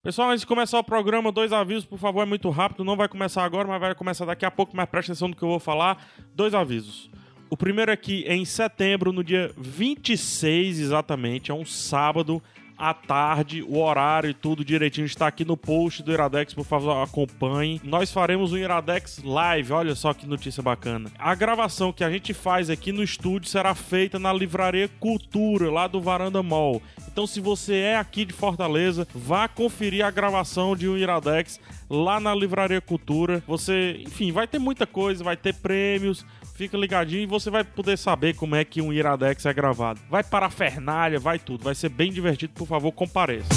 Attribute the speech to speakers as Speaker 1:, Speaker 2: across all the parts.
Speaker 1: Pessoal, antes de começar o programa, dois avisos, por favor, é muito rápido, não vai começar agora, mas vai começar daqui a pouco, mas presta atenção no que eu vou falar. Dois avisos. O primeiro é que em setembro, no dia 26 exatamente, é um sábado à tarde, o horário e tudo direitinho está aqui no post do Iradex, por favor, acompanhe. Nós faremos um Iradex Live, olha só que notícia bacana. A gravação que a gente faz aqui no estúdio será feita na Livraria Cultura, lá do Varanda Mall. Então, se você é aqui de Fortaleza, vá conferir a gravação de um Iradex lá na Livraria Cultura. Você, enfim, vai ter muita coisa, vai ter prêmios, fica ligadinho e você vai poder saber como é que um Iradex é gravado. Vai para a Fernália, vai tudo, vai ser bem divertido, por favor, compareça.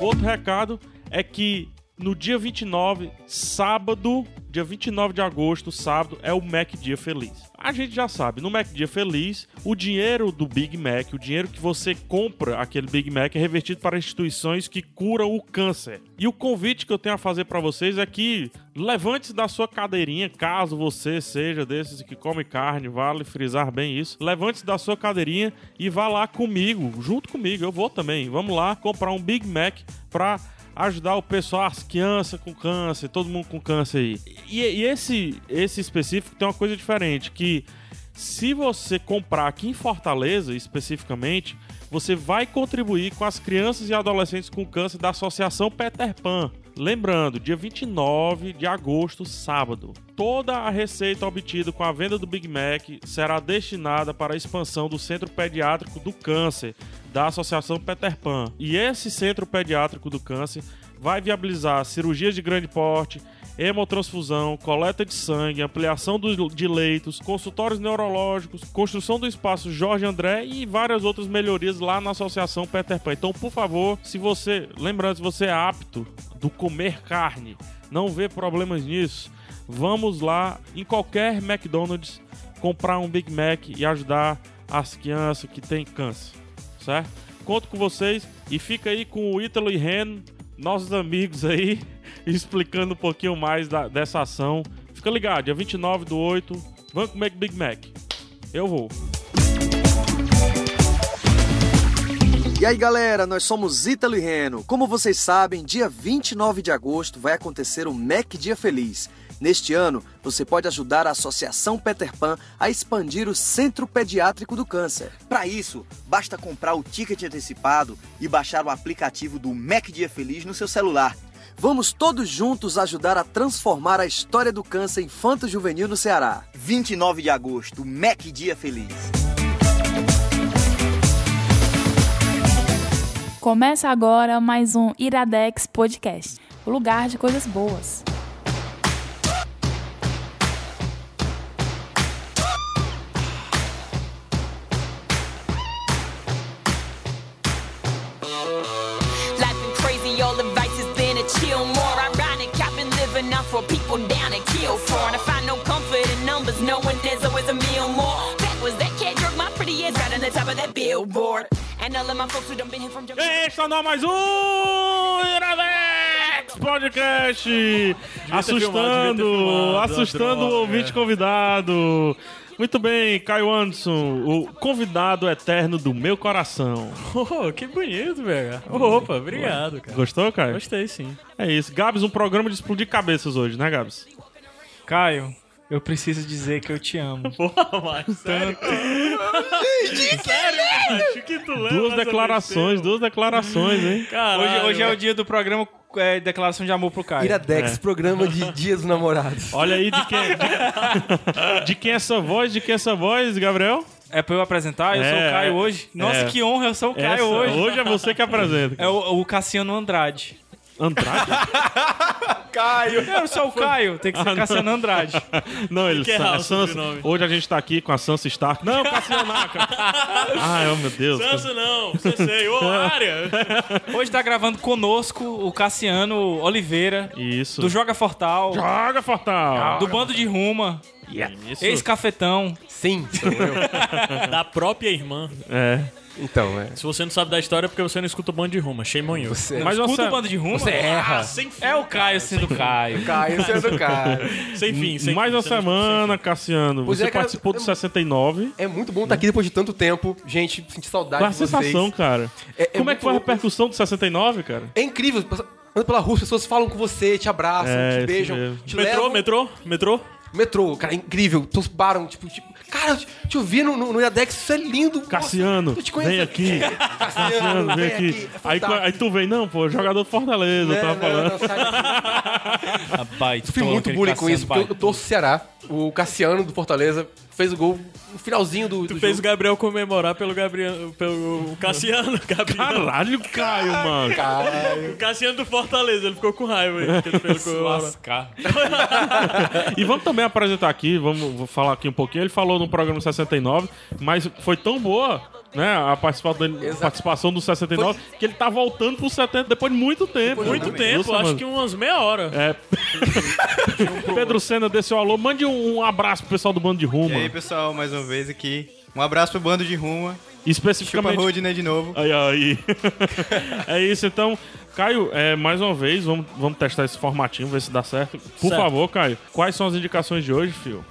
Speaker 1: Outro recado é que no dia 29, sábado, dia 29 de agosto, sábado, é o Mac Dia Feliz. A gente já sabe, no Mac Dia Feliz, o dinheiro do Big Mac, o dinheiro que você compra aquele Big Mac, é revertido para instituições que curam o câncer. E o convite que eu tenho a fazer para vocês é que levante-se da sua cadeirinha, caso você seja desses que come carne, vale frisar bem isso. Levante-se da sua cadeirinha e vá lá comigo, junto comigo, eu vou também. Vamos lá comprar um Big Mac para ajudar o pessoal, as crianças com câncer, todo mundo com câncer aí. E, e, esse, esse específico tem uma coisa diferente, que se você comprar aqui em Fortaleza, especificamente, você vai contribuir com as crianças e adolescentes com câncer da Associação Peter Pan. Lembrando, dia 29 de agosto, sábado. Toda a receita obtida com a venda do Big Mac será destinada para a expansão do Centro Pediátrico do Câncer da Associação Peter Pan. E esse Centro Pediátrico do Câncer vai viabilizar cirurgias de grande porte, hemotransfusão, coleta de sangue, ampliação do, de leitos, consultórios neurológicos, construção do espaço Jorge André e várias outras melhorias lá na Associação Peter Pan. Então, por favor, se você, lembrando, se você é apto do comer carne, não vê problemas nisso, vamos lá em qualquer McDonald's comprar um Big Mac e ajudar as crianças que têm câncer, certo? Conto com vocês e fica aí com o Ítalo e Ren, nossos amigos aí, explicando um pouquinho mais da, dessa ação. Fica ligado, dia 29 do 8, vamos comer Big Mac. Eu vou.
Speaker 2: E aí galera, nós somos Ítalo e Reno. Como vocês sabem, dia 29 de agosto vai acontecer o Mac Dia Feliz. Neste ano, você pode ajudar a Associação Peter Pan a expandir o Centro Pediátrico do Câncer.
Speaker 3: Para isso, basta comprar o ticket antecipado e baixar o aplicativo do Mac Dia Feliz no seu celular.
Speaker 2: Vamos todos juntos ajudar a transformar a história do câncer infanto-juvenil no Ceará.
Speaker 3: 29 de agosto, Mac Dia Feliz.
Speaker 4: Começa agora mais um Iradex Podcast, o lugar de coisas boas.
Speaker 5: Life been crazy, all the vices been a chill. More ironic, I've been living off what people down and kill for. And I find no comfort in numbers, knowing there's always a meal more. That was that kid drug my pretty ass right on the top of that billboard. And all of my folks who done been here from junction.
Speaker 1: Ei, Está no ar mais um Iradex Podcast! assustando, assustando o ouvinte convidado. Muito bem, Caio Anderson, o convidado eterno do meu coração.
Speaker 6: Oh, que bonito, velho. Opa, obrigado, cara.
Speaker 1: Gostou, Caio?
Speaker 6: Gostei sim.
Speaker 1: É isso. Gabs, um programa de explodir cabeças hoje, né, Gabs?
Speaker 6: Caio, eu preciso dizer que eu te amo.
Speaker 1: Porra, mas sério?
Speaker 6: Sério, macho, que tu leva
Speaker 1: Duas
Speaker 6: essa
Speaker 1: declarações, duas declarações, hein?
Speaker 6: besteira? Hoje, hoje é o dia do programa é, Declaração de Amor pro Caio.
Speaker 7: Iradex, programa de Dias dos Namorados.
Speaker 1: Olha aí de quem, de, de quem é essa voz, de quem é essa voz, Gabriel?
Speaker 6: É pra eu apresentar? Eu sou
Speaker 1: É,
Speaker 6: o Caio hoje. Nossa,
Speaker 1: é.
Speaker 6: que honra, eu sou o Caio
Speaker 1: Essa-
Speaker 6: hoje.
Speaker 1: é você que apresenta.
Speaker 6: É o, o Cassiano Andrade.
Speaker 1: Andrade?
Speaker 6: Eu não sou o Caio, tem que ser Cassiano Andrade.
Speaker 1: Não, ele
Speaker 6: errar
Speaker 1: Sa- é
Speaker 6: o
Speaker 1: Sansa-
Speaker 6: é sobrenome.
Speaker 1: Hoje a gente tá aqui com a Sansa Stark. Não, Cassianaca. Ai, oh, meu Deus.
Speaker 6: não, você sei, ô área. Hoje tá gravando conosco o Cassiano Oliveira,
Speaker 1: Isso.
Speaker 6: do Joga Fortal, Ah,
Speaker 1: Joga, Fortal.
Speaker 6: do Bando de Ruma.
Speaker 1: Isso.
Speaker 6: Ex-cafetão.
Speaker 7: Sim, sou eu.
Speaker 8: da própria irmã.
Speaker 1: É.
Speaker 7: Então, é.
Speaker 8: Se você não sabe da história é porque você não escuta o bando de Roma. Shame on you. ah,
Speaker 7: Você é
Speaker 1: Mas
Speaker 6: Escuta
Speaker 1: você-
Speaker 6: o bando de rumo.
Speaker 7: você erra.
Speaker 8: Sem fim.
Speaker 6: É o Caio sendo Caio.
Speaker 7: Caio, você é do Caio.
Speaker 8: Sem fim. Sem
Speaker 1: Mais
Speaker 8: fim,
Speaker 1: uma
Speaker 8: você não escuta
Speaker 1: semana, Cassiano.
Speaker 7: Pois
Speaker 1: você
Speaker 7: é, cara,
Speaker 1: participou do
Speaker 7: eu-
Speaker 1: 69.
Speaker 7: É muito bom estar aqui depois de tanto tempo. Gente, senti saudade
Speaker 1: Qual a
Speaker 7: de vocês.
Speaker 1: sensação, cara?
Speaker 7: É- é
Speaker 1: Como é que
Speaker 7: muito
Speaker 1: foi a
Speaker 7: louco.
Speaker 1: repercussão do 69, cara?
Speaker 7: É incrível. você passa- Anda pela rua, as pessoas falam com você, te abraçam,
Speaker 1: É, isso
Speaker 7: te beijam,
Speaker 1: mesmo.
Speaker 7: te
Speaker 8: Metrô,
Speaker 7: levam.
Speaker 8: metrô, metrô.
Speaker 7: Metrô, cara, é incrível. Todos param, tipo, tipo, cara, eu te, te ouvi no, no, no IADEX, isso é lindo. Nossa,
Speaker 1: Cassiano,
Speaker 7: eu te
Speaker 1: vem
Speaker 7: conheço.
Speaker 1: aqui. Cassiano, vem aqui.
Speaker 7: É
Speaker 1: Aí,
Speaker 7: fantástico.
Speaker 1: aí tu vem, não, pô, jogador do Fortaleza, eu
Speaker 7: Não,
Speaker 1: tava
Speaker 7: não,
Speaker 1: falando.
Speaker 7: não, sai daqui.
Speaker 6: Rapaz,
Speaker 7: Eu Fui muito bullying com isso, porque eu, eu torço o Ceará. O Cassiano do Fortaleza fez o gol no finalzinho do,
Speaker 8: Tu
Speaker 7: do
Speaker 8: fez o
Speaker 7: jogo.
Speaker 8: Gabriel comemorar pelo Gabriel. pelo Cassiano. Gabriel.
Speaker 1: Caralho, Caio, mano.
Speaker 8: O Cassiano do Fortaleza, ele ficou com raiva aí. porque ele fez o gol.
Speaker 6: Lascar.
Speaker 1: E vamos também apresentar aqui, vamos vou falar aqui um pouquinho. Ele falou no programa 69, mas foi tão boa, né, a participação, dele, a participação do 69, que ele tá voltando pro 70 depois de muito tempo.
Speaker 8: Muito
Speaker 1: Nossa,
Speaker 8: tempo, acho
Speaker 1: mano.
Speaker 6: um-
Speaker 1: É.
Speaker 8: que umas meia hora.
Speaker 1: Pedro Senna desse seu alô, mande um, um abraço pro pessoal do Bando de Rumo.
Speaker 9: E aí, pessoal, mais uma vez aqui. Um abraço pro bando de Ruma. Chupa
Speaker 1: Especificamente.
Speaker 9: Rodney de novo.
Speaker 1: Aí, aí. é isso, então. Caio, é, mais uma vez, vamos, vamos testar esse formatinho, ver se dá certo. Por
Speaker 8: Certo.
Speaker 1: favor, Caio, quais são as indicações de hoje, fio?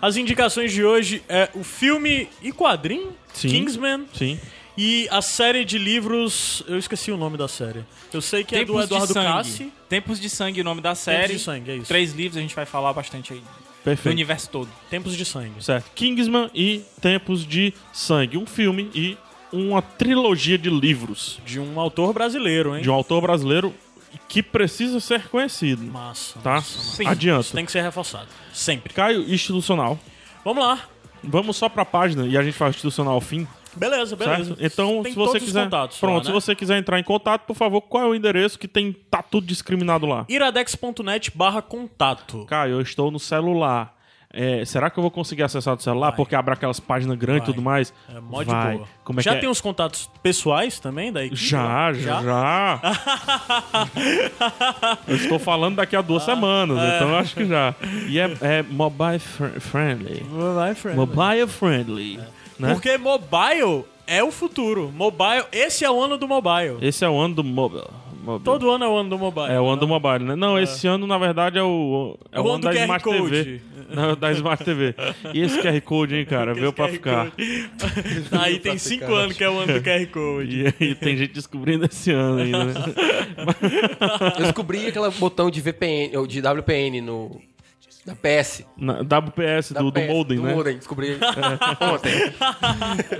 Speaker 8: As indicações de hoje é o filme e quadrinho
Speaker 1: Sim.
Speaker 8: Kingsman
Speaker 1: Sim.
Speaker 8: e a série de livros, eu esqueci o nome da série. Eu sei que é do
Speaker 6: Tempos de
Speaker 8: Eduardo
Speaker 6: Sangue.
Speaker 8: Cassi.
Speaker 6: Tempos de Sangue, o nome da série.
Speaker 8: Tempos de Sangue, é isso.
Speaker 6: Três livros, a gente vai falar bastante aí. Do
Speaker 1: Perfeito.
Speaker 6: universo todo.
Speaker 8: Tempos de Sangue.
Speaker 1: Certo. Kingsman e Tempos de Sangue. Um filme e uma trilogia de livros
Speaker 8: De um autor brasileiro, hein?
Speaker 1: de um autor brasileiro que precisa ser conhecido.
Speaker 8: Massa.
Speaker 1: Tá?
Speaker 8: massa, massa. Isso
Speaker 1: Adianta.
Speaker 8: tem que ser reforçado. Sempre.
Speaker 1: Caio, institucional.
Speaker 8: Vamos lá.
Speaker 1: Vamos só pra página e a gente faz institucional ao fim.
Speaker 8: Beleza, beleza.
Speaker 1: Certo? Então,
Speaker 8: Tem
Speaker 1: se você
Speaker 8: todos os
Speaker 1: quiser.
Speaker 8: contatos
Speaker 1: pronto,
Speaker 8: lá,
Speaker 1: se
Speaker 8: né?
Speaker 1: você quiser entrar em contato, por favor, qual é o endereço que tem. Tá tudo discriminado lá?
Speaker 8: iradex.net barra contato.
Speaker 1: Caio, eu estou no celular. É, será que eu vou conseguir acessar do celular? Porque abre aquelas páginas grandes e
Speaker 8: Vai.
Speaker 1: tudo mais.
Speaker 8: É mó de
Speaker 1: Vai.
Speaker 8: boa.
Speaker 1: Como é
Speaker 8: já
Speaker 1: que é?
Speaker 8: tem os contatos pessoais também da equipe?
Speaker 1: Já, já, já. eu estou falando daqui a
Speaker 8: Ah,
Speaker 1: duas semanas,
Speaker 8: é.
Speaker 1: então eu acho que já. E é, é mobile fr- friendly.
Speaker 8: Vai, friend.
Speaker 1: Mobile friendly.
Speaker 8: É.
Speaker 1: Né?
Speaker 8: Porque mobile é o futuro. Mobile, esse é o ano do mobile.
Speaker 1: Esse é o ano do mobile. mobile.
Speaker 8: Todo ano é o ano do mobile.
Speaker 1: É o ano do mobile, né? Não, esse ano, na verdade, é o, é
Speaker 8: É
Speaker 1: o
Speaker 8: o
Speaker 1: ano
Speaker 8: ano
Speaker 1: da
Speaker 8: do QR
Speaker 1: Smart
Speaker 8: Code.
Speaker 1: TV. Não, da Smart TV. E esse QR Code, hein, cara? Veio pra ficar.
Speaker 8: Aí tem cinco anos que é o ano do QR Code.
Speaker 1: E, e tem gente descobrindo esse ano ainda, né?
Speaker 7: Eu descobri aquele botão de VPN, ou de WPN no. Da PS.
Speaker 1: Na- WPS
Speaker 7: Da
Speaker 1: do, do
Speaker 7: PS,
Speaker 1: Molden,
Speaker 7: do
Speaker 1: né?
Speaker 7: Modem, descobri ontem.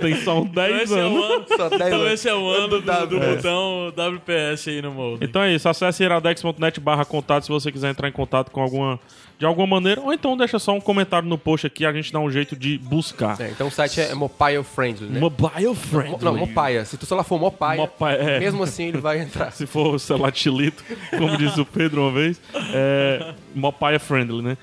Speaker 1: Tem só uns
Speaker 8: Então
Speaker 1: 10
Speaker 8: esse é o
Speaker 1: anos.
Speaker 8: ano,
Speaker 7: Só 10
Speaker 8: então
Speaker 7: anos.
Speaker 8: esse é o ano do, do botão WPS aí no molde.
Speaker 1: Então é isso, acesse iradex.net barra contato se você quiser entrar em contato com alguma de alguma maneira, ou então deixa só um comentário no post aqui, a gente dá um jeito de buscar.
Speaker 7: É, então o site é Mobile Friendly, né?
Speaker 1: Mobile
Speaker 7: Mo-
Speaker 1: friendly.
Speaker 7: não, Mopaia. Se tu celular for Mopaia,
Speaker 1: Mopaia, é.
Speaker 7: mesmo assim ele vai entrar.
Speaker 1: Se for, sei lá, chilito, como diz o Pedro uma vez, é Mopaia friendly, né?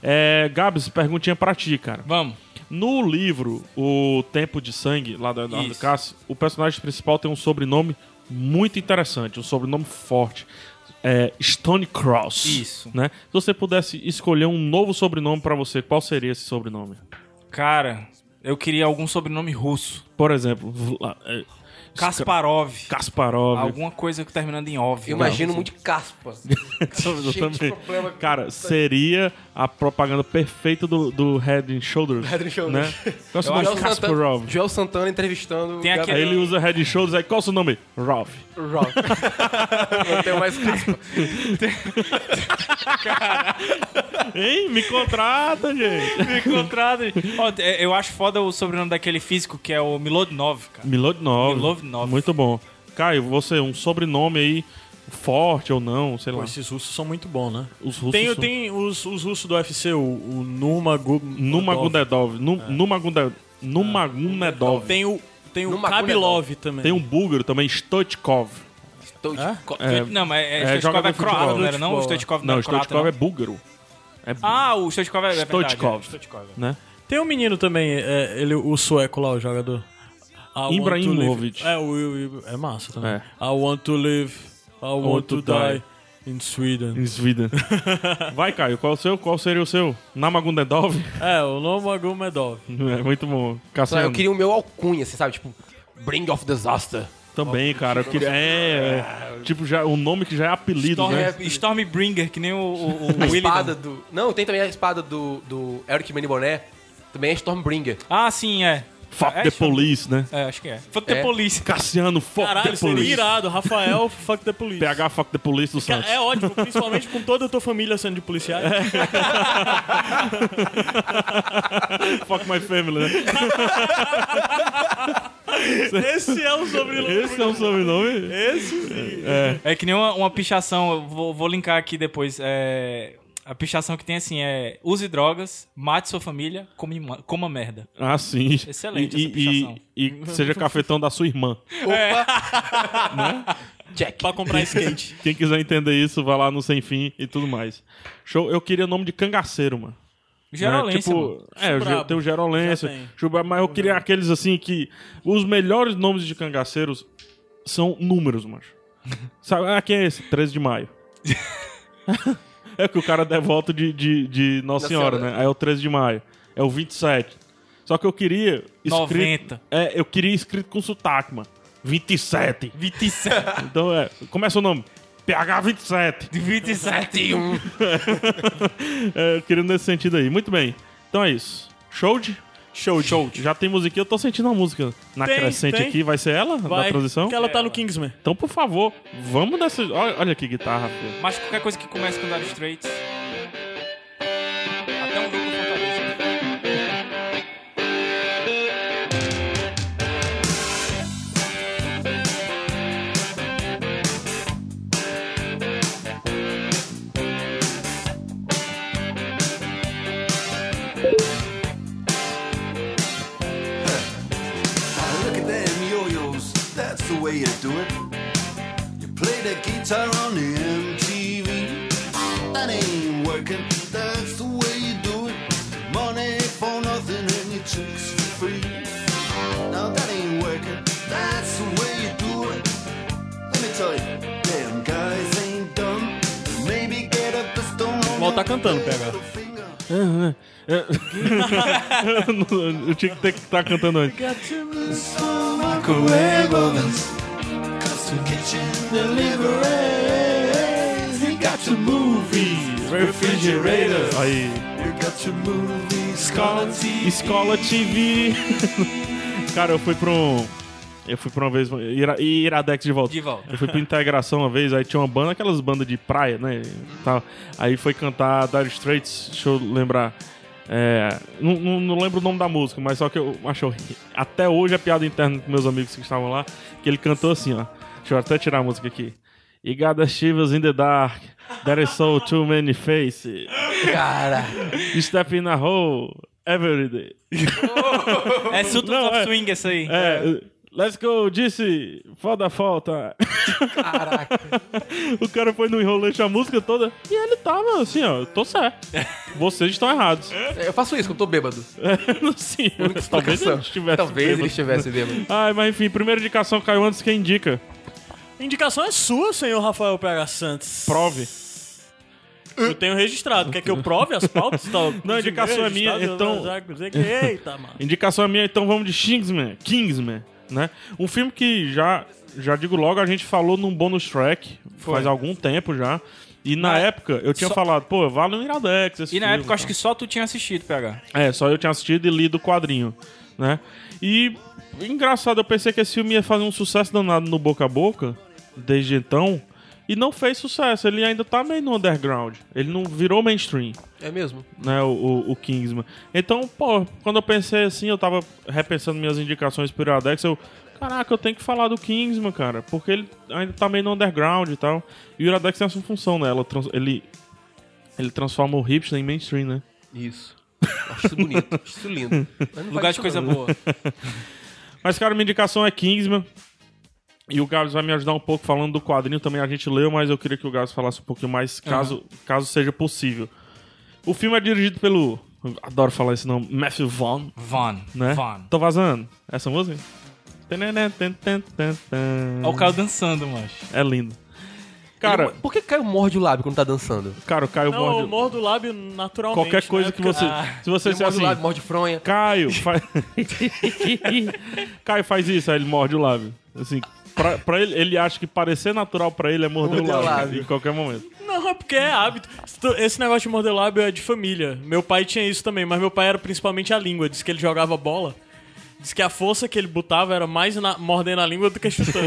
Speaker 1: É, Gabs, perguntinha pra ti, cara.
Speaker 6: Vamos.
Speaker 1: No livro O Tempo de Sangue, lá do Eduardo
Speaker 6: Isso.
Speaker 1: Cássio, o personagem principal tem um sobrenome muito interessante, um sobrenome forte. É Stone Cross.
Speaker 6: Isso.
Speaker 1: Né? Se você pudesse escolher um novo sobrenome pra você, qual seria esse sobrenome?
Speaker 6: Cara, eu queria algum sobrenome russo.
Speaker 1: Por exemplo, Vla- é,
Speaker 6: Kasparov.
Speaker 1: Kasparov.
Speaker 6: Alguma coisa que terminando em né? óbvio.
Speaker 7: Eu imagino muito de caspa.
Speaker 1: Eu
Speaker 7: Cheio de
Speaker 1: também.
Speaker 7: problema.
Speaker 1: Cara, seria a propaganda perfeita do, do Head and Shoulders.
Speaker 7: Head and Shoulders.
Speaker 1: Né? Qual é o seu
Speaker 7: Joel
Speaker 1: nome?
Speaker 7: Santana-
Speaker 1: Kasparov.
Speaker 7: Joel Santana entrevistando
Speaker 6: Tem
Speaker 7: o
Speaker 1: Aí
Speaker 6: aquele-
Speaker 1: ele usa Head and Shoulders, aí qual é o seu nome? Ralph.
Speaker 7: Rock. Não tenho mais caspa.
Speaker 1: Hein? Me contrata, gente.
Speaker 6: Me contrata. Ó, é, eu acho foda o sobrenome daquele físico que é o Milodnov, cara.
Speaker 1: Milodnov.
Speaker 6: Milodnov.
Speaker 1: Muito bom. Caio, você, um sobrenome aí forte ou não, sei
Speaker 8: Pô,
Speaker 1: lá.
Speaker 8: esses russos são muito bons, né?
Speaker 1: Os russos
Speaker 8: Tem,
Speaker 1: são-
Speaker 8: tem os, os russos do UFC, o, o Numagub...
Speaker 1: Numa Gundedov. Nu-
Speaker 6: É.
Speaker 1: Numa Gunde- Numa Gundedov.
Speaker 8: Tem o, tem o
Speaker 7: Numagundedov.
Speaker 8: Kabilov também.
Speaker 1: Tem um búlgaro também, Stoichkov.
Speaker 7: Estou de co-
Speaker 6: É, não, mas é,
Speaker 1: é
Speaker 6: Stoichkov
Speaker 1: jogador
Speaker 6: é
Speaker 1: de futebol.
Speaker 6: croata, não era não? O Stoichkov não,
Speaker 1: Não,
Speaker 6: é croata,
Speaker 1: Stoichkov
Speaker 6: não.
Speaker 1: é búlgaro. É búlgaro,
Speaker 6: Ah, o Stoichkov é, é verdade.
Speaker 1: Stoichkov.
Speaker 6: É, Stoichkov.
Speaker 1: né?
Speaker 8: Tem um menino também, é, ele, o sueco lá, o jogador. I want
Speaker 1: Ibrahimovic.
Speaker 8: to live- É, o, o- é massa também.
Speaker 1: É.
Speaker 8: I want to live, I want, to die. In Sweden.
Speaker 1: Em Sweden. Vai, Caio, qual, o seu, qual seria o seu? Namagundedov?
Speaker 8: É, o nome Agumedov.
Speaker 1: É, muito bom.
Speaker 7: Só
Speaker 1: Cassiano.
Speaker 7: eu queria o meu alcunha, você sabe? Tipo, Bring of Disaster.
Speaker 1: Também, cara. Eu queria... É, é. Tipo, já, um nome que já é apelido,
Speaker 6: Ah, Storm,
Speaker 1: né?
Speaker 6: Stormbringer, que nem o, o, o
Speaker 7: A
Speaker 6: Willidan.
Speaker 7: espada do... Não, tem também a espada do, do Eric Maniboné. Também é Stormbringer.
Speaker 6: Ah, sim, é.
Speaker 1: Fuck
Speaker 6: é,
Speaker 1: the
Speaker 6: acho que-
Speaker 1: police, né?
Speaker 6: É, acho que é. Fuck the
Speaker 7: É.
Speaker 6: police.
Speaker 1: Cassiano, fuck
Speaker 8: Caralho,
Speaker 1: the
Speaker 8: seria
Speaker 1: police.
Speaker 8: irado. Rafael, fuck the police.
Speaker 1: PH, fuck the police do
Speaker 8: Cara,
Speaker 1: Santos. É.
Speaker 8: É ótimo, principalmente com toda a tua família sendo de policiais.
Speaker 1: um Fuck my family, né?
Speaker 8: Esse é o sobrenome.
Speaker 1: Esse é um sobrenome?
Speaker 6: É que nem uma, uma pichação, eu vou, vou linkar aqui depois. É, a pichação que tem assim é use drogas, mate sua família, come, ma- coma merda.
Speaker 1: Ah, sim.
Speaker 6: Excelente
Speaker 1: e,
Speaker 6: essa pichação.
Speaker 1: e, e, e seja cafetão da sua irmã. É. Né?
Speaker 7: Check.
Speaker 8: pra comprar skate.
Speaker 1: Quem quiser entender isso, vai lá no Sem Fim e tudo mais. Show, eu queria nome de cangaceiro, mano.
Speaker 6: Geralmente,
Speaker 1: né? tipo, é, eu
Speaker 8: Brabo.
Speaker 1: ge- tem o
Speaker 8: Já tem.
Speaker 1: Gerolência, Chuba, mas eu queria aqueles assim que os melhores nomes de cangaceiros são números, macho. Sabe, ah, quem é esse? 13 de maio. é que o cara é volta de, de, de Nossa
Speaker 7: Nossa
Speaker 1: Senhora,
Speaker 7: Senhora.
Speaker 1: né? Aí é o 13 de maio, é o 27. Só que eu queria escrito,
Speaker 6: 90.
Speaker 1: É, eu queria escrito com sotaque, mano. 27.
Speaker 6: 27.
Speaker 1: Então é, começa o nome. PH 27.
Speaker 6: 27.
Speaker 1: um. É, eu queria nesse sentido aí. Muito bem. Então é isso. Show de?
Speaker 8: Show, show.
Speaker 1: Já tem musiquinha, eu tô sentindo a música na
Speaker 8: Tem,
Speaker 1: crescente
Speaker 8: tem.
Speaker 1: aqui, vai ser ela? Da
Speaker 8: Vai,
Speaker 1: transição?
Speaker 8: porque ela tá no Kingsman.
Speaker 1: Então, por favor, vamos nessa. Olha, olha que guitarra, filho.
Speaker 6: Mas qualquer coisa que comece com Dire Straits. Até um jogo do Fortaleza.
Speaker 10: Now look at them yo-yos, that's the way you do it. You play the guitar on the MTV. That ain't working, that's the way you do it. Money for nothing and your chicks for free. Now that ain't working, that's the way you do it. Let me tell you, damn guys ain't dumb. Maybe get up the stone.
Speaker 8: Mal tá cantando, PH.
Speaker 1: eu tinha que ter que estar cantando antes.
Speaker 10: microwave ovens, custom kitchen deliveries. You got your movies, refrigerators.
Speaker 1: Aí.
Speaker 10: You got your movies, quality.
Speaker 1: Escola TV. Cara, eu fui pra um. Eu fui pra uma vez. Ira, Iradex de volta.
Speaker 6: De volta.
Speaker 1: Eu fui pra integração uma vez, aí tinha uma banda, aquelas bandas de praia, né? e Tal. Aí foi cantar Dire Straits, deixa eu lembrar. É, não, não- não lembro o nome da música, mas só que eu acho horrível. Até hoje é piada interna com meus amigos que estavam lá, que ele cantou assim, ó. Deixa eu até tirar a música aqui. You got the shivers in the dark. There is so too many faces.
Speaker 7: Cara,
Speaker 1: Step in a hole every day.
Speaker 6: É Sultans
Speaker 1: Não,
Speaker 6: of
Speaker 1: é.
Speaker 6: Swing essa aí.
Speaker 1: É, let's go, disse, foda falta.
Speaker 7: caraca.
Speaker 1: O cara foi no enrolante a música toda e ele tava assim, ó, eu tô certo. Vocês estão errados.
Speaker 6: É.
Speaker 7: Eu faço isso quando eu tô bêbado.
Speaker 1: Sim,
Speaker 7: Única
Speaker 1: talvez
Speaker 7: explicação.
Speaker 1: ele estivesse
Speaker 7: Talvez
Speaker 1: bêbado.
Speaker 7: ele estivesse bêbado.
Speaker 1: Ai, mas enfim, primeira indicação caiu antes quem indica.
Speaker 8: Indicação é sua, senhor Rafael PH Santos.
Speaker 1: Prove.
Speaker 8: Eu tenho registrado. Quer que eu prove as pautas? Tá,
Speaker 1: Não, a indicação é minha,
Speaker 8: registrado,
Speaker 1: então-
Speaker 8: eu já acusei que- Eita, mano.
Speaker 1: Indicação é minha, então vamos de Kingsman, Kingsman, né? Um filme que já, já digo logo, a gente falou num bônus track faz algum tempo já. E na
Speaker 6: Mas
Speaker 1: época eu tinha
Speaker 6: só-
Speaker 1: falado, pô, vale um Iradex. esse
Speaker 6: E na
Speaker 1: filme
Speaker 6: época eu acho
Speaker 1: tal.
Speaker 6: que só tu tinha assistido, PH.
Speaker 1: É, só eu tinha assistido e lido o quadrinho, né? E engraçado, eu pensei que esse filme ia fazer um sucesso danado no boca a boca desde então e não fez sucesso. Ele ainda tá meio no underground. Ele não virou mainstream,
Speaker 7: É mesmo?
Speaker 1: né? O, o, o Kingsman. Então, pô, quando eu pensei assim, eu tava repensando minhas indicações pro Iradex, eu Caraca, eu tenho que falar do Kingsman, cara, porque ele ainda tá meio no underground e tal. E o Iradex tem essa função, né? Ela trans- ele, ele transforma o hipster em mainstream, né?
Speaker 7: Isso. Acho isso bonito, acho isso lindo. Mas não
Speaker 6: Lugar de
Speaker 7: faz isso
Speaker 6: coisa
Speaker 7: não.
Speaker 6: boa.
Speaker 1: Mas, cara, minha indicação é Kingsman. E o Gabs vai me ajudar um pouco falando do quadrinho também. A gente leu, mas eu queria que o Gabs falasse um pouquinho mais, caso, caso seja possível. O filme é dirigido pelo. eu Adoro falar esse nome, Matthew Vaughn,
Speaker 6: Von.
Speaker 1: né?
Speaker 6: Von.
Speaker 1: Tô vazando. Essa música? Tananã, tan, tan, tan,
Speaker 6: Olha É o
Speaker 1: tan.
Speaker 6: cara dançando, mancho.
Speaker 1: É lindo. Cara,
Speaker 7: Ele- um- por que Caio morde o lábio quando tá dançando?
Speaker 1: cara, o Caio
Speaker 8: Não, eu
Speaker 1: morde.
Speaker 8: mordo o lábio naturalmente.
Speaker 1: Qualquer coisa
Speaker 8: né?
Speaker 1: que
Speaker 8: Porque-
Speaker 1: você. se você
Speaker 7: Ele
Speaker 1: disser
Speaker 7: morde
Speaker 1: assim,
Speaker 7: o lábio, morde fronha.
Speaker 1: Caio, faz. Caio faz isso, aí ele morde o lábio. Assim, pra, pra ele, ele acha que parecer natural pra ele é morder o
Speaker 7: Morder o
Speaker 1: lábio,
Speaker 7: lábio.
Speaker 1: em qualquer momento.
Speaker 8: Não, é porque é hábito. Esse negócio de morder lábio é de família. Meu pai tinha isso também, mas meu pai era principalmente a língua. Diz que ele jogava bola. Diz que a força que ele botava era mais na- mordendo a língua do que chutando.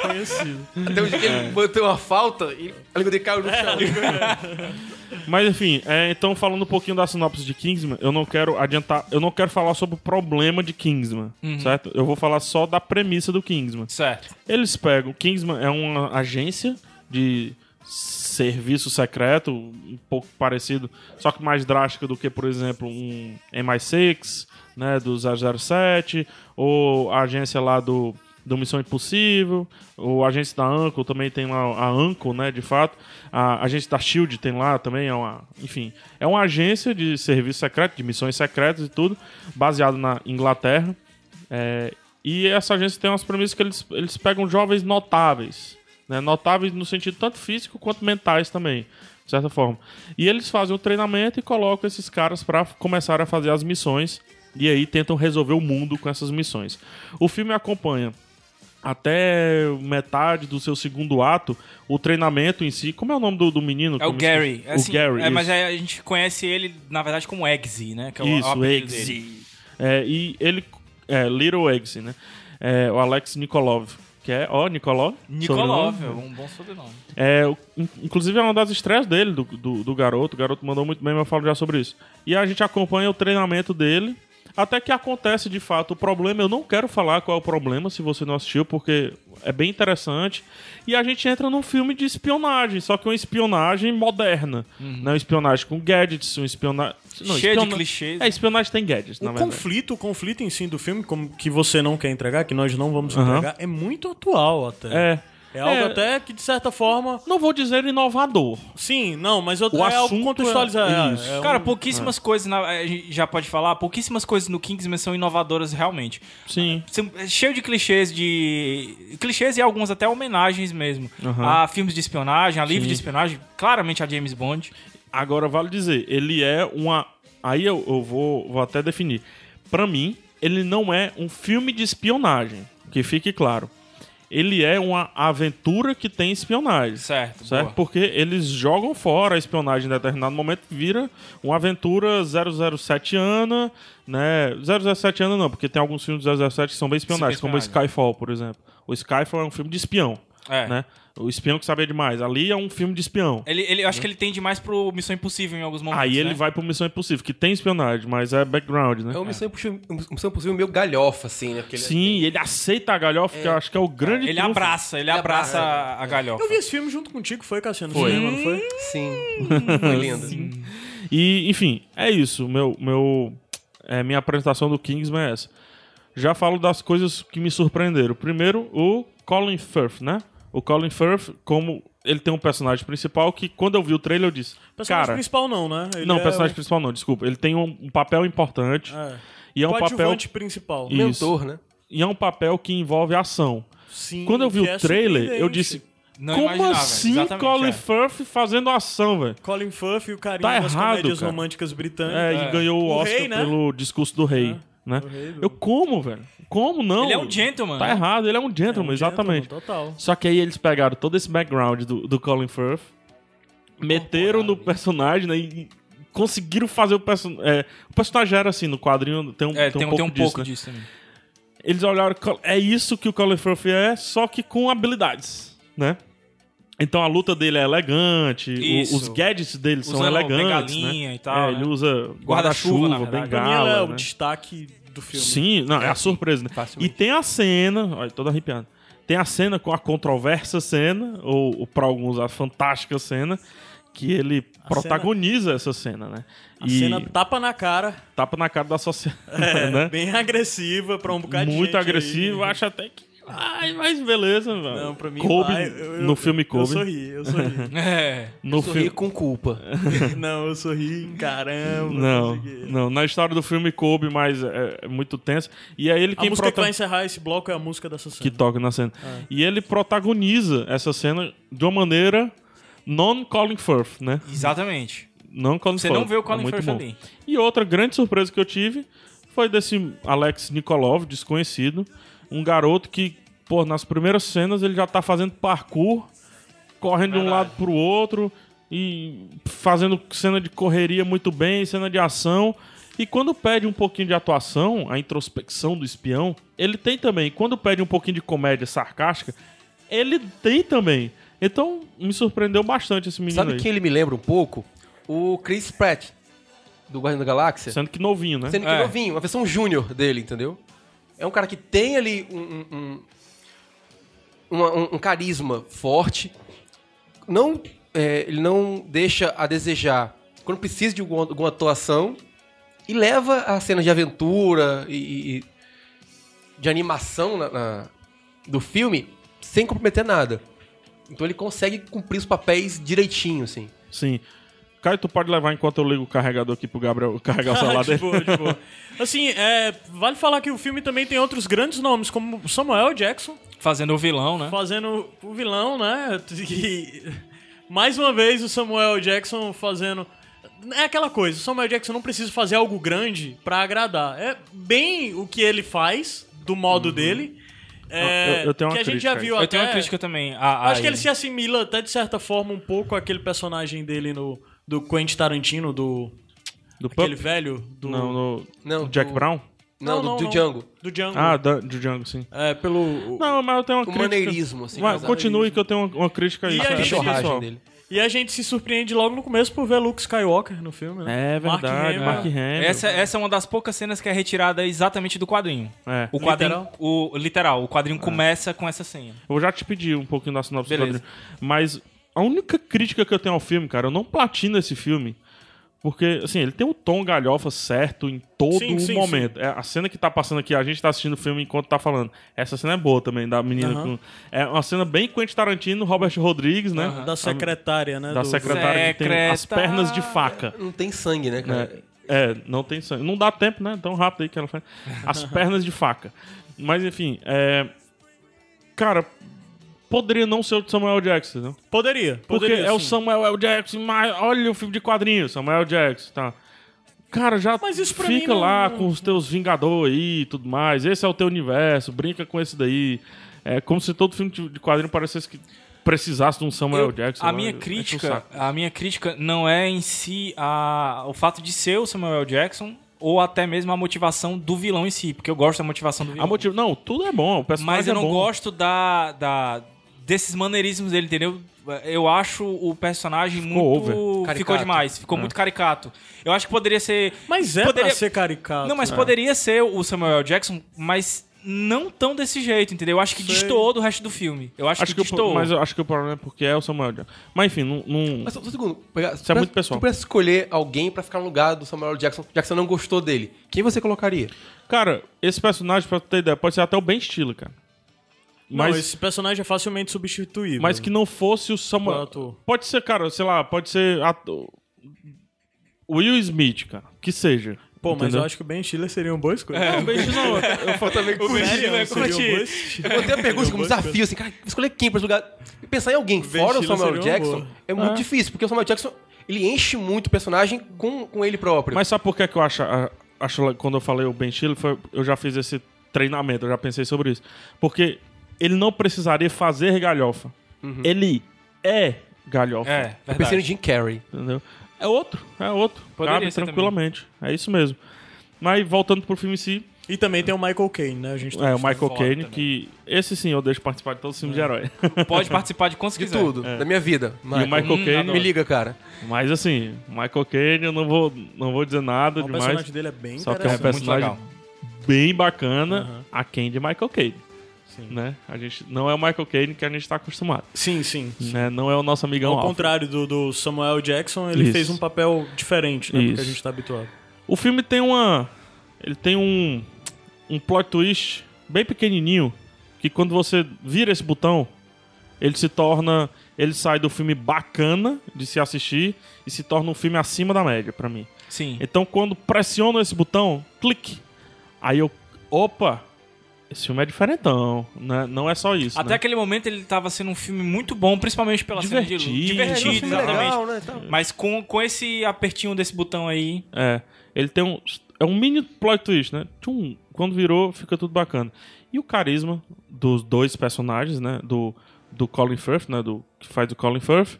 Speaker 8: Conhecido.
Speaker 7: Até onde que ele bateu uma falta e a língua dele caiu no chão.
Speaker 1: Mas enfim, é, então falando um pouquinho da sinopse de Kingsman, eu não quero adiantar, eu não quero falar sobre o problema de Kingsman,
Speaker 7: Uhum.
Speaker 1: certo? Eu vou falar só da premissa do Kingsman.
Speaker 6: Certo.
Speaker 1: Eles pegam. Kingsman é uma agência de serviço secreto, um pouco parecido, só que mais drástica do que, por exemplo, um MI6, né, do 007, ou a agência lá do, do Missão Impossível, ou a agência da Anco também tem lá a Anco, né, de fato. A agência da Shield tem lá também, é uma, enfim, é uma agência de serviço secreto, de missões secretas e tudo, baseado na Inglaterra. É, e essa agência tem umas premissas que eles, eles pegam jovens notáveis. né? Notáveis no sentido tanto físico quanto mentais também, de certa forma. E eles fazem o treinamento e colocam esses caras para começar a fazer as missões. E aí tentam resolver o mundo com essas missões. O filme acompanha até metade do seu segundo ato o treinamento em si. Como é o nome do, do menino? que
Speaker 6: É o
Speaker 1: eu me esqueci?
Speaker 6: Gary.
Speaker 1: O
Speaker 6: Assim,
Speaker 1: Gary.
Speaker 6: é, mas
Speaker 1: isso.
Speaker 6: é, a gente conhece ele, na verdade, como Eggsy, né? Que é o, é o
Speaker 1: Isso,
Speaker 6: apelido
Speaker 1: Eggsy.
Speaker 6: dele.
Speaker 1: É, e ele. É, Little Eggsy, né? É, o Alex Nikolov. Que é, ó, Nikolov.
Speaker 6: Nikolov, é
Speaker 1: sobrenome.
Speaker 6: um bom sobrenome.
Speaker 1: É, o- in- inclusive é uma das estreias dele, do, do, do garoto. O garoto mandou muito bem, mas eu falo já sobre isso. E a gente acompanha o treinamento dele. Até que acontece de fato o problema. Eu não quero falar qual é o problema se você não assistiu, porque é bem interessante. E a gente entra num filme de espionagem, só que uma espionagem moderna. Não, espionagem com gadgets, um espionagem. não,
Speaker 6: Cheio de
Speaker 1: espiona-
Speaker 6: clichês.
Speaker 1: É, espionagem tem gadgets, na
Speaker 8: O
Speaker 1: verdade.
Speaker 8: conflito, o conflito em si do filme, como que você não quer entregar, que nós não vamos
Speaker 1: Aham.
Speaker 8: entregar, é muito atual até.
Speaker 1: É.
Speaker 8: É algo
Speaker 1: É.
Speaker 8: até que, de certa forma.
Speaker 1: Não vou dizer inovador.
Speaker 8: Sim, não, mas eu,
Speaker 1: O
Speaker 8: é algo
Speaker 1: assunto
Speaker 8: contextualizado.
Speaker 1: é- isso.
Speaker 8: É, é
Speaker 6: Cara,
Speaker 8: um-
Speaker 6: pouquíssimas coisas, na- a gente já pode falar, pouquíssimas coisas no Kingsman são inovadoras realmente.
Speaker 1: Sim.
Speaker 6: São- é Cheio de clichês de. clichês e alguns até homenagens mesmo. A filmes de espionagem, a livros de espionagem, claramente a James Bond.
Speaker 1: Agora, vale dizer, ele é uma. Aí eu, eu vou, vou até definir. Pra mim, ele não é um filme de espionagem. Que fique claro. Ele é uma aventura que tem espionagem.
Speaker 6: Certo,
Speaker 1: Certo?
Speaker 6: boa.
Speaker 1: Porque eles jogam fora a espionagem em determinado momento, vira uma aventura 007 Ana, né? 007 Ana não, porque tem alguns filmes do 007 que são bem espionagens, como o
Speaker 6: espionagem.
Speaker 1: Skyfall, por exemplo. O Skyfall é um filme de espião,
Speaker 6: É.
Speaker 1: né? O espião que sabia demais. Ali é um filme de espião.
Speaker 6: Ele, ele, eu acho que ele tende mais pro Missão Impossível em alguns
Speaker 8: Ah,
Speaker 6: momentos.
Speaker 1: Aí ele
Speaker 8: é.
Speaker 6: né?
Speaker 1: vai pro Missão Impossível, que tem espionagem, mas é background, né?
Speaker 7: É uma missão, impossível, uma missão impossível meio galhofa, assim, né? Porque ele-
Speaker 1: Sim, ele aceita a galhofa, que eu acho que é o grande
Speaker 6: Ele
Speaker 1: triunfo.
Speaker 6: abraça, ele abraça é. a, a galhofa.
Speaker 8: Eu vi esse filme junto contigo, foi, Cassiano?
Speaker 1: Foi. Uhum.
Speaker 8: Foi. Cinema, não foi?
Speaker 7: Sim. Foi lindo.
Speaker 1: E, enfim, é isso. Meu, meu, é, minha apresentação do Kingsman é essa. Já falo das coisas que me surpreenderam. Primeiro, o Colin Firth, né? O Colin Firth, como ele tem um personagem principal que, quando eu vi o trailer, eu disse...
Speaker 8: Personagem
Speaker 1: Cara,
Speaker 8: principal não, né? Ele
Speaker 1: não,
Speaker 8: é
Speaker 1: personagem principal não, desculpa. Ele tem um, um papel importante
Speaker 8: É.
Speaker 1: e é um papel...
Speaker 8: coadjuvante principal.
Speaker 1: E- Isso.
Speaker 7: Mentor, né?
Speaker 1: E é um papel que envolve ação.
Speaker 8: Sim,
Speaker 1: Quando eu vi
Speaker 8: que
Speaker 1: o
Speaker 8: é
Speaker 1: trailer, eu
Speaker 8: surpreendente.
Speaker 1: disse...
Speaker 6: Não
Speaker 1: Como
Speaker 6: imaginava,
Speaker 1: assim
Speaker 6: exatamente,
Speaker 1: Colin
Speaker 6: é.
Speaker 1: Firth fazendo ação, velho?
Speaker 8: Colin Firth e o carinha
Speaker 1: Tá
Speaker 8: das
Speaker 1: errado,
Speaker 8: comédias
Speaker 1: cara.
Speaker 8: românticas
Speaker 1: É,
Speaker 8: britânicas.
Speaker 1: e ganhou o
Speaker 8: O
Speaker 1: Oscar
Speaker 8: rei, né?
Speaker 1: pelo discurso do rei, né?
Speaker 8: rei do-
Speaker 1: Eu como, velho? Como não?
Speaker 6: É. Ele é um gentleman,
Speaker 1: Tá
Speaker 6: né?
Speaker 1: errado, ele é um gentleman,
Speaker 8: um
Speaker 1: exatamente.
Speaker 8: gentleman, total.
Speaker 1: Só que aí eles pegaram todo esse background do, do Colin Firth, meteram no personagem, né? E e conseguiram fazer o personagem. o personagem era assim, no quadrinho tem um, tem
Speaker 6: É, tem,
Speaker 1: um pouco
Speaker 6: tem um
Speaker 1: disso,
Speaker 6: pouco
Speaker 1: né?
Speaker 6: disso também.
Speaker 1: eles olharam, é isso que o Colin Firth é, só que com habilidades, né? Então a luta dele é elegante, o-
Speaker 6: Isso.
Speaker 1: os gadgets dele são
Speaker 6: Usa
Speaker 1: elegantes,
Speaker 6: bengalinha
Speaker 1: né?
Speaker 6: e tal,
Speaker 1: É,
Speaker 6: né?
Speaker 1: ele usa
Speaker 6: Guarda-chuva, na
Speaker 1: guarda-chuva,
Speaker 6: verdade.
Speaker 8: Pra mim, ela é
Speaker 1: bengala,
Speaker 8: o
Speaker 1: né?
Speaker 8: destaque do filme.
Speaker 1: Sim, não, é a surpresa, né? E
Speaker 7: facilmente.
Speaker 1: tem a cena, olha, todo arrepiado. Tem a cena com a controversa cena, ou, ou para alguns a fantástica cena, que ele protagoniza essa cena, né?
Speaker 8: A
Speaker 1: e
Speaker 8: cena tapa na cara,
Speaker 1: tapa na cara da sociedade,
Speaker 8: é,
Speaker 1: né?
Speaker 8: bem agressiva pra um bocadinho.
Speaker 1: muito agressivo, acho até que Ai, mas beleza, mano.
Speaker 8: Não, pra mim,
Speaker 1: Coube,
Speaker 8: vai, eu- eu-
Speaker 1: no filme Kobe.
Speaker 8: Eu sorri, eu sorri.
Speaker 6: É,
Speaker 1: No eu sorri filme- com
Speaker 7: culpa.
Speaker 8: não, eu sorri, caramba.
Speaker 1: Não,
Speaker 8: sei o quê.
Speaker 1: não, na história do filme coube, mas é, é muito tenso. E aí ele
Speaker 8: A
Speaker 1: quem
Speaker 8: música que
Speaker 1: prota-
Speaker 8: vai Ah. encerrar esse bloco é a música dessa
Speaker 1: que
Speaker 8: cena.
Speaker 1: toca na cena. E ele protagoniza essa cena de uma maneira non Colin Firth, né?
Speaker 6: Exatamente.
Speaker 1: Não Colin
Speaker 6: Você
Speaker 1: Firth.
Speaker 6: não vê o Colin
Speaker 1: é muito
Speaker 6: Firth
Speaker 1: bom.
Speaker 6: ali.
Speaker 1: E outra grande surpresa que eu tive foi desse Alex Nikolov, desconhecido, um garoto que, pô, nas primeiras cenas ele já tá fazendo parkour, correndo de um lado pro outro e fazendo cena de correria muito bem, cena de ação. E quando pede um pouquinho de atuação, a introspecção do espião, ele tem também. Quando pede um pouquinho de comédia sarcástica, ele tem também. Então, me surpreendeu bastante esse menino
Speaker 7: Sabe
Speaker 1: aí.
Speaker 7: que ele me lembra um pouco? O Chris Pratt, do Guardião da Galáxia.
Speaker 1: Sendo que novinho, né?
Speaker 7: Sendo que
Speaker 6: É.
Speaker 7: novinho, uma versão júnior dele, entendeu? É um cara que tem ali um, um- um- uma- um- um carisma forte. Não, é, ele não deixa a desejar quando precisa de alguma, alguma atuação e leva a cena de aventura e, e- e de animação na- na- do filme sem comprometer nada. Então ele consegue cumprir os papéis direitinho, assim.
Speaker 1: Sim. Caio, tu pode levar enquanto eu ligo o carregador aqui pro Gabriel carregar o celular
Speaker 8: de
Speaker 1: dele.
Speaker 8: boa, de boa. Assim, é, vale falar que o filme também tem outros grandes nomes, como Samuel Jackson,
Speaker 6: Fazendo o vilão, né?
Speaker 8: fazendo o vilão, né? E, mais uma vez o Samuel Jackson fazendo. É aquela coisa, o Samuel Jackson não precisa fazer algo grande pra agradar. É bem o que ele faz, do modo dele. É,
Speaker 1: Uhum. Eu- eu tenho uma
Speaker 8: que a gente
Speaker 1: crítica
Speaker 8: já
Speaker 1: aí.
Speaker 8: viu
Speaker 6: Eu
Speaker 8: até.
Speaker 6: tenho uma crítica também. a- a
Speaker 8: Acho que ele
Speaker 6: ele.
Speaker 8: se assimila até de certa forma um pouco àquele personagem dele no do Quentin Tarantino, do
Speaker 1: Do
Speaker 8: aquele
Speaker 1: Pup?
Speaker 8: velho do
Speaker 1: Não, no...
Speaker 7: Não,
Speaker 1: do Jack
Speaker 7: do-
Speaker 1: Brown?
Speaker 7: Não, do, do Django.
Speaker 8: Do Django.
Speaker 1: Ah, da- do Django, sim.
Speaker 8: É, pelo
Speaker 1: Não, mas eu tenho uma
Speaker 7: O
Speaker 1: crítica...
Speaker 7: maneirismo, assim.
Speaker 1: Vai,
Speaker 7: mas-
Speaker 1: continue que eu tenho uma, uma crítica aí.
Speaker 8: E
Speaker 1: cara.
Speaker 8: a gente-
Speaker 1: Pessoal.
Speaker 7: chorragem dele.
Speaker 8: E a gente se surpreende logo no começo por ver Luke Skywalker no filme, né?
Speaker 1: É verdade,
Speaker 8: Hamill.
Speaker 1: Mark Hamill.
Speaker 6: Essa, essa é uma das poucas cenas que é retirada exatamente do quadrinho.
Speaker 1: É.
Speaker 6: O quadrinho.
Speaker 8: Literal?
Speaker 6: O, literal, o quadrinho começa com essa cena.
Speaker 1: Eu já te pedi um pouquinho da sinopse do
Speaker 6: Beleza.
Speaker 1: quadrinho. Mas a única crítica que eu tenho ao filme, cara, eu não platino esse filme. Porque, assim, ele tem o tom galhofa certo em todo
Speaker 8: Sim,
Speaker 1: o
Speaker 8: sim,
Speaker 1: momento. É, a cena que tá passando aqui, a gente tá assistindo o filme enquanto tá falando. Essa cena é boa também, da menina.
Speaker 8: Aham.
Speaker 1: com- É uma cena bem Quentin Tarantino, Robert Rodrigues, né?
Speaker 8: Da secretária, né?
Speaker 1: Da
Speaker 8: do-
Speaker 1: secretária que tem as
Speaker 6: Secretária.
Speaker 1: pernas de faca.
Speaker 7: Não tem sangue, né, cara?
Speaker 1: É, é, não tem sangue. Não dá tempo, né? Tão rápido aí que ela faz. As pernas de faca. Mas enfim, é. Cara, poderia não ser o de Samuel Jackson, né?
Speaker 8: Poderia,
Speaker 1: Porque
Speaker 8: poderia.
Speaker 1: é o
Speaker 8: sim.
Speaker 1: Samuel L. Jackson, mas olha o filme de quadrinhos, Samuel Jackson, tá? Cara, já
Speaker 8: Mas isso pra
Speaker 1: fica
Speaker 8: mim não-
Speaker 1: lá com os teus Vingador aí e tudo mais. Esse é o teu universo, brinca com esse daí. É como se todo filme de de quadrinho parecesse que precisasse de um Samuel
Speaker 6: Eu-
Speaker 1: Jackson.
Speaker 6: a
Speaker 1: né?
Speaker 6: minha
Speaker 1: É que um
Speaker 6: crítica,
Speaker 1: saco.
Speaker 6: a minha crítica não é em si a, o fato de ser o Samuel L. Jackson ou até mesmo a motivação do vilão em si, porque eu gosto da motivação do vilão.
Speaker 1: A motivo... Não, tudo é bom. O personagem
Speaker 6: Mas eu
Speaker 1: é
Speaker 6: não
Speaker 1: bom.
Speaker 6: gosto da, da- desses maneirismos dele, entendeu? Eu acho o personagem
Speaker 1: over.
Speaker 6: muito ficou
Speaker 7: Caricato.
Speaker 6: demais, ficou muito caricato. Eu acho que poderia ser
Speaker 8: Mas é
Speaker 6: poderia
Speaker 8: pra ser caricato. né?
Speaker 6: Não,
Speaker 1: né?
Speaker 6: mas poderia ser o Samuel L. Jackson, mas não tão desse jeito, entendeu? Eu acho que destoou do resto do filme. Eu acho,
Speaker 1: Acho
Speaker 6: que,
Speaker 1: que o pro-
Speaker 6: destoou.
Speaker 1: mas eu acho que o problema é porque é o Samuel Jackson. Mas enfim, não. não-
Speaker 7: Mas só, só um segundo. Pegar,
Speaker 1: Isso é muito pessoal.
Speaker 7: Tu pudesse escolher alguém pra ficar no lugar do Samuel L. Jackson, já que você não gostou dele. Quem você colocaria?
Speaker 1: Cara, esse personagem, pra tu ter ideia, pode ser até o Ben Stiller, cara.
Speaker 8: Não,
Speaker 1: Mas,
Speaker 8: esse personagem é facilmente substituível.
Speaker 1: mas que não fosse o
Speaker 8: Qual
Speaker 1: Samuel.
Speaker 8: ator?
Speaker 1: Pode ser, cara, sei lá, pode ser. ato- Will Smith, cara. Que seja.
Speaker 8: Pô, mas
Speaker 1: entendeu?
Speaker 8: eu acho que o Ben Stiller seria uma boa escolha.
Speaker 1: Não, Ben Stiller não. Eu falo também
Speaker 6: O Ben Stiller é
Speaker 8: seria uma boa
Speaker 6: curtir.
Speaker 8: escolha.
Speaker 7: Eu botei a pergunta como um desafio, assim, cara, escolher quem pra esse lugar. E pensar em alguém fora o
Speaker 8: Stiller
Speaker 7: Samuel L.
Speaker 8: seria uma
Speaker 7: Jackson
Speaker 8: boa.
Speaker 7: é
Speaker 1: Ah.
Speaker 7: muito difícil, porque o Samuel L. Jackson, ele enche muito o personagem com, com ele próprio.
Speaker 1: Mas sabe por que, que eu acho, a- acho le- quando eu falei o Ben Stiller, foi- eu já fiz esse treinamento, eu já pensei sobre isso. Porque ele não precisaria fazer galhofa.
Speaker 8: Uhum.
Speaker 1: Ele é galhofa.
Speaker 6: É,
Speaker 7: eu pensei no Jim Carrey.
Speaker 1: Entendeu? É outro, é outro.
Speaker 6: Poderia
Speaker 1: Cabe
Speaker 6: ser
Speaker 1: tranquilamente. É isso mesmo. Mas voltando pro filme em si,
Speaker 8: E também tem o Michael Caine, né? A gente tá
Speaker 1: é o Michael
Speaker 6: foda
Speaker 1: Caine,
Speaker 6: também.
Speaker 1: que esse sim eu deixo participar de todos os filmes de herói.
Speaker 6: Pode participar de quantos
Speaker 7: De
Speaker 6: quiser.
Speaker 7: tudo, da minha vida.
Speaker 1: é. e o Michael
Speaker 6: Hum,
Speaker 1: Caine,
Speaker 7: Me liga, cara.
Speaker 1: mas assim, Michael Caine eu não vou, não vou dizer nada
Speaker 8: O
Speaker 1: demais.
Speaker 8: personagem dele é bem
Speaker 1: Só que é um
Speaker 8: interessante.
Speaker 6: muito
Speaker 1: personagem
Speaker 6: legal.
Speaker 1: bem bacana, a Caine de Michael Caine. Né? A gente não é o Michael Caine que a gente tá acostumado.
Speaker 8: Sim, sim. sim.
Speaker 1: Né? Não é o nosso amigão
Speaker 8: Ao
Speaker 1: Alfred.
Speaker 8: contrário do, do Samuel Jackson, ele
Speaker 1: Isso.
Speaker 8: fez um papel diferente, né? do
Speaker 1: Isso.
Speaker 8: que a gente tá habituado.
Speaker 1: O filme tem uma. Ele tem um. Um plot twist bem pequenininho. que quando você vira esse botão, ele se torna. Ele sai do filme bacana de se assistir e se torna um filme acima da média pra mim.
Speaker 6: Sim.
Speaker 1: Então quando pressiono esse botão, clique. Aí eu. Opa! Esse filme é diferentão, né? Não é só isso.
Speaker 6: Até
Speaker 1: né?
Speaker 6: aquele momento ele tava sendo um filme muito bom, principalmente pela cena de
Speaker 1: Divertido.
Speaker 6: luta. Divertido,
Speaker 1: É, um filme
Speaker 6: exatamente.
Speaker 1: legal, né,
Speaker 6: Mas com, com esse apertinho desse botão aí.
Speaker 1: É. Ele tem um. É um mini plot twist, né? Tchum, quando virou, fica tudo bacana. E o carisma dos dois personagens, né? Do, do Colin Firth, né? Do, que faz o Colin Firth.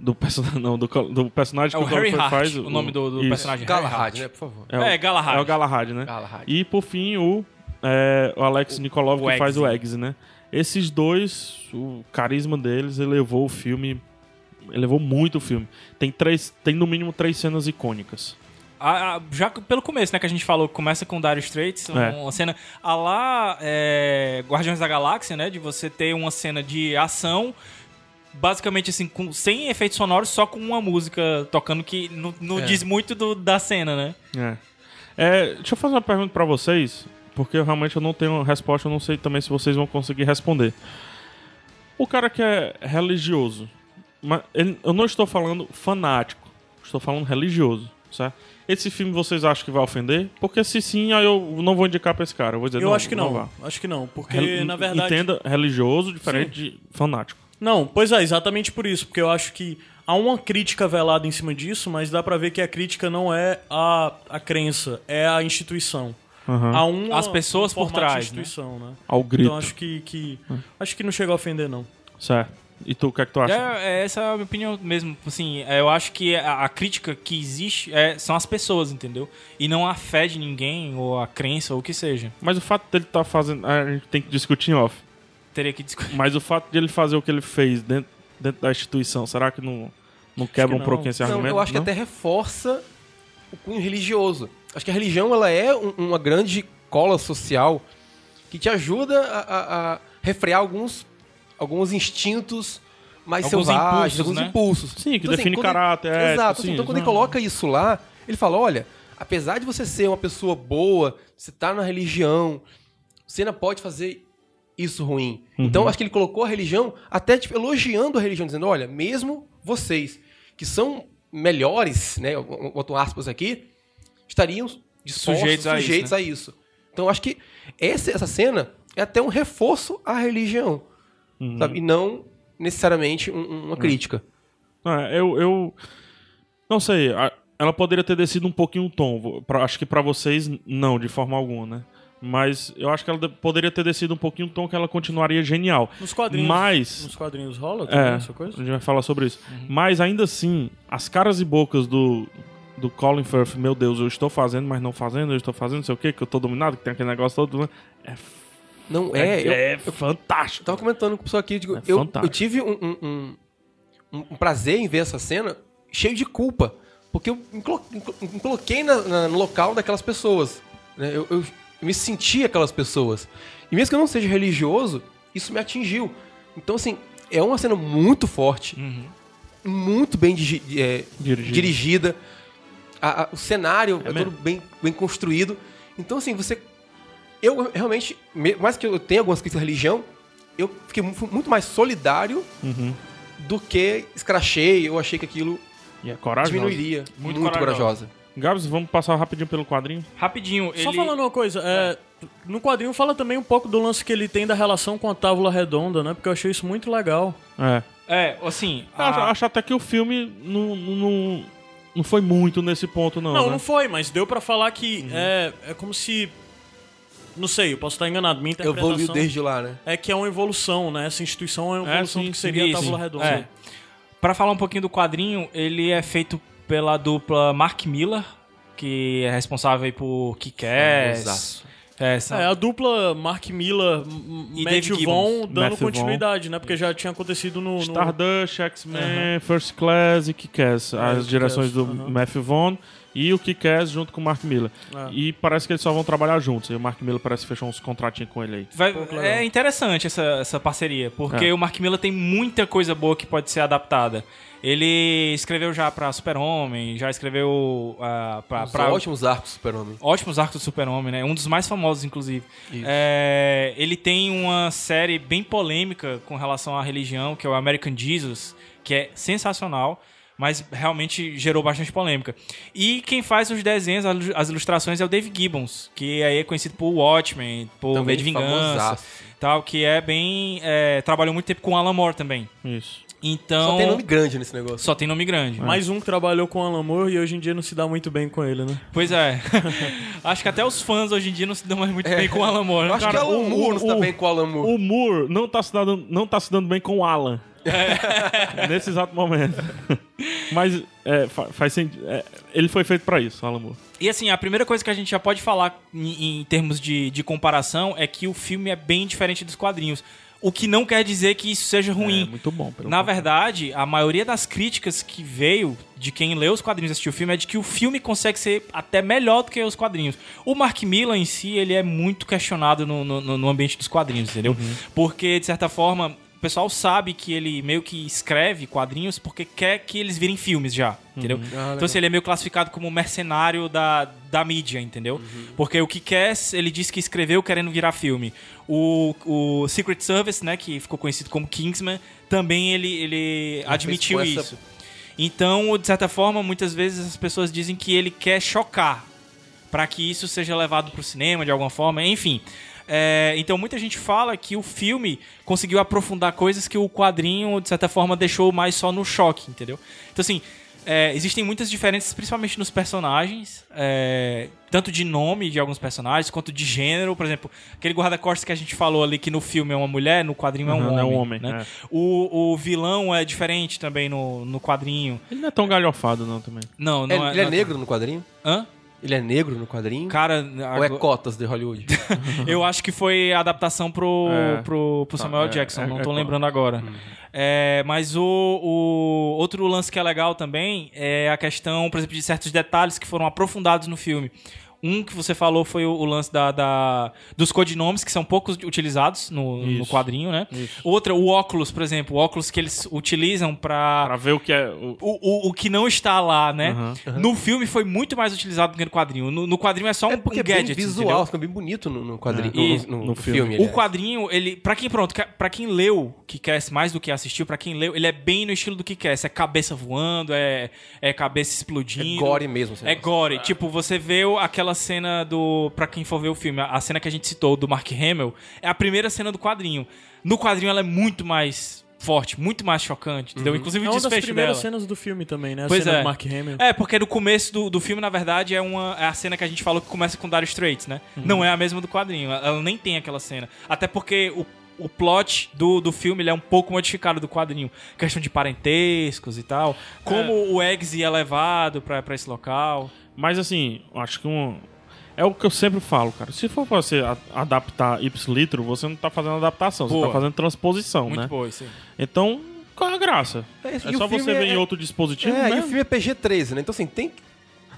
Speaker 1: Do personagem. Não, do, Col- do personagem
Speaker 6: É
Speaker 1: que
Speaker 6: o
Speaker 1: o Colin
Speaker 6: Harry
Speaker 1: Firth
Speaker 6: Hart,
Speaker 1: faz.
Speaker 6: o nome do- do
Speaker 1: Isso.
Speaker 6: personagem, Harry Galahad, Hart. né, por favor.
Speaker 1: o-
Speaker 6: É, Galahad.
Speaker 1: É o Galahad, né?
Speaker 7: Galahad.
Speaker 1: E por fim, o, é, o Alex Nikolov, que
Speaker 6: o
Speaker 1: faz o
Speaker 6: Eggsy.
Speaker 1: Eggs, né? Esses dois, o carisma deles elevou o filme. Elevou muito o filme. Tem três. Tem no mínimo três cenas icônicas.
Speaker 6: a- a- já que- pelo começo, né, que a gente falou, que começa com Dario Straits, um,
Speaker 1: É.
Speaker 6: uma cena a lá é, Guardiões da Galáxia, né? De você ter uma cena de ação, basicamente assim, com- sem efeitos sonoros, só com uma música tocando que não, não
Speaker 1: É.
Speaker 6: diz muito do- da cena, né?
Speaker 1: É. É, Deixa eu fazer uma pergunta pra vocês, porque eu realmente eu não tenho resposta, eu não sei também se vocês vão conseguir responder. O cara que é religioso, mas ele- eu não estou falando fanático, estou falando religioso, certo? Esse filme vocês acham que vai ofender? Porque se sim, aí eu não vou indicar pra esse cara. Eu vou dizer,
Speaker 8: Eu
Speaker 1: não,
Speaker 8: acho que não.
Speaker 1: vá.
Speaker 8: Acho que não, porque
Speaker 1: Rel-
Speaker 8: na verdade.
Speaker 1: Entenda religioso diferente de fanático.
Speaker 8: Não, pois é, exatamente por isso, porque eu acho que há uma crítica velada em cima disso, mas dá pra ver que a crítica não é a, a crença, é a instituição.
Speaker 1: Aham.
Speaker 8: Há uma,
Speaker 6: As pessoas
Speaker 8: um
Speaker 6: por
Speaker 8: formato de
Speaker 6: trás, né?
Speaker 8: instituição, né?
Speaker 1: Ao Ah. grito. Ah.
Speaker 8: Então acho que, que acho que não chega a ofender não.
Speaker 1: Certo. E tu, o que é que tu acha?
Speaker 6: É, é, essa é a minha opinião mesmo. Assim, é, eu acho que a, a crítica que existe é- são as pessoas, entendeu? E não a fé de ninguém, ou a crença, ou o que seja.
Speaker 1: Mas o fato dele estar fazendo. A gente tem que discutir em off.
Speaker 6: Teria que discutir.
Speaker 1: Mas o fato de ele fazer o que ele fez dentro, dentro da instituição, será que não, não quebra
Speaker 8: que
Speaker 1: um
Speaker 8: não.
Speaker 1: pouquinho esse
Speaker 7: Não,
Speaker 1: argumento?
Speaker 7: eu acho que
Speaker 1: não?
Speaker 7: até reforça o cunho religioso. Acho que a religião ela é um- uma grande cola social que te ajuda a, a- a refrear alguns, alguns instintos mais
Speaker 6: Alguns
Speaker 7: selvagens,
Speaker 6: impulsos,
Speaker 7: alguns
Speaker 6: né?
Speaker 7: impulsos.
Speaker 1: Sim, que
Speaker 7: assim,
Speaker 1: define
Speaker 7: quando
Speaker 1: caráter,
Speaker 7: Ele,
Speaker 1: ética,
Speaker 7: exato. assim,
Speaker 1: assim,
Speaker 7: então quando ele
Speaker 1: não.
Speaker 7: coloca isso lá, ele fala, olha, apesar de você ser uma pessoa boa, você tá na religião, você não pode fazer isso ruim.
Speaker 1: Uhum.
Speaker 7: Então acho que ele colocou a religião até tipo, elogiando a religião, dizendo: olha, mesmo vocês que são melhores, né? eu Boto aspas aqui, estariam dispostos, sujeitos,
Speaker 6: Sujeitos a isso, né?
Speaker 7: a, isso, Então acho que essa, essa cena é até um reforço à religião,
Speaker 6: Uhum.
Speaker 7: sabe? E não necessariamente um- um- uma crítica.
Speaker 1: Ah, eu, eu. Não sei. a- Ela poderia ter descido um pouquinho o tom. vo- pra- acho que pra vocês, não, de forma alguma, né? Mas eu acho que ela de- poderia ter descido um pouquinho o tom que ela continuaria genial.
Speaker 8: Nos quadrinhos,
Speaker 1: Mas.
Speaker 8: nos quadrinhos rola também
Speaker 1: É,
Speaker 8: essa coisa?
Speaker 1: a gente vai falar sobre isso.
Speaker 7: Uhum.
Speaker 1: Mas ainda assim, as caras e bocas do, do Colin Firth, meu Deus, eu estou fazendo, mas não fazendo, eu estou fazendo, não sei o quê, que eu estou dominado, que tem aquele negócio todo. né? É
Speaker 7: Não é, eu- Então,
Speaker 1: é fantástico.
Speaker 7: Eu tava comentando com o pessoal aqui, eu digo,
Speaker 1: É
Speaker 7: eu,
Speaker 1: fantástico.
Speaker 7: eu tive um, um- um- um- um prazer em ver essa cena cheio de culpa, porque eu me, colo- me colo- me coloquei na- na- no local daquelas pessoas, né? eu, eu- eu me senti aquelas pessoas, e mesmo que eu não seja religioso, isso me atingiu, então assim, é uma cena muito forte,
Speaker 1: Uhum.
Speaker 7: muito bem digi- é,
Speaker 1: Dirigida.
Speaker 7: dirigida, a- a- o cenário é,
Speaker 1: mesmo.
Speaker 7: todo bem, bem construído, então assim, você eu realmente, me- mais que eu tenha algumas críticas à religião, eu fiquei mu- fui muito mais solidário do que escrachei, eu achei que aquilo
Speaker 1: E é corajoso.
Speaker 7: diminuiria.
Speaker 6: Muito
Speaker 7: Muito,
Speaker 6: corajosa.
Speaker 7: corajosa.
Speaker 1: Gabs, vamos passar rapidinho pelo quadrinho?
Speaker 6: Rapidinho, ele.
Speaker 8: Só falando uma coisa, é, no quadrinho fala também um pouco do lance que ele tem da relação com a tábua redonda, né? Porque eu achei isso muito legal.
Speaker 1: É.
Speaker 6: É, assim.
Speaker 1: Eu Ah,
Speaker 6: a-
Speaker 8: Ah.
Speaker 1: acho- acho até que o filme não, não- não, não foi muito nesse ponto, não.
Speaker 8: Não,
Speaker 1: né?
Speaker 8: não foi, mas deu pra falar que
Speaker 6: Uhum.
Speaker 8: é, é como se. Não sei, eu posso estar enganado. Minha
Speaker 7: Eu
Speaker 8: interpretação
Speaker 7: vou desde lá, né?
Speaker 8: é que é uma evolução, né? Essa instituição é uma
Speaker 1: É,
Speaker 8: evolução
Speaker 1: sim,
Speaker 8: do que seria
Speaker 1: sim,
Speaker 8: a Tábua
Speaker 1: sim.
Speaker 8: Redonda.
Speaker 6: É. Pra falar um pouquinho do quadrinho, ele é feito pela dupla Mark Miller, que é responsável aí por Kick-Ass.
Speaker 7: Famosaço.
Speaker 6: É, essa-
Speaker 8: É, a dupla Mark Miller m-
Speaker 6: E
Speaker 8: Matt
Speaker 6: David
Speaker 8: Von
Speaker 6: Gibbons.
Speaker 8: dando
Speaker 1: Matthew
Speaker 8: continuidade, né? Porque já tinha acontecido no. no-
Speaker 6: né?
Speaker 1: Stardust, X-Men, First Class e Kick-Ass. As
Speaker 8: É, Kick-Ass,
Speaker 1: direções do
Speaker 8: aham.
Speaker 1: Matthew Vaughn e o Kikaz junto com o Mark Miller.
Speaker 8: Ah.
Speaker 1: E parece que eles só vão trabalhar juntos. E o Mark Miller parece que fechou uns contratinhos com ele aí.
Speaker 6: Vai-
Speaker 8: legal.
Speaker 6: é interessante essa, essa parceria, porque
Speaker 1: É.
Speaker 6: o Mark Miller tem muita coisa boa que pode ser adaptada. Ele escreveu já pra Super-Homem, já escreveu ah, pra,
Speaker 7: Os
Speaker 6: pra-
Speaker 7: ótimos arcos do Super-Homem.
Speaker 6: ótimos arcos do Super-Homem, né? Um dos mais famosos, inclusive. É, ele tem uma série bem polêmica com relação à religião, que é o American Jesus, que é sensacional, mas realmente gerou bastante polêmica. E quem faz os desenhos, as ilu- as ilustrações, é o Dave Gibbons, que aí é conhecido por Watchmen, por V
Speaker 7: Também
Speaker 6: de Vingança,
Speaker 7: famosaço.
Speaker 6: tal, que é bem... é, trabalhou muito tempo com Alan Moore também.
Speaker 1: Isso.
Speaker 6: Então...
Speaker 7: Só tem nome grande nesse negócio.
Speaker 6: só tem nome grande.
Speaker 8: Mais um que trabalhou com Alan Moore e hoje em dia não se dá muito bem com ele, né?
Speaker 6: Pois é. Acho que até os fãs hoje em dia não se dão mais muito bem com o Alan Moore.
Speaker 7: É.
Speaker 6: né?
Speaker 7: Eu acho
Speaker 1: Cara,
Speaker 7: que Alan
Speaker 1: o-
Speaker 7: Moore não se dá
Speaker 1: o-
Speaker 7: bem com o Alan Moore.
Speaker 1: O Moore não tá se dando, não tá se dando bem com o Alan. Nesse exato momento. Mas é, fa- faz sentido. é, ele foi feito pra isso, Alan Moore.
Speaker 6: E assim, a primeira coisa que a gente já pode falar em, em termos de, de comparação é que o filme é bem diferente dos quadrinhos. O que não quer dizer que isso seja
Speaker 1: É
Speaker 6: ruim.
Speaker 1: muito bom. pelo
Speaker 6: Na
Speaker 1: contrário.
Speaker 6: verdade, a maioria das críticas que veio de quem leu os quadrinhos e assistiu o filme é de que o filme consegue ser até melhor do que os quadrinhos. O Mark Millar em si, ele é muito questionado no, no- no- no ambiente dos quadrinhos, entendeu?
Speaker 1: Uhum.
Speaker 6: Porque, de certa forma, o pessoal sabe que ele meio que escreve quadrinhos porque quer que eles virem filmes
Speaker 1: Uhum.
Speaker 6: já, entendeu?
Speaker 1: Ah,
Speaker 6: então, assim, ele é meio classificado como mercenário da, da mídia, entendeu?
Speaker 1: Uhum.
Speaker 6: Porque o que quer, ele disse que escreveu querendo virar filme. O, o Secret Service, né, que ficou conhecido como Kingsman, também ele, ele admitiu
Speaker 7: fez com essa-
Speaker 6: isso. Então, de certa forma, muitas vezes as pessoas dizem que ele quer chocar para que isso seja levado para o cinema de alguma forma, enfim. É, então, muita gente fala que o filme conseguiu aprofundar coisas que o quadrinho, de certa forma, deixou mais só no choque, entendeu? Então, assim, é, existem muitas diferenças, principalmente nos personagens, é, tanto de nome de alguns personagens, quanto de gênero. Por exemplo, aquele guarda-costas que a gente falou ali, que no filme é uma mulher, no quadrinho é um
Speaker 1: Uhum,
Speaker 6: homem.
Speaker 1: é um homem,
Speaker 6: né?
Speaker 1: é.
Speaker 6: O, o vilão é diferente também no, no quadrinho.
Speaker 1: Ele não é tão galhofado, não, também.
Speaker 6: Não, não
Speaker 7: É- ele é
Speaker 6: não
Speaker 7: negro no quadrinho?
Speaker 6: Hã?
Speaker 7: Ele é negro no quadrinho?
Speaker 6: Cara,
Speaker 7: Ou é
Speaker 6: agora-
Speaker 7: cotas de Hollywood?
Speaker 6: eu acho que foi a adaptação pro,
Speaker 1: É.
Speaker 6: pro, pro Samuel
Speaker 1: é,
Speaker 6: Jackson,
Speaker 1: é,
Speaker 6: não
Speaker 1: é
Speaker 6: tô
Speaker 1: claro.
Speaker 6: lembrando agora. É, mas o, o outro lance que é legal também é a questão, por exemplo, de certos detalhes que foram aprofundados no filme. Um que você falou foi o, o lance da, da- dos codinomes, que são poucos utilizados no, no
Speaker 1: Isso.
Speaker 6: quadrinho, né?
Speaker 1: Isso.
Speaker 6: Outra, o óculos, por exemplo, o óculos que eles utilizam pra
Speaker 1: Pra ver o que é. o-
Speaker 6: o, o, o que não está lá, né?
Speaker 1: Aham.
Speaker 6: No filme foi muito mais utilizado do que no quadrinho. No, no quadrinho é só um,
Speaker 7: É
Speaker 6: um
Speaker 7: porque é bem
Speaker 6: gadget,
Speaker 7: visual, fica bem bonito no, no quadrinho.
Speaker 1: E-
Speaker 6: É.
Speaker 7: No, no- no
Speaker 1: no
Speaker 7: filme.
Speaker 1: filme.
Speaker 6: entendeu?
Speaker 7: aliás.
Speaker 6: O quadrinho, ele, Pra quem pronto, para quem leu que quer mais do que assistiu, pra quem leu, ele é bem no estilo do que quer, é cabeça voando, é é cabeça
Speaker 7: É
Speaker 6: explodindo.
Speaker 7: gore mesmo. assim. esse
Speaker 6: É
Speaker 7: negócio.
Speaker 6: gore. Tipo, você vê o- aquela cena do. Pra quem for ver o filme, a- a cena que a gente citou do Mark Hamill é a primeira cena do quadrinho. No quadrinho ela é muito mais forte, muito mais chocante,
Speaker 7: Uhum.
Speaker 6: entendeu? Inclusive
Speaker 8: É
Speaker 6: o
Speaker 8: uma das
Speaker 6: desfecho
Speaker 8: primeiras
Speaker 6: dela.
Speaker 8: cenas do filme também, né? A
Speaker 6: Pois
Speaker 8: cena
Speaker 6: é.
Speaker 8: do Mark Hamill.
Speaker 6: É, porque no começo do, do filme, na verdade, é, uma, é a cena que a gente falou que começa com Dire Straits, né? Não é a mesma do quadrinho. Ela- Ela nem tem aquela cena. Até porque o, o plot do, do filme ele é um pouco modificado do quadrinho. Questão de parentescos e tal. Como o Eggs é levado pra, pra esse local.
Speaker 1: Mas assim, eu acho que um. É o que eu sempre falo, cara. Se for pra você a- adaptar Ipsilitro, você não tá fazendo adaptação,
Speaker 6: Boa.
Speaker 1: você tá fazendo transposição,
Speaker 6: Muito
Speaker 1: né?
Speaker 6: boa isso aí.
Speaker 1: Então, qual é a graça?
Speaker 7: É,
Speaker 1: É,
Speaker 7: e o
Speaker 1: só
Speaker 7: filme
Speaker 1: você ver
Speaker 7: é-
Speaker 1: em outro dispositivo,
Speaker 7: É,
Speaker 1: né?
Speaker 7: e o filme é PG-13, né? Então assim, tem...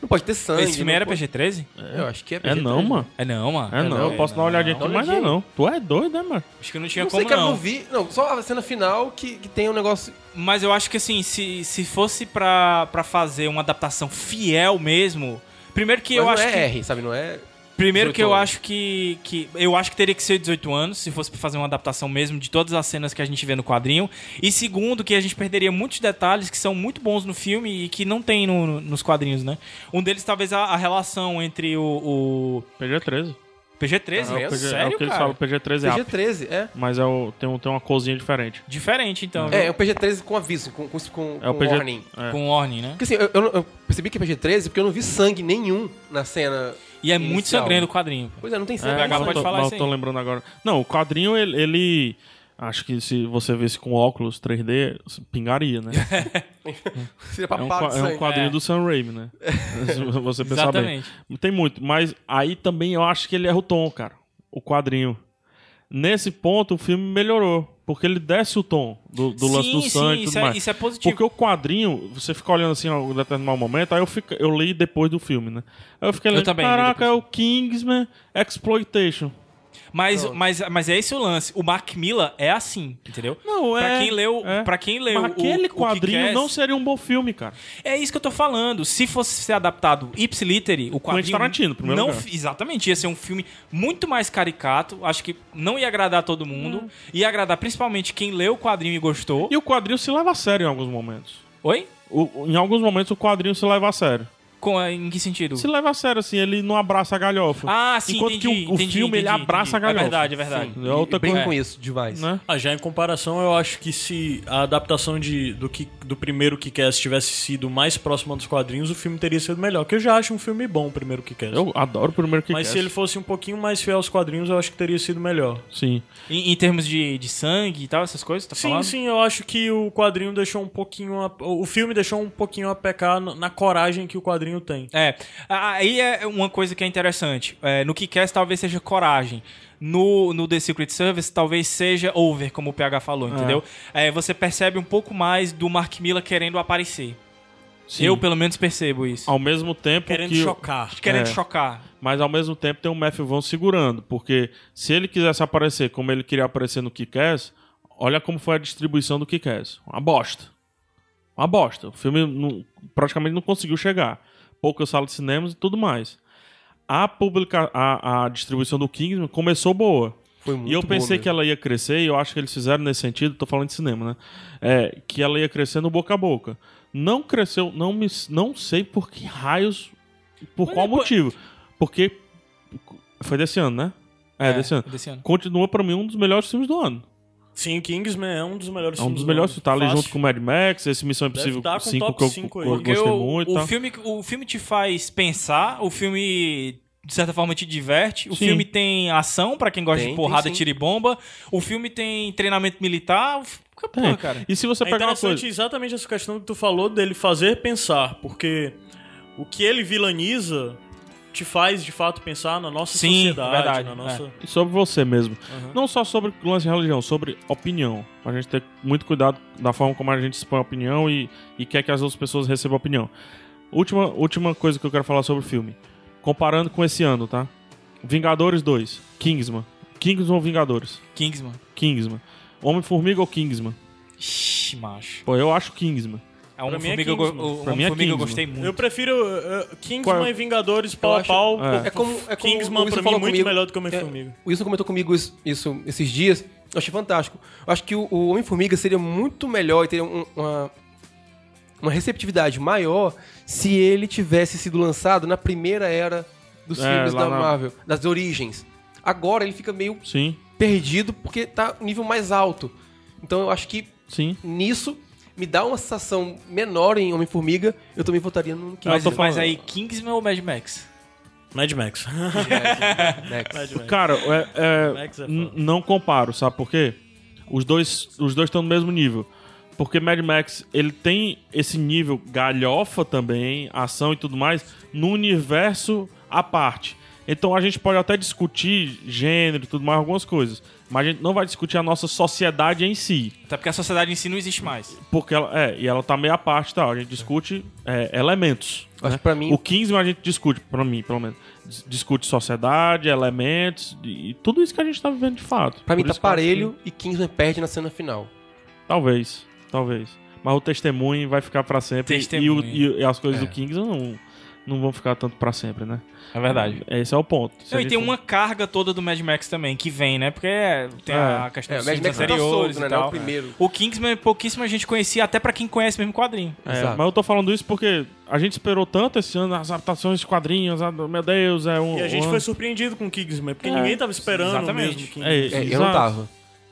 Speaker 7: Não pode ter sangue.
Speaker 6: Esse filme
Speaker 7: não
Speaker 6: era
Speaker 7: pode-
Speaker 6: PG-13?
Speaker 7: Eu acho que é
Speaker 1: É
Speaker 7: PG-13.
Speaker 1: não, mano.
Speaker 6: É não, mano.
Speaker 1: É não, eu posso dar uma olhadinha aqui,
Speaker 7: Dá uma
Speaker 1: mas é
Speaker 7: olhadinha.
Speaker 1: não. Tu é doido, né, mano?
Speaker 6: Acho que não tinha
Speaker 7: Não sei, é
Speaker 6: como
Speaker 7: cara,
Speaker 6: não.
Speaker 7: não. vi. Não, só a cena final que, que tem um negócio...
Speaker 6: Mas eu acho que assim, se, se fosse pra, pra fazer uma adaptação fiel mesmo. Primeiro que
Speaker 7: Mas
Speaker 6: eu
Speaker 7: não
Speaker 6: acho
Speaker 7: é
Speaker 6: que.
Speaker 7: R, sabe? Não é...
Speaker 6: Primeiro que
Speaker 7: 18
Speaker 6: eu
Speaker 7: anos.
Speaker 6: acho que, que. Eu acho que teria que ser 18 anos, se fosse pra fazer uma adaptação mesmo de todas as cenas que a gente vê no quadrinho. E segundo, que a gente perderia muitos detalhes que são muito bons no filme e que não tem no- no- nos quadrinhos, né? Um deles, talvez, a, a relação entre o. o
Speaker 1: PG-13.
Speaker 6: PG-13?
Speaker 7: Ah, é o
Speaker 1: PG
Speaker 6: Sério,
Speaker 1: é o que eles
Speaker 6: cara?
Speaker 1: falam, PG-13 é apto.
Speaker 7: PG-13, é.
Speaker 1: Mas é o, tem, um, tem uma cozinha diferente.
Speaker 6: Diferente, então.
Speaker 7: É,
Speaker 6: viu?
Speaker 7: é o PG-13 com aviso, com, com, com,
Speaker 1: É o
Speaker 7: com
Speaker 1: PG.
Speaker 7: warning.
Speaker 1: é.
Speaker 6: Com Orne, né?
Speaker 7: Porque assim, eu, eu- eu percebi que é PG-13 porque eu não vi sangue nenhum na cena
Speaker 6: E é muito
Speaker 7: inicial.
Speaker 6: sangrento o quadrinho.
Speaker 7: Pois é, não tem
Speaker 1: É,
Speaker 7: sangue.
Speaker 6: PH
Speaker 1: mas
Speaker 6: pode
Speaker 1: eu tô-
Speaker 6: falar
Speaker 1: mas
Speaker 6: isso
Speaker 1: eu tô
Speaker 6: aí.
Speaker 1: lembrando agora. Não, o quadrinho, ele... ele- Acho que se você visse com óculos 3D, pingaria, né?
Speaker 7: Seria
Speaker 1: É um,
Speaker 7: papado
Speaker 1: qua-
Speaker 7: de
Speaker 1: é um
Speaker 7: sangue.
Speaker 1: quadrinho do Sam Raimi, né? Se você pensar bem.
Speaker 6: Exatamente.
Speaker 1: Tem muito, mas aí é também eu acho que ele erra o tom, cara. O quadrinho. Nesse ponto, o filme melhorou. Porque ele desce o tom do, do lance
Speaker 6: Sim,
Speaker 1: do
Speaker 6: sim,
Speaker 1: sangue e tudo
Speaker 6: isso é-
Speaker 1: mais.
Speaker 6: isso é positivo.
Speaker 1: Porque o quadrinho, você fica olhando assim em algum determinado momento, aí eu, fico, eu li depois do filme, né? Aí eu fiquei
Speaker 6: Eu
Speaker 1: lendo,
Speaker 6: também li
Speaker 1: caraca,
Speaker 6: depois.
Speaker 1: é o Kingsman Exploitation.
Speaker 6: Mas, mas, mas é esse o lance. O Mark Miller é assim, entendeu?
Speaker 1: Não,
Speaker 6: Pra
Speaker 1: é-
Speaker 6: quem leu,
Speaker 1: é.
Speaker 6: pra quem leu
Speaker 1: Mas aquele
Speaker 6: o,
Speaker 1: quadrinho
Speaker 6: o Kick-Ass-
Speaker 1: não seria um bom filme, cara.
Speaker 6: É isso que eu tô falando. Se fosse ser adaptado ipsiliteri, o quadrinho...
Speaker 1: Tarantino, primeiro
Speaker 6: não,
Speaker 1: lugar.
Speaker 6: fi- Exatamente. Ia ser um filme muito mais caricato. Acho que não ia agradar todo mundo. Ia agradar principalmente quem leu o quadrinho e gostou.
Speaker 1: E o quadrinho se leva a sério em alguns momentos.
Speaker 6: Oi?
Speaker 1: O- em alguns momentos o quadrinho se leva a sério.
Speaker 6: Com, em que sentido?
Speaker 1: Se leva a sério, assim, ele não abraça a galhofa.
Speaker 6: Ah, sim,
Speaker 1: Enquanto
Speaker 6: entendi,
Speaker 1: que o, o
Speaker 6: entendi,
Speaker 1: filme, ele
Speaker 6: entendi,
Speaker 1: abraça a
Speaker 6: entendi. É
Speaker 1: galhofa.
Speaker 6: verdade, é verdade.
Speaker 1: Sim, É outra
Speaker 7: Bem
Speaker 1: coisa.
Speaker 7: com isso, demais.
Speaker 1: Né?
Speaker 8: Ah, já em comparação, eu acho que se a adaptação de, do, que, do primeiro Kick-Ass tivesse sido mais próxima dos quadrinhos, o filme teria sido melhor. Que eu já acho um filme bom, o primeiro Kick-Ass.
Speaker 1: Eu adoro o primeiro que
Speaker 8: Mas se ele fosse um pouquinho mais fiel aos quadrinhos, eu acho que teria sido melhor.
Speaker 1: Sim.
Speaker 6: Em, em termos de, de sangue e tal, essas coisas, tá
Speaker 8: Sim,
Speaker 6: falando?
Speaker 8: sim, eu acho que o quadrinho deixou um pouquinho. A, o filme deixou um pouquinho a pecar na, na coragem que o quadrinho tem.
Speaker 6: É. Aí é uma coisa que é interessante. É, no Kick-Ass talvez seja coragem. No, no The Secret Service talvez seja over, como o PH falou, entendeu? É, você percebe um pouco mais do Mark Miller querendo aparecer.
Speaker 1: Sim.
Speaker 6: Eu, pelo menos, percebo isso.
Speaker 1: Ao mesmo tempo
Speaker 8: Querendo
Speaker 1: que... o-
Speaker 8: chocar.
Speaker 6: Querendo
Speaker 1: É.
Speaker 6: chocar.
Speaker 1: Mas ao mesmo tempo tem o Matthew Vaughn segurando, porque se ele quisesse aparecer como ele queria aparecer no Kick-Ass, olha como foi a distribuição do Kick-Ass. Uma bosta. Uma bosta. O filme não- praticamente não conseguiu chegar. Poucas salas de cinemas e tudo mais. A, publica, a, a distribuição do Kingsman começou boa.
Speaker 7: Foi muito
Speaker 1: e eu
Speaker 7: bom
Speaker 1: pensei
Speaker 7: mesmo.
Speaker 1: que ela ia crescer, e eu acho que eles fizeram nesse sentido, tô falando de cinema, né? É, que ela ia crescer no boca a boca. Não cresceu, não, me, não sei por que raios, por
Speaker 6: Mas
Speaker 1: qual
Speaker 6: depois-
Speaker 1: motivo. Porque foi desse ano, né? É, desse ano.
Speaker 6: desse ano.
Speaker 1: Continua pra mim um dos melhores filmes do ano.
Speaker 8: Sim, Kingsman é um dos melhores
Speaker 1: É um
Speaker 8: filmes
Speaker 1: dos
Speaker 8: do
Speaker 1: melhores,
Speaker 8: ano.
Speaker 1: tá ali
Speaker 8: Fácil.
Speaker 1: junto com o Mad Max, esse Missão
Speaker 8: Deve
Speaker 1: Impossível
Speaker 8: tá com
Speaker 1: 5
Speaker 8: top
Speaker 1: que eu,
Speaker 8: cinco
Speaker 1: eu
Speaker 8: aí.
Speaker 6: Porque
Speaker 1: gostei
Speaker 6: o,
Speaker 1: muito.
Speaker 6: o
Speaker 1: tá?
Speaker 6: filme, o filme te faz pensar, o filme, de certa forma, te diverte. O
Speaker 1: Sim.
Speaker 6: filme tem ação, pra quem gosta
Speaker 7: Tem,
Speaker 6: de porrada,
Speaker 7: tem sim.
Speaker 6: tiro e bomba. O filme tem treinamento militar. o fi- Que
Speaker 1: Tem.
Speaker 6: porra, cara.
Speaker 1: E se você
Speaker 8: É
Speaker 1: pegar uma
Speaker 8: interessante
Speaker 1: coisa...
Speaker 8: exatamente essa questão que tu falou dele fazer pensar, porque o que ele vilaniza te faz de fato pensar na nossa
Speaker 6: Sim,
Speaker 8: sociedade,
Speaker 6: é verdade,
Speaker 8: na nossa.
Speaker 1: E sobre você mesmo. Não só sobre o lance de religião, sobre opinião. A gente ter muito cuidado da forma como a gente expõe a opinião e, e quer que as outras pessoas recebam opinião. Última, última coisa que eu quero falar sobre o filme. Comparando com esse ano, tá? Vingadores 2, Kingsman. Kingsman ou Vingadores?
Speaker 6: Kingsman.
Speaker 1: Kingsman. Homem-Formiga ou Kingsman?
Speaker 6: Ixi, macho.
Speaker 1: Pô, eu acho Kingsman.
Speaker 6: É um
Speaker 8: Pra mim é
Speaker 6: formiga, eu, go-
Speaker 8: Kingsman.
Speaker 6: o-
Speaker 1: Pra
Speaker 6: um
Speaker 1: mim é
Speaker 6: formiga eu
Speaker 1: Kingsman.
Speaker 6: gostei
Speaker 8: Eu
Speaker 6: muito.
Speaker 8: prefiro uh, uh, Kingsman
Speaker 1: Qual-
Speaker 8: e Vingadores pau a
Speaker 7: é acho-
Speaker 8: pau.
Speaker 1: É.
Speaker 7: É como, é como
Speaker 8: Kingsman
Speaker 7: o
Speaker 8: pra
Speaker 7: Wilson
Speaker 8: mim
Speaker 7: falou
Speaker 8: muito
Speaker 7: comigo.
Speaker 8: melhor do que Homem-Formiga.
Speaker 7: É, o Wilson comentou comigo isso, isso esses dias. Eu achei fantástico. Eu acho que o, o Homem-Formiga seria muito melhor e teria um- uma, uma receptividade maior se ele tivesse sido lançado na primeira era dos
Speaker 1: É,
Speaker 7: filmes
Speaker 1: lá
Speaker 7: da
Speaker 1: na-
Speaker 7: Marvel, das origens. Agora ele fica meio
Speaker 1: Sim,
Speaker 7: perdido porque tá um nível mais alto. Então eu acho que
Speaker 1: sim.
Speaker 7: nisso me dá uma sensação menor em Homem-Formiga. Eu também votaria no
Speaker 1: eu
Speaker 6: Mas,
Speaker 1: tô
Speaker 6: mas
Speaker 1: falando-
Speaker 6: aí, Kingsman ou Mad Max?
Speaker 8: Mad Max.
Speaker 7: Next.
Speaker 8: Mad Max.
Speaker 1: Cara, é- é,
Speaker 8: Max é
Speaker 1: n-
Speaker 8: foda.
Speaker 1: não comparo, sabe por quê? Os dois os dois estão no mesmo nível. Porque Mad Max, ele tem esse nível galhofa também, ação e tudo mais, no universo à parte. Então a gente pode até discutir gênero e tudo mais, algumas coisas. Mas a gente não vai discutir a nossa sociedade em si.
Speaker 6: Até porque a sociedade em si não existe mais.
Speaker 1: Porque ela, é, e ela tá meio à parte e tal. A gente discute é, elementos.
Speaker 7: Acho que pra mim-
Speaker 1: O 15 a gente discute, pra mim, pelo menos. Dis- Discute sociedade, elementos, e tudo isso que a gente tá vivendo de fato.
Speaker 7: Pra mim
Speaker 1: Por
Speaker 7: tá
Speaker 1: isso que eu acho
Speaker 7: parelho e Kingsman perde na cena final.
Speaker 1: que- Talvez, talvez. Mas o testemunho vai ficar pra sempre. E, o-
Speaker 6: Testemunho.
Speaker 1: e- e as coisas
Speaker 8: É.
Speaker 1: do Kings não, não vão ficar tanto pra sempre, né?
Speaker 6: É verdade.
Speaker 1: Esse é o ponto. Se a
Speaker 6: Não, e
Speaker 1: gente
Speaker 6: tem
Speaker 1: não-
Speaker 6: uma carga toda do Mad Max também, que vem, né? Porque é, tem a
Speaker 1: É.
Speaker 6: questão
Speaker 7: É,
Speaker 6: dos
Speaker 7: o Mad
Speaker 6: filmes
Speaker 7: Max tá
Speaker 6: anteriores
Speaker 7: solto, né?
Speaker 6: e
Speaker 7: Não é o
Speaker 6: tal.
Speaker 7: primeiro.
Speaker 6: O Kingsman, pouquíssima gente conhecia, até pra quem conhece mesmo o quadrinho.
Speaker 1: É,
Speaker 7: Exato.
Speaker 1: mas eu tô falando isso porque a gente esperou tanto esse ano as adaptações de quadrinhos, ah, meu Deus, é um.
Speaker 8: E a
Speaker 1: um
Speaker 8: gente
Speaker 1: ano.
Speaker 8: foi surpreendido com Kingsman, porque
Speaker 1: É,
Speaker 8: ninguém tava esperando
Speaker 6: exatamente.
Speaker 8: mesmo.
Speaker 1: É,
Speaker 8: Kingsman.
Speaker 7: É, eu
Speaker 1: exato.
Speaker 7: não tava.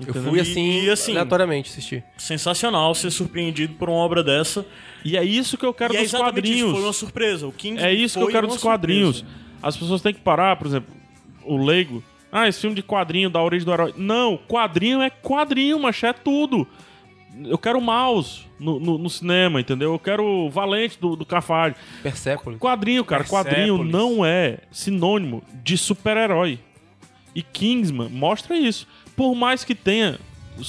Speaker 7: Eu fui
Speaker 8: E-
Speaker 7: assim,
Speaker 8: e assim-
Speaker 7: aleatoriamente assistir.
Speaker 8: Sensacional ser surpreendido por uma obra dessa.
Speaker 1: E é isso que eu quero
Speaker 8: e é
Speaker 1: dos
Speaker 8: exatamente
Speaker 1: quadrinhos.
Speaker 8: isso, foi uma surpresa. O Kingsman
Speaker 1: É isso que eu
Speaker 8: foi
Speaker 1: quero
Speaker 8: uma
Speaker 1: dos quadrinhos.
Speaker 8: surpresa.
Speaker 1: As pessoas têm que parar, por exemplo, o leigo. Ah, esse filme de quadrinho da origem do herói. Não, quadrinho é quadrinho, macho, é tudo. Eu quero mouse no, no- no cinema, entendeu? Eu quero o valente do, do Cafage.
Speaker 7: Persepolis.
Speaker 1: Quadrinho, cara, quadrinho
Speaker 6: Persepolis.
Speaker 1: não é sinônimo de super-herói. E Kingsman mostra isso. Por mais que tenha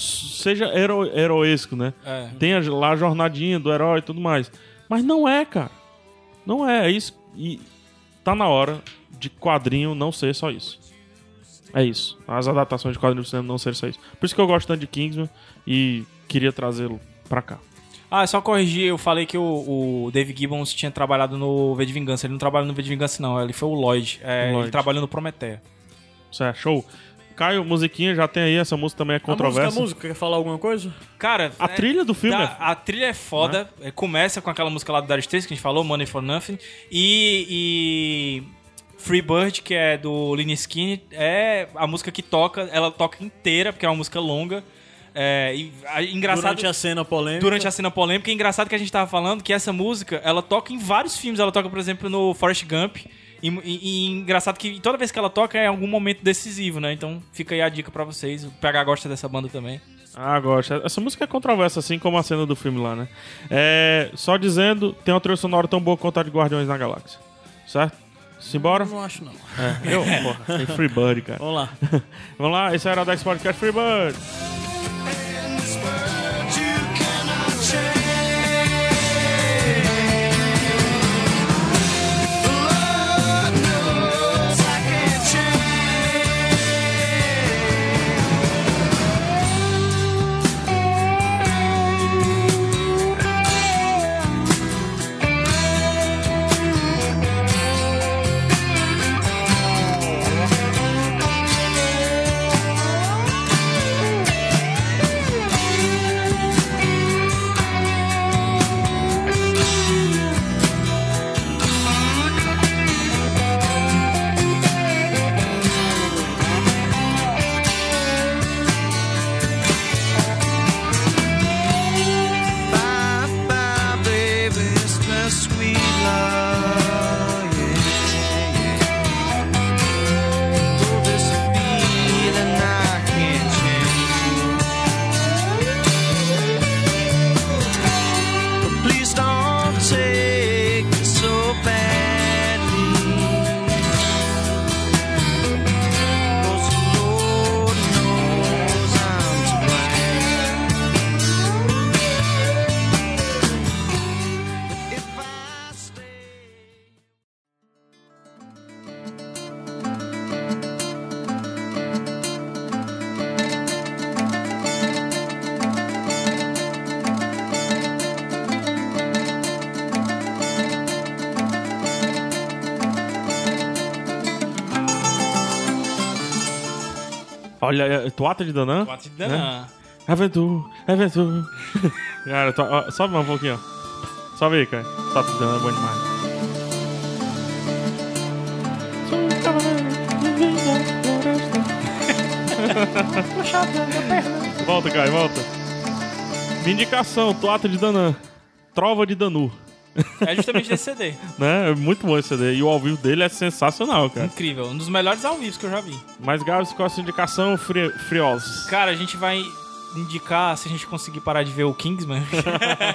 Speaker 1: seja hero, heroesco, né?
Speaker 6: É.
Speaker 1: Tem a- lá a jornadinha do herói e tudo mais. Mas não é, cara. Não é, é isso. E tá na hora de quadrinho não ser só isso. É isso. As adaptações de quadrinho do cinema não serem só isso. Por isso que eu gosto tanto de Kingsman e queria trazê-lo pra cá.
Speaker 6: Ah, é só corrigir, eu falei que o, o Dave Gibbons tinha trabalhado no V de Vingança. Ele não trabalhou no V de Vingança, não. Ele foi o Lloyd. É,
Speaker 1: Lloyd.
Speaker 6: Ele trabalhou no Prometeia.
Speaker 1: Isso é show. Caio, musiquinha, já tem aí. Essa música também é
Speaker 8: A
Speaker 1: controversa.
Speaker 8: música, né? a música, quer falar alguma coisa?
Speaker 6: Cara,
Speaker 1: A
Speaker 6: é-
Speaker 1: trilha do filme
Speaker 6: Tá, a trilha é foda. É, Começa com aquela música lá do Dire Straits que a gente falou, Money for Nothing. E, e Free Bird, que é do Lynyrd Skinner, é a música que toca. Ela toca inteira, porque é uma música longa. É, e, a- engraçado
Speaker 8: Durante a cena polêmica.
Speaker 6: durante a cena polêmica. É engraçado que a gente tava falando que essa música, ela toca em vários filmes. Ela toca, por exemplo, no Forrest Gump. E, e- e engraçado que toda vez que ela toca é em algum momento decisivo, né? Então fica aí a dica pra vocês. O PH gosta dessa banda também.
Speaker 1: Ah, gosto. Essa música é controversa, assim como a cena do filme lá, né? É, só dizendo, tem uma trilha sonora tão boa quanto a de Guardiões na Galáxia. Certo? Simbora?
Speaker 8: Não acho, não.
Speaker 1: É, eu, porra, tem Freebird, cara.
Speaker 8: Vamos lá.
Speaker 1: Vamos lá, esse é era o Dex Podcast Freebird.
Speaker 10: Bye, bye, baby, it's my sweet love. Yeah, yeah. Though this feeling I can't change. But please don't take it so badly. 'Cause the Lord knows I'm to blame. If I stay.
Speaker 1: Olha, é, Toata de Danã.
Speaker 6: Né?
Speaker 1: Aventura, aventura. cara, to- ó, sobe mais um pouquinho, ó. Sobe aí, cara. Toata de Danã é bom demais. Sou um cavaleiro que vem da floresta. Volta, Caio, volta. Minha indicação, Toata de Danã. Trova de Danu.
Speaker 6: É justamente desse CD.
Speaker 1: Né? É muito bom esse CD. E o ao vivo dele é sensacional, cara.
Speaker 6: Incrível, um dos melhores ao vivo que eu já vi.
Speaker 1: Mas, Gabs, qual a sua indicação, Fri Friosos?
Speaker 6: Cara, a gente vai indicar, se a gente conseguir parar de ver o Kingsman,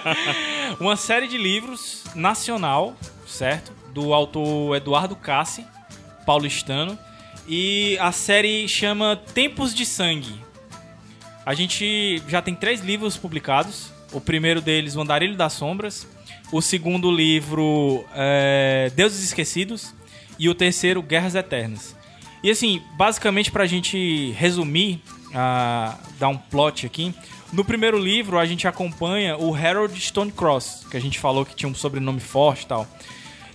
Speaker 6: uma série de livros nacional, certo? Do autor Eduardo Cassi, paulistano. E a série chama Tempos de Sangue. A gente já tem três livros publicados. O primeiro deles, O Andarilho das Sombras. O segundo livro, é, Deuses Esquecidos. E o terceiro, Guerras Eternas. E assim, basicamente, pra gente resumir, ah, dar um plot aqui. No primeiro livro, a gente acompanha o Harold Stonecross, que a gente falou que tinha um sobrenome forte e tal.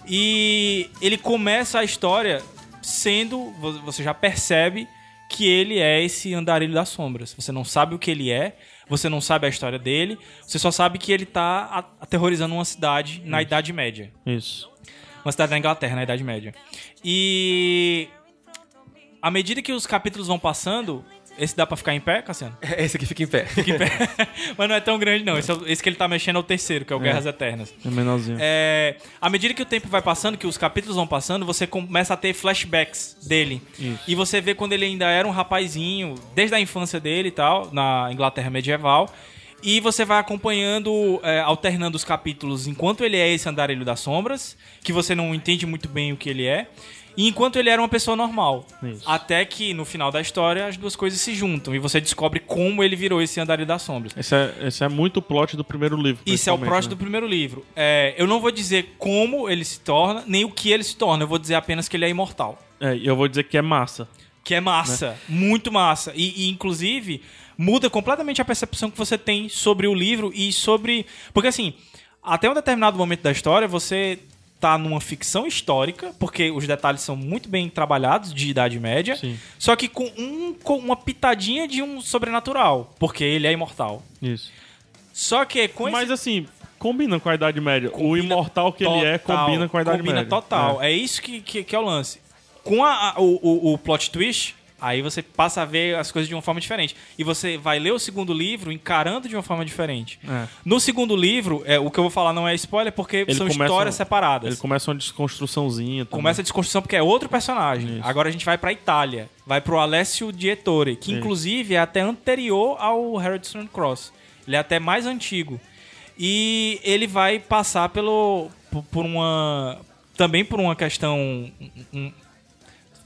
Speaker 6: E ele começa a história sendo, vo- você já percebe que ele é esse andarilho das sombras. Você não sabe o que ele é, você não sabe a história dele, você só sabe que ele tá a- aterrorizando uma cidade na Idade Média.
Speaker 1: Isso.
Speaker 6: Uma cidade da Inglaterra, na Idade Média. E à medida que os capítulos vão passando, esse dá pra ficar em pé, Cassiano?
Speaker 7: É Esse aqui fica em pé.
Speaker 6: Fica em pé. Mas não é tão grande, não. Esse, é o- esse que ele tá mexendo é o terceiro, que é o Guerras Eternas.
Speaker 1: É menorzinho.
Speaker 6: É, à medida que o tempo vai passando, que os capítulos vão passando, você começa a ter flashbacks dele. E você vê quando ele ainda era um rapazinho, desde a infância dele e tal, na Inglaterra medieval. E você vai acompanhando, é, alternando os capítulos enquanto ele é esse andarilho das sombras, que você não entende muito bem o que ele é. E enquanto ele era uma pessoa normal.
Speaker 1: Isso.
Speaker 6: Até que, no final da história, as duas coisas se juntam e você descobre como ele virou esse andarilho das sombras.
Speaker 1: Esse é, esse é muito o plot do primeiro livro.
Speaker 6: Isso é o
Speaker 1: principalmente, né?
Speaker 6: próximo do primeiro livro. É, eu não vou dizer como ele se torna, nem o que ele se torna. Eu vou dizer apenas que ele é imortal.
Speaker 1: né? É, e eu vou dizer que é massa.
Speaker 6: Que é massa,
Speaker 1: Né?
Speaker 6: muito massa. E, e, inclusive, muda completamente a percepção que você tem sobre o livro e sobre. Porque, assim, até um determinado momento da história, você tá numa ficção histórica, porque os detalhes são muito bem trabalhados de Idade Média,
Speaker 1: Sim.
Speaker 6: só que com, um, com uma pitadinha de um sobrenatural, porque ele é imortal.
Speaker 1: Isso.
Speaker 6: Só que é com esse
Speaker 1: Mas assim, combina com a Idade Média. o
Speaker 6: Combina
Speaker 1: imortal que ele é
Speaker 6: total,
Speaker 1: combina com a Idade
Speaker 6: combina
Speaker 1: Média.
Speaker 6: total.
Speaker 1: É.
Speaker 6: É, isso que, que, que é o lance. Com a- a- o, o- o plot twist, aí você passa a ver as coisas de uma forma diferente. E você vai ler o segundo livro encarando de uma forma diferente.
Speaker 1: É.
Speaker 6: No segundo livro, é, o que eu vou falar não é spoiler, porque
Speaker 1: Ele
Speaker 6: são
Speaker 1: começa- um-
Speaker 6: histórias separadas.
Speaker 1: Ele começa uma desconstruçãozinha. também.
Speaker 6: Começa a desconstrução porque é outro personagem.
Speaker 1: Isso.
Speaker 6: Agora a gente vai pra Itália. Vai pro Alessio Direttore, que
Speaker 1: Isso.
Speaker 6: inclusive é até anterior ao Harold Strand Cross. Ele é até mais antigo. E ele vai passar pelo por- por uma também por uma questão um- um- não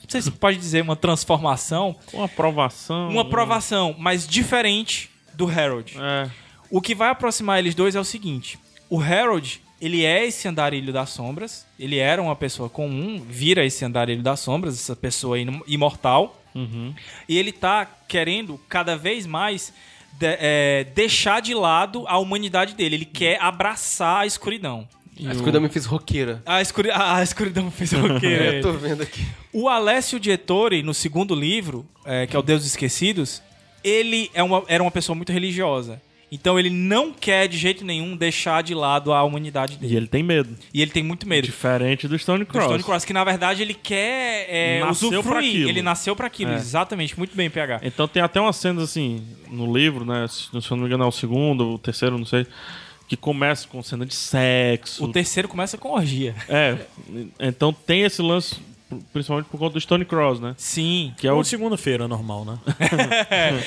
Speaker 6: sei se pode dizer uma transformação,
Speaker 1: Uma aprovação.
Speaker 6: uma provação, mas diferente do Harold.
Speaker 1: É.
Speaker 6: O que vai aproximar eles dois é o seguinte: o Harold, ele é esse andarilho das sombras, ele era uma pessoa comum, vira esse andarilho das sombras, essa pessoa inom- imortal, e ele tá querendo cada vez mais de- é, deixar de lado a humanidade dele, ele quer abraçar a escuridão.
Speaker 7: A escuridão me fez roqueira.
Speaker 6: A, escuri- a escuridão fez o quê?
Speaker 7: Eu É, tô vendo aqui.
Speaker 6: O Alessio Direttore, no segundo livro, é, que é o Deus dos Esquecidos, ele é uma- era uma pessoa muito religiosa. Então ele não quer de jeito nenhum deixar de lado a humanidade dele.
Speaker 1: E ele tem medo.
Speaker 6: E ele tem muito medo.
Speaker 1: Diferente do Stone
Speaker 6: Do
Speaker 1: Cross.
Speaker 6: Stone Cross, que na verdade ele quer é,
Speaker 1: Nasceu pra
Speaker 6: usufruir.
Speaker 1: aquilo.
Speaker 6: Ele nasceu pra aquilo,
Speaker 1: É.
Speaker 6: exatamente. Muito bem, PH.
Speaker 1: Então tem até umas cenas assim, no livro, né? Se se eu não me engano é o segundo, o terceiro, não sei. Que começa com cena de sexo.
Speaker 6: O terceiro começa com orgia.
Speaker 1: É. Então tem esse lance, principalmente por conta do Stone Cross, né?
Speaker 6: Sim.
Speaker 1: Que é o
Speaker 8: Ou segunda-feira, normal, né?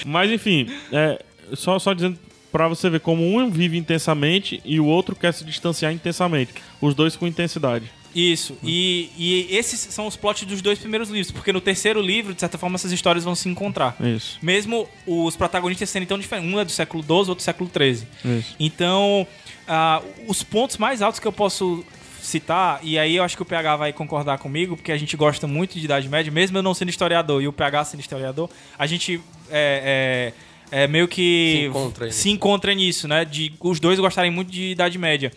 Speaker 1: Mas enfim, é, só, só dizendo pra você ver como um vive intensamente e o outro quer se distanciar intensamente. Os dois com intensidade.
Speaker 6: Isso. E, e esses são os plots dos dois primeiros livros. Porque no terceiro livro, de certa forma, essas histórias vão se encontrar.
Speaker 1: É Isso.
Speaker 6: Mesmo os protagonistas serem tão diferentes. Um é do século XII, outro do século XIII.
Speaker 1: Isso.
Speaker 6: Então, ah, os pontos mais altos que eu posso citar, e aí eu acho que o PH vai concordar comigo, porque a gente gosta muito de Idade Média, mesmo eu não sendo historiador e o PH sendo historiador, a gente é, é- é meio que
Speaker 7: Se encontra aí.
Speaker 6: se encontra nisso, né? De os dois gostarem muito de Idade Média.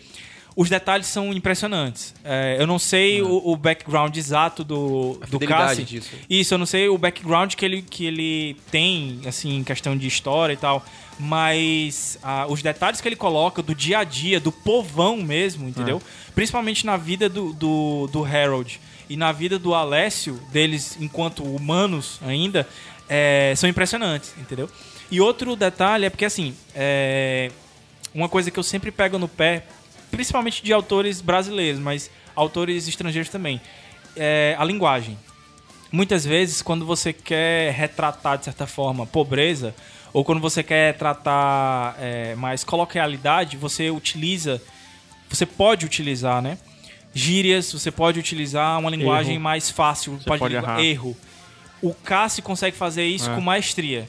Speaker 6: Os detalhes são impressionantes. É, eu não sei o, o background exato do, do
Speaker 7: fidelidade
Speaker 6: Cassie.
Speaker 7: disso.
Speaker 6: Isso, eu não sei o background que ele, que ele tem, assim, em questão de história e tal. Mas ah, os detalhes que ele coloca do dia a dia, do povão mesmo, entendeu? Principalmente na vida do, do, do Harold e na vida do Alessio, deles enquanto humanos ainda, é, são impressionantes, entendeu? E outro detalhe é porque, assim, é, uma coisa que eu sempre pego no pé, principalmente de autores brasileiros, mas autores estrangeiros também, é a linguagem muitas vezes quando você quer retratar de certa forma pobreza ou quando você quer tratar é, mais coloquialidade, você utiliza, você pode utilizar, né? Gírias, você pode utilizar uma linguagem
Speaker 1: Erro.
Speaker 6: mais fácil,
Speaker 1: Você pode
Speaker 6: lingu-
Speaker 1: errar.
Speaker 6: erro. O Cassi consegue fazer isso
Speaker 1: É.
Speaker 6: com maestria.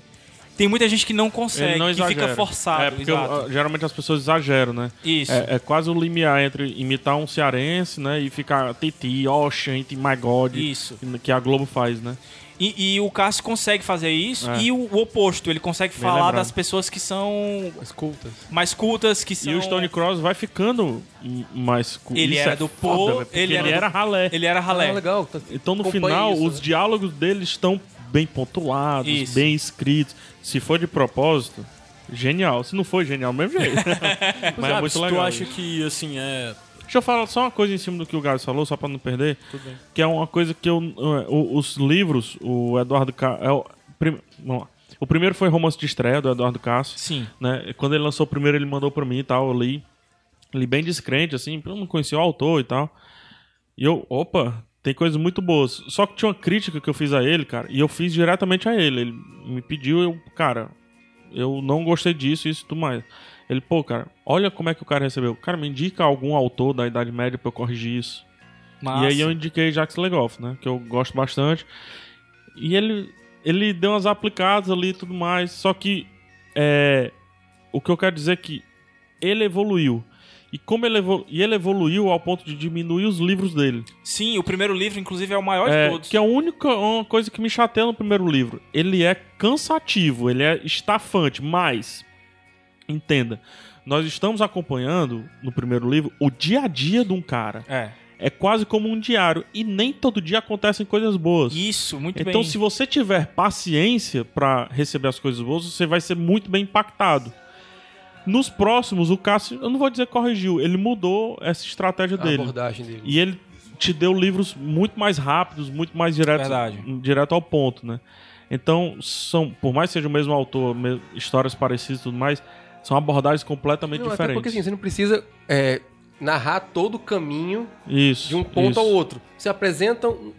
Speaker 6: Tem muita gente que não consegue,
Speaker 1: Ele não
Speaker 6: é que
Speaker 1: exagera.
Speaker 6: fica forçado.
Speaker 1: É, porque
Speaker 6: exato.
Speaker 1: ah, geralmente as pessoas exageram, né?
Speaker 6: Isso.
Speaker 1: É, é quase o limiar entre imitar um cearense, né? E ficar Titi, Oxente, My God.
Speaker 6: Isso.
Speaker 1: Que a Globo faz, né?
Speaker 6: E, e o Cássio consegue fazer isso
Speaker 1: É.
Speaker 6: e o, o oposto, ele consegue falar
Speaker 1: lembrado.
Speaker 6: das pessoas que são
Speaker 7: As cultas.
Speaker 6: mais cultas, que são é
Speaker 1: E o Stone Cross vai ficando m- mais... cu-
Speaker 6: Ele
Speaker 1: Isso
Speaker 6: era
Speaker 1: é
Speaker 6: do
Speaker 1: foda,
Speaker 6: povo,
Speaker 1: velho, porque
Speaker 6: ele era
Speaker 1: ele
Speaker 6: do-
Speaker 1: era ralé.
Speaker 6: Ele era ralé.
Speaker 7: Ah, legal. tá-
Speaker 1: Então, no
Speaker 7: acompanha
Speaker 1: final,
Speaker 7: isso,
Speaker 1: os
Speaker 7: né?
Speaker 1: diálogos deles estão bem pontuados,
Speaker 6: Isso.
Speaker 1: bem escritos. Se for de propósito, genial. Se não for, genial do mesmo jeito. Mas é
Speaker 8: Sabe,
Speaker 1: muito
Speaker 8: se
Speaker 1: legal.
Speaker 8: Tu acha
Speaker 1: isso.
Speaker 8: ah, que, assim, é.
Speaker 1: Deixa eu falar só uma coisa em cima do que o Galo falou, só pra não perder. Que é uma coisa que eu, é, o- os livros, o Eduardo Ca- é o, prim- vamos lá. o primeiro foi Romance de Estreia, do Eduardo Cássio
Speaker 6: Sim.
Speaker 1: né? Quando ele lançou o primeiro, ele mandou pra mim e tal, eu li. Li bem descrente, assim, porque eu não conhecia o autor e tal. E eu, opa, tem coisas muito boas. Só que tinha uma crítica que eu fiz a ele, cara, e eu fiz diretamente a ele. Ele me pediu, eu, cara, eu não gostei disso, isso e tudo mais. Ele, pô, cara, olha como é que o cara recebeu. Cara, me indica algum autor da Idade Média pra eu corrigir isso.
Speaker 6: Massa.
Speaker 1: E aí eu indiquei Jax Legoff, né? Que eu gosto bastante. E ele, ele deu umas aplicadas ali e tudo mais. Só que é, o que eu quero dizer é que ele evoluiu. E como ele, evolu e ele evoluiu ao ponto de diminuir os livros dele.
Speaker 6: Sim, o primeiro livro, inclusive, é o maior
Speaker 1: É,
Speaker 6: de todos.
Speaker 1: que é a única uma coisa que me chateia no primeiro livro. Ele é cansativo, ele é estafante, mas entenda, nós estamos acompanhando no primeiro livro o dia a dia de um cara.
Speaker 6: É.
Speaker 1: É quase como um diário e nem todo dia acontecem coisas boas.
Speaker 6: Isso, muito bem.
Speaker 1: então, se você tiver paciência pra receber as coisas boas, você vai ser muito bem impactado. Nos próximos, o Cássio, eu não vou dizer corrigiu, ele mudou essa estratégia
Speaker 7: A
Speaker 1: dele.
Speaker 7: É abordagem dele.
Speaker 1: E ele te deu livros muito mais rápidos, muito mais diretos,
Speaker 6: Verdade.
Speaker 1: direto ao ponto, né? Então, são, por mais que seja o mesmo autor, me- histórias parecidas e tudo mais, são abordagens completamente
Speaker 7: Não, até
Speaker 1: diferentes.
Speaker 7: porque assim, você não precisa é, narrar todo o caminho
Speaker 1: isso.
Speaker 7: de um ponto
Speaker 1: isso.
Speaker 7: ao outro. Você apresenta um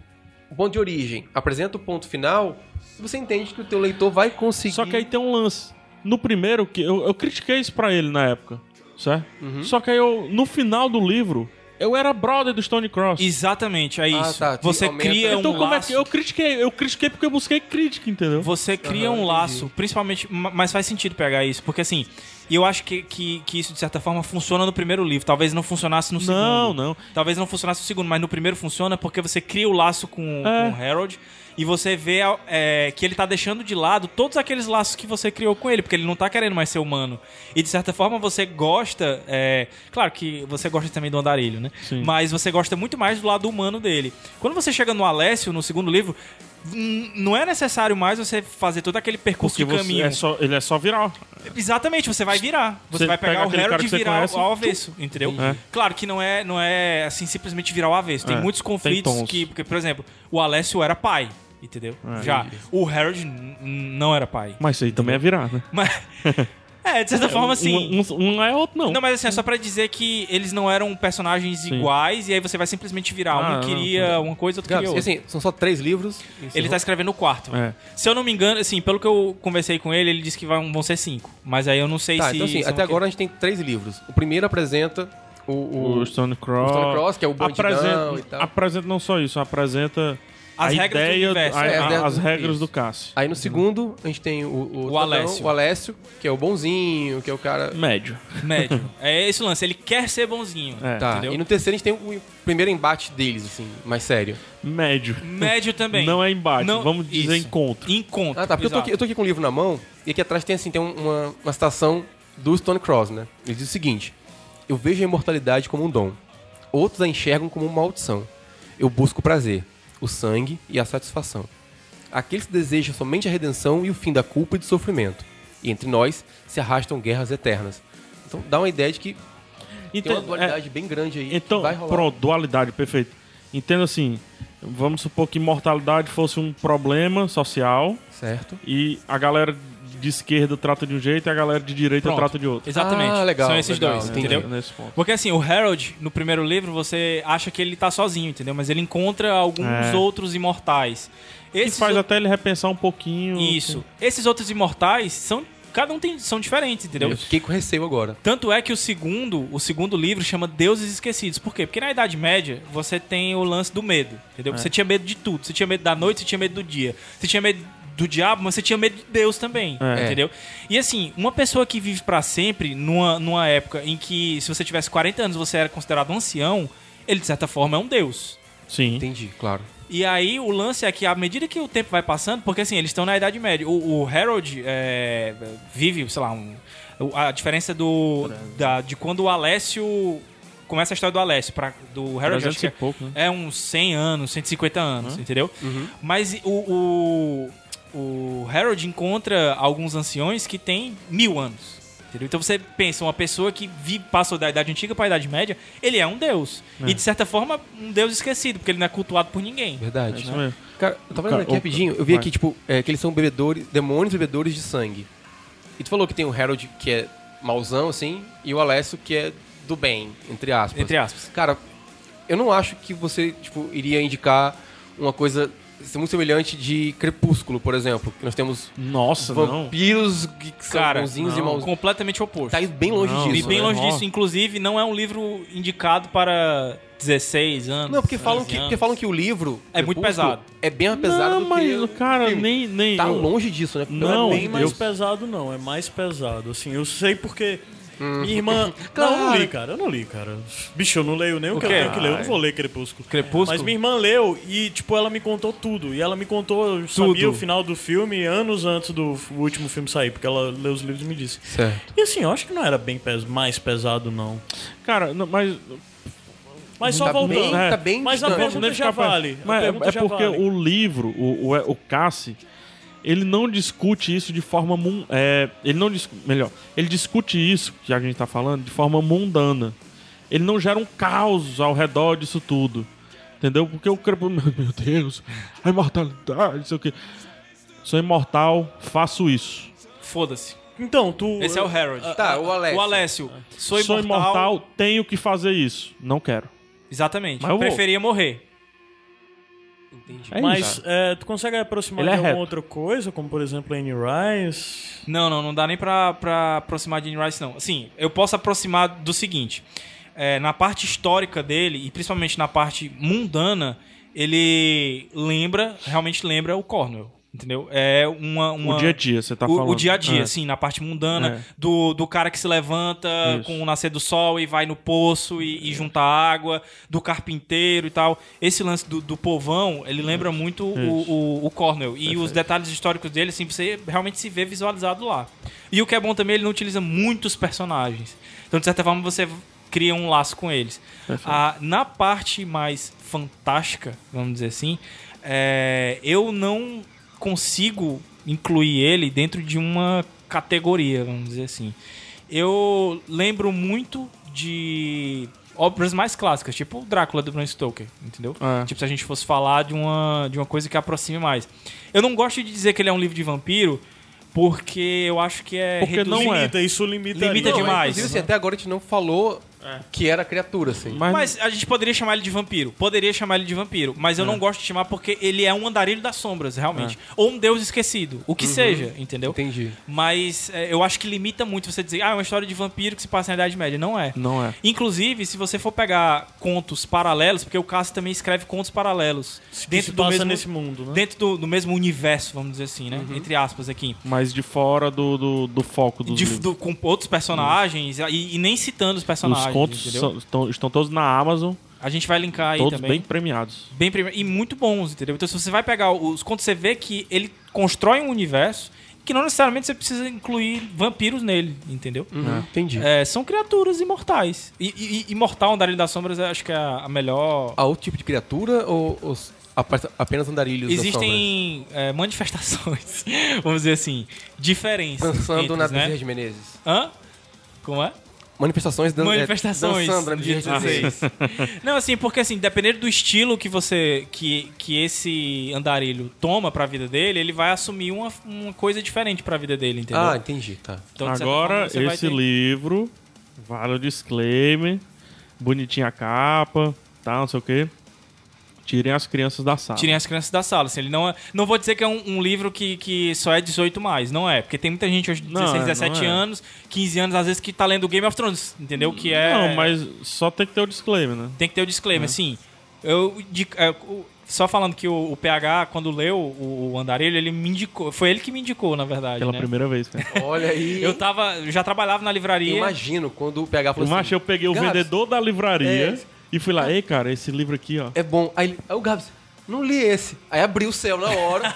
Speaker 7: um ponto de origem, apresenta o ponto final, você entende que o teu leitor vai conseguir...
Speaker 1: Só que aí tem um lance. No primeiro, que eu, eu critiquei isso pra ele na época, certo? Só que aí eu, no final do livro, eu era brother do Stone Cross.
Speaker 6: Exatamente, é
Speaker 7: Ah,
Speaker 6: isso.
Speaker 7: tá, que
Speaker 6: você
Speaker 7: aumenta.
Speaker 6: cria
Speaker 1: Então
Speaker 6: um
Speaker 1: como é
Speaker 6: laço.
Speaker 1: que eu critiquei? Eu critiquei porque eu busquei crítica, entendeu?
Speaker 6: Você cria um laço, principalmente. ma- Mas faz sentido pegar isso, porque assim. E eu acho que, que, que isso, de certa forma, funciona no primeiro livro. Talvez não funcionasse no segundo.
Speaker 1: Não, não.
Speaker 6: Talvez não funcionasse no segundo, mas no primeiro funciona porque você cria o laço com,
Speaker 1: É.
Speaker 6: com o Harold. E você vê a- é, que ele tá deixando de lado todos aqueles laços que você criou com ele, porque ele não tá querendo mais ser humano. E de certa forma você gosta. é, claro que você gosta também do andarilho, né?
Speaker 1: Sim.
Speaker 6: Mas você gosta muito mais do lado humano dele. Quando você chega no Alessio, no segundo livro, n- não é necessário mais você fazer todo aquele percurso
Speaker 1: Porque
Speaker 6: de
Speaker 1: você-
Speaker 6: caminho.
Speaker 1: é só, ele é só viral.
Speaker 6: Exatamente, você vai virar. Você,
Speaker 1: Você
Speaker 6: vai
Speaker 1: pega
Speaker 6: pegar o
Speaker 1: aquele cara
Speaker 6: Harold e
Speaker 1: que você
Speaker 6: virar
Speaker 1: conhece,
Speaker 6: ao avesso, entendeu?
Speaker 1: Entendi. É.
Speaker 6: Claro que não é, não é assim simplesmente virar ao avesso. Tem
Speaker 1: É,
Speaker 6: muitos
Speaker 1: tem
Speaker 6: conflitos
Speaker 1: tons. É,
Speaker 6: que, porque, por exemplo, o Alessio era pai, entendeu? Já. O Harold n- n- não era pai.
Speaker 1: Mas isso aí também é virar, né?
Speaker 6: Mas. é, de certa forma, assim.
Speaker 1: Um, um- um não é outro, não.
Speaker 6: Não, mas assim, é só pra dizer que eles não eram personagens iguais e aí você vai simplesmente virar.
Speaker 1: Ah,
Speaker 6: um
Speaker 1: não,
Speaker 6: queria uma coisa, outro
Speaker 7: Cara,
Speaker 6: queria outra.
Speaker 7: assim, são só três livros.
Speaker 6: Ele tá escrevendo o quarto.
Speaker 1: É.
Speaker 6: Se eu não me engano, assim, pelo que eu conversei com ele, ele disse que vão vão ser cinco. Mas aí eu não sei
Speaker 7: Tá,
Speaker 6: se.
Speaker 7: então assim,
Speaker 6: são
Speaker 7: até
Speaker 6: que-
Speaker 7: agora a gente tem três livros. O primeiro apresenta o... o-
Speaker 1: O Stone Cross.
Speaker 7: O Stone Cross, que é o bandidão
Speaker 1: apresenta,
Speaker 7: e tal.
Speaker 1: Apresenta não só isso, apresenta
Speaker 6: As
Speaker 1: a
Speaker 6: regras do
Speaker 1: ideia,
Speaker 6: universo. né?
Speaker 1: a-
Speaker 7: É,
Speaker 1: a-
Speaker 7: as regras
Speaker 1: as
Speaker 7: do-
Speaker 1: regras
Speaker 7: isso.
Speaker 1: do Cássio.
Speaker 7: Aí no segundo, a gente tem o... O, Tadão,
Speaker 6: Alessio.
Speaker 7: O Alessio, que é o bonzinho, que é o cara...
Speaker 1: Médio.
Speaker 6: Médio. É esse o lance, ele quer ser bonzinho.
Speaker 1: É.
Speaker 7: Tá,
Speaker 6: entendeu?
Speaker 7: e no terceiro a gente tem o primeiro embate deles, assim, mais sério.
Speaker 1: Médio.
Speaker 6: Médio também.
Speaker 1: Não é embate,
Speaker 6: Não-
Speaker 1: vamos dizer
Speaker 6: isso.
Speaker 1: encontro.
Speaker 6: Encontro.
Speaker 7: Ah, tá, porque eu tô, aqui, eu tô aqui com o livro na mão, e aqui atrás tem, assim, tem uma, uma citação do Stone Cross, né? Ele diz o seguinte, eu vejo a imortalidade como um dom, outros a enxergam como uma maldição. Eu busco o prazer, o sangue e a satisfação. Aqueles que desejam somente a redenção e o fim da culpa e do sofrimento. E entre nós se arrastam guerras eternas. Então dá uma ideia de que tem uma
Speaker 1: Ente-
Speaker 7: dualidade bem grande aí.
Speaker 1: Então, é, então,
Speaker 7: que vai rolar.
Speaker 1: pronto, dualidade, perfeito. Entenda assim, vamos supor que imortalidade fosse um problema social
Speaker 7: Certo.
Speaker 1: e a galera de esquerda trata de um jeito e a galera de direita
Speaker 6: Pronto.
Speaker 1: trata de outro.
Speaker 6: Exatamente.
Speaker 7: Ah, legal,
Speaker 6: São esses
Speaker 7: legal,
Speaker 6: dois,
Speaker 7: entendi.
Speaker 6: entendeu?
Speaker 1: Nesse ponto.
Speaker 6: Porque assim, o Harold, no primeiro livro, você acha que ele tá sozinho, entendeu? Mas ele encontra alguns
Speaker 1: É.
Speaker 6: outros imortais.
Speaker 1: Que
Speaker 6: Esses
Speaker 1: faz
Speaker 6: o-
Speaker 1: até ele repensar um pouquinho.
Speaker 6: Isso. Esses outros imortais são. Cada um tem. são diferentes, entendeu?
Speaker 7: Eu fiquei com receio agora.
Speaker 6: Tanto é que o segundo, o segundo livro chama Deuses Esquecidos. Por quê? Porque na Idade Média você tem o lance do medo, entendeu?
Speaker 1: É.
Speaker 6: Você tinha medo de tudo. Você tinha medo da noite, você tinha medo do dia. Você tinha medo do diabo, mas você tinha medo de Deus também,
Speaker 1: É.
Speaker 6: entendeu? E assim, uma pessoa que vive pra sempre numa, numa época em que se você tivesse 40 anos você era considerado um ancião, ele de certa forma é um deus.
Speaker 1: Sim.
Speaker 7: Entendi, claro.
Speaker 6: E aí o lance é que à medida que o tempo vai passando, porque assim, eles estão na Idade Média. O, o Harold é, vive, sei lá, um- o- a diferença do. da- de quando o Alessio. Começa a história do Alessio, pra, do Harold acho
Speaker 1: 300
Speaker 6: que
Speaker 1: e
Speaker 6: é,
Speaker 1: pouco, né?
Speaker 6: é uns 100 anos, 150 anos,
Speaker 7: Uhum.
Speaker 6: entendeu? Mas o, o, o Harold encontra alguns anciões que têm mil anos. Entendeu? Então você pensa, uma pessoa que vi- passou da Idade Antiga para a Idade Média, ele é um deus. E de certa forma, um deus esquecido, porque ele não é cultuado por ninguém.
Speaker 7: Verdade.
Speaker 1: É Isso mesmo.
Speaker 7: Cara, eu tava
Speaker 1: Cara,
Speaker 7: olhando aqui
Speaker 1: o-
Speaker 7: rapidinho, eu vi
Speaker 1: vai.
Speaker 7: aqui, tipo, é, que eles são bebedores, demônios bebedores de sangue. E tu falou que tem o Harold, que é mauzão, assim, e o Alessio, que é do bem, entre aspas.
Speaker 6: Entre aspas.
Speaker 7: Cara, eu não acho que você, tipo, iria indicar uma coisa isso é muito semelhante de Crepúsculo, por exemplo. que Nós temos
Speaker 1: Nossa, não.
Speaker 7: vampiros que que são
Speaker 6: Cara,
Speaker 7: bonzinhos e
Speaker 1: não.
Speaker 7: maus.
Speaker 6: completamente oposto.
Speaker 7: Tá indo bem longe
Speaker 1: Não, é
Speaker 6: E
Speaker 7: disso.
Speaker 6: bem
Speaker 7: né?
Speaker 6: longe
Speaker 1: Nossa.
Speaker 6: disso. Inclusive, não é um livro indicado para 16 anos.
Speaker 7: Não, porque falam,
Speaker 6: 13
Speaker 7: que,
Speaker 6: anos.
Speaker 7: porque falam que o livro.
Speaker 6: É muito
Speaker 7: Crepúsculo,
Speaker 6: pesado.
Speaker 7: É bem mais pesado
Speaker 1: não,
Speaker 7: do
Speaker 1: mas,
Speaker 7: que. o
Speaker 1: cara,
Speaker 7: filme.
Speaker 1: nem... nem
Speaker 7: Tá
Speaker 1: eu-
Speaker 7: longe disso, né?
Speaker 1: Não,
Speaker 7: é
Speaker 1: eu-
Speaker 7: bem
Speaker 8: Nem mais pesado, não. É mais pesado. Assim, eu sei porque.
Speaker 1: Hum.
Speaker 8: Minha irmã. Não, eu não li, cara. Eu não li, cara. Bicho, eu não leio nem o, que eu
Speaker 6: quê?
Speaker 8: tenho que
Speaker 1: Ah,
Speaker 8: ler. Eu não
Speaker 1: é.
Speaker 8: vou ler Crepúsculo.
Speaker 6: Crepúsculo?
Speaker 8: Mas minha irmã leu e, tipo, ela me contou tudo. E ela me contou, eu sabia
Speaker 6: Tudo.
Speaker 8: o final do filme anos antes do f- último filme sair, porque ela leu os livros e me disse.
Speaker 7: Certo.
Speaker 8: E assim, eu acho que não era bem pes- mais pesado, não.
Speaker 1: Cara, não, mas...
Speaker 8: Mas só
Speaker 7: Tá bem-
Speaker 8: voltando. né?
Speaker 7: tá bem
Speaker 8: Mas a
Speaker 7: distante.
Speaker 8: pergunta
Speaker 1: nem
Speaker 8: já
Speaker 1: ficar-
Speaker 8: vale. A
Speaker 1: Mas é,
Speaker 8: pergunta
Speaker 1: é
Speaker 8: já
Speaker 1: porque
Speaker 8: vale.
Speaker 1: o livro, o, o, o Cassi, ele não discute isso de forma... mun- é, ele não discute... Melhor, ele discute isso que a gente tá falando de forma mundana. Ele não gera um caos ao redor disso tudo. Entendeu? Porque o Crepúsculo... Meu Deus, a imortalidade, não sei o quê. Sou imortal, faço isso.
Speaker 6: Foda-se.
Speaker 8: Então, tu.
Speaker 6: Esse é o Harold.
Speaker 7: Tá, o Alex.
Speaker 6: O Alessio. Sou
Speaker 1: Sou,
Speaker 6: imortal.
Speaker 1: imortal. tenho que fazer isso. Não quero.
Speaker 6: Exatamente.
Speaker 1: Mas eu vou.
Speaker 6: Preferia morrer.
Speaker 1: É
Speaker 8: Mas
Speaker 1: isso.
Speaker 8: é, tu consegue aproximar
Speaker 1: Ele é
Speaker 8: de alguma
Speaker 1: reto.
Speaker 8: outra coisa, como por exemplo Annie Rice?
Speaker 6: Não, não, não dá nem pra, pra aproximar de Anne Rice, não. Assim, eu posso aproximar do seguinte: É, na parte histórica dele, e principalmente na parte mundana, ele lembra, realmente lembra o Cornwell. Entendeu? É uma. uma-
Speaker 1: o dia a dia, você tá
Speaker 6: o,
Speaker 1: falando.
Speaker 6: o dia a dia,
Speaker 1: É.
Speaker 6: sim, na parte mundana,
Speaker 1: É.
Speaker 6: do, do cara que se levanta
Speaker 1: Isso.
Speaker 6: com o um nascer do sol e vai no poço e, e junta água, do carpinteiro e tal. Esse lance do, do povão, ele lembra muito o, o, o Cornell. E os detalhes históricos dele, assim, você realmente se vê visualizado lá. E o que é bom também, ele não utiliza muitos personagens. Então, de certa forma, você cria um laço com eles. Ah, na parte mais fantástica, vamos dizer assim, é, eu não consigo incluir ele dentro de uma categoria, vamos dizer assim. Eu lembro muito de obras mais clássicas, tipo o Drácula do Bram Stoker, entendeu?
Speaker 1: É.
Speaker 6: Tipo, se a gente fosse falar de uma, de uma coisa que aproxime mais. Eu não gosto de dizer que ele é um livro de vampiro, porque eu acho que é
Speaker 1: Porque não
Speaker 6: reduzido.
Speaker 1: é.
Speaker 8: Limita, isso limita.
Speaker 6: Limita
Speaker 8: Não,
Speaker 6: demais.
Speaker 7: Mas, inclusive, assim, até agora a gente não falou que era criatura, assim.
Speaker 1: Mas,
Speaker 6: Mas a gente poderia chamar ele de vampiro. Poderia chamar ele de vampiro. Mas eu não gosto de chamar porque ele é um andarilho das sombras, realmente. Ou um deus esquecido. O que seja, entendeu?
Speaker 7: Entendi.
Speaker 6: Mas é, eu acho que limita muito você dizer, ah, é uma história de vampiro que se passa na Idade Média. Não é.
Speaker 1: Não é.
Speaker 6: Inclusive, se você for pegar contos paralelos, porque o Cássio também escreve contos paralelos.
Speaker 8: que
Speaker 6: Dentro
Speaker 8: se
Speaker 6: do
Speaker 8: passa
Speaker 6: mesmo,
Speaker 8: nesse mundo, né?
Speaker 6: Dentro do, do mesmo universo, vamos dizer assim, né? Entre aspas aqui.
Speaker 1: mas de fora do, do, do foco dos
Speaker 6: De-
Speaker 1: livros.
Speaker 6: do- com outros personagens e, e nem citando os personagens.
Speaker 1: Os contos
Speaker 6: entendeu?
Speaker 1: são- estão, estão todos na Amazon,
Speaker 6: A gente vai linkar aí
Speaker 1: todos
Speaker 6: também.
Speaker 1: bem premiados.
Speaker 6: bem prime- e muito bons, entendeu? Então se você vai pegar os contos, você vê que ele constrói um universo que não necessariamente você precisa incluir vampiros nele, entendeu?
Speaker 7: Uhum, Entendi.
Speaker 6: É, são criaturas imortais. E, e, e imortal, Andarilho das Sombras, eu acho que é a a melhor...
Speaker 7: Há outro tipo de criatura ou, ou s- apa- apenas andarilhos das sombras?
Speaker 6: Existem é, manifestações, vamos dizer assim, diferenças.
Speaker 7: Dançando
Speaker 6: entre,
Speaker 7: na
Speaker 6: né?
Speaker 7: Bezerra de Menezes.
Speaker 6: Hã? Como é?
Speaker 7: Manifestações, dan
Speaker 6: manifestações.
Speaker 7: É, dançando na Bezerra de Menezes.
Speaker 6: Isso. Não, assim, porque assim, dependendo do estilo que você que, que esse andarilho toma pra vida dele, ele vai assumir uma, uma coisa diferente pra vida dele, entendeu?
Speaker 7: Ah, entendi, tá.
Speaker 6: Então, de certa
Speaker 1: Agora,
Speaker 6: forma, você vai
Speaker 1: esse
Speaker 6: ter-
Speaker 1: livro, vale o disclaimer, bonitinha a capa, tá, não sei o quê. Tirem as crianças da sala.
Speaker 6: Tirem as crianças da sala. Assim, ele não, é- não vou dizer que é um, um livro que, que só é 18 mais, não é. Porque tem muita gente hoje de
Speaker 1: Não,
Speaker 6: 16,
Speaker 1: é, não
Speaker 6: 17
Speaker 1: é.
Speaker 6: anos, 15 anos, às vezes, que tá lendo Game of Thrones, entendeu? Que é.
Speaker 1: Não, mas só tem que ter o disclaimer, né?
Speaker 6: Tem que ter o disclaimer, assim. Eu, indico- é, o- só falando que o, o PH, quando leu o, o Andarilho, ele me indicou. Foi ele que me indicou, na verdade.
Speaker 1: Pela
Speaker 6: né?
Speaker 1: primeira vez, cara.
Speaker 7: Olha aí.
Speaker 6: Eu tá tava, eu já trabalhava na livraria.
Speaker 7: Eu imagino quando o PH falou
Speaker 1: Eu
Speaker 7: assim...
Speaker 1: achei, eu peguei o
Speaker 7: Gabs,
Speaker 1: vendedor da livraria
Speaker 7: É.
Speaker 1: e fui lá, ei, cara, esse livro aqui, ó.
Speaker 7: É bom. Aí, ele- aí o Gabs, não li esse. Aí abriu o céu na hora.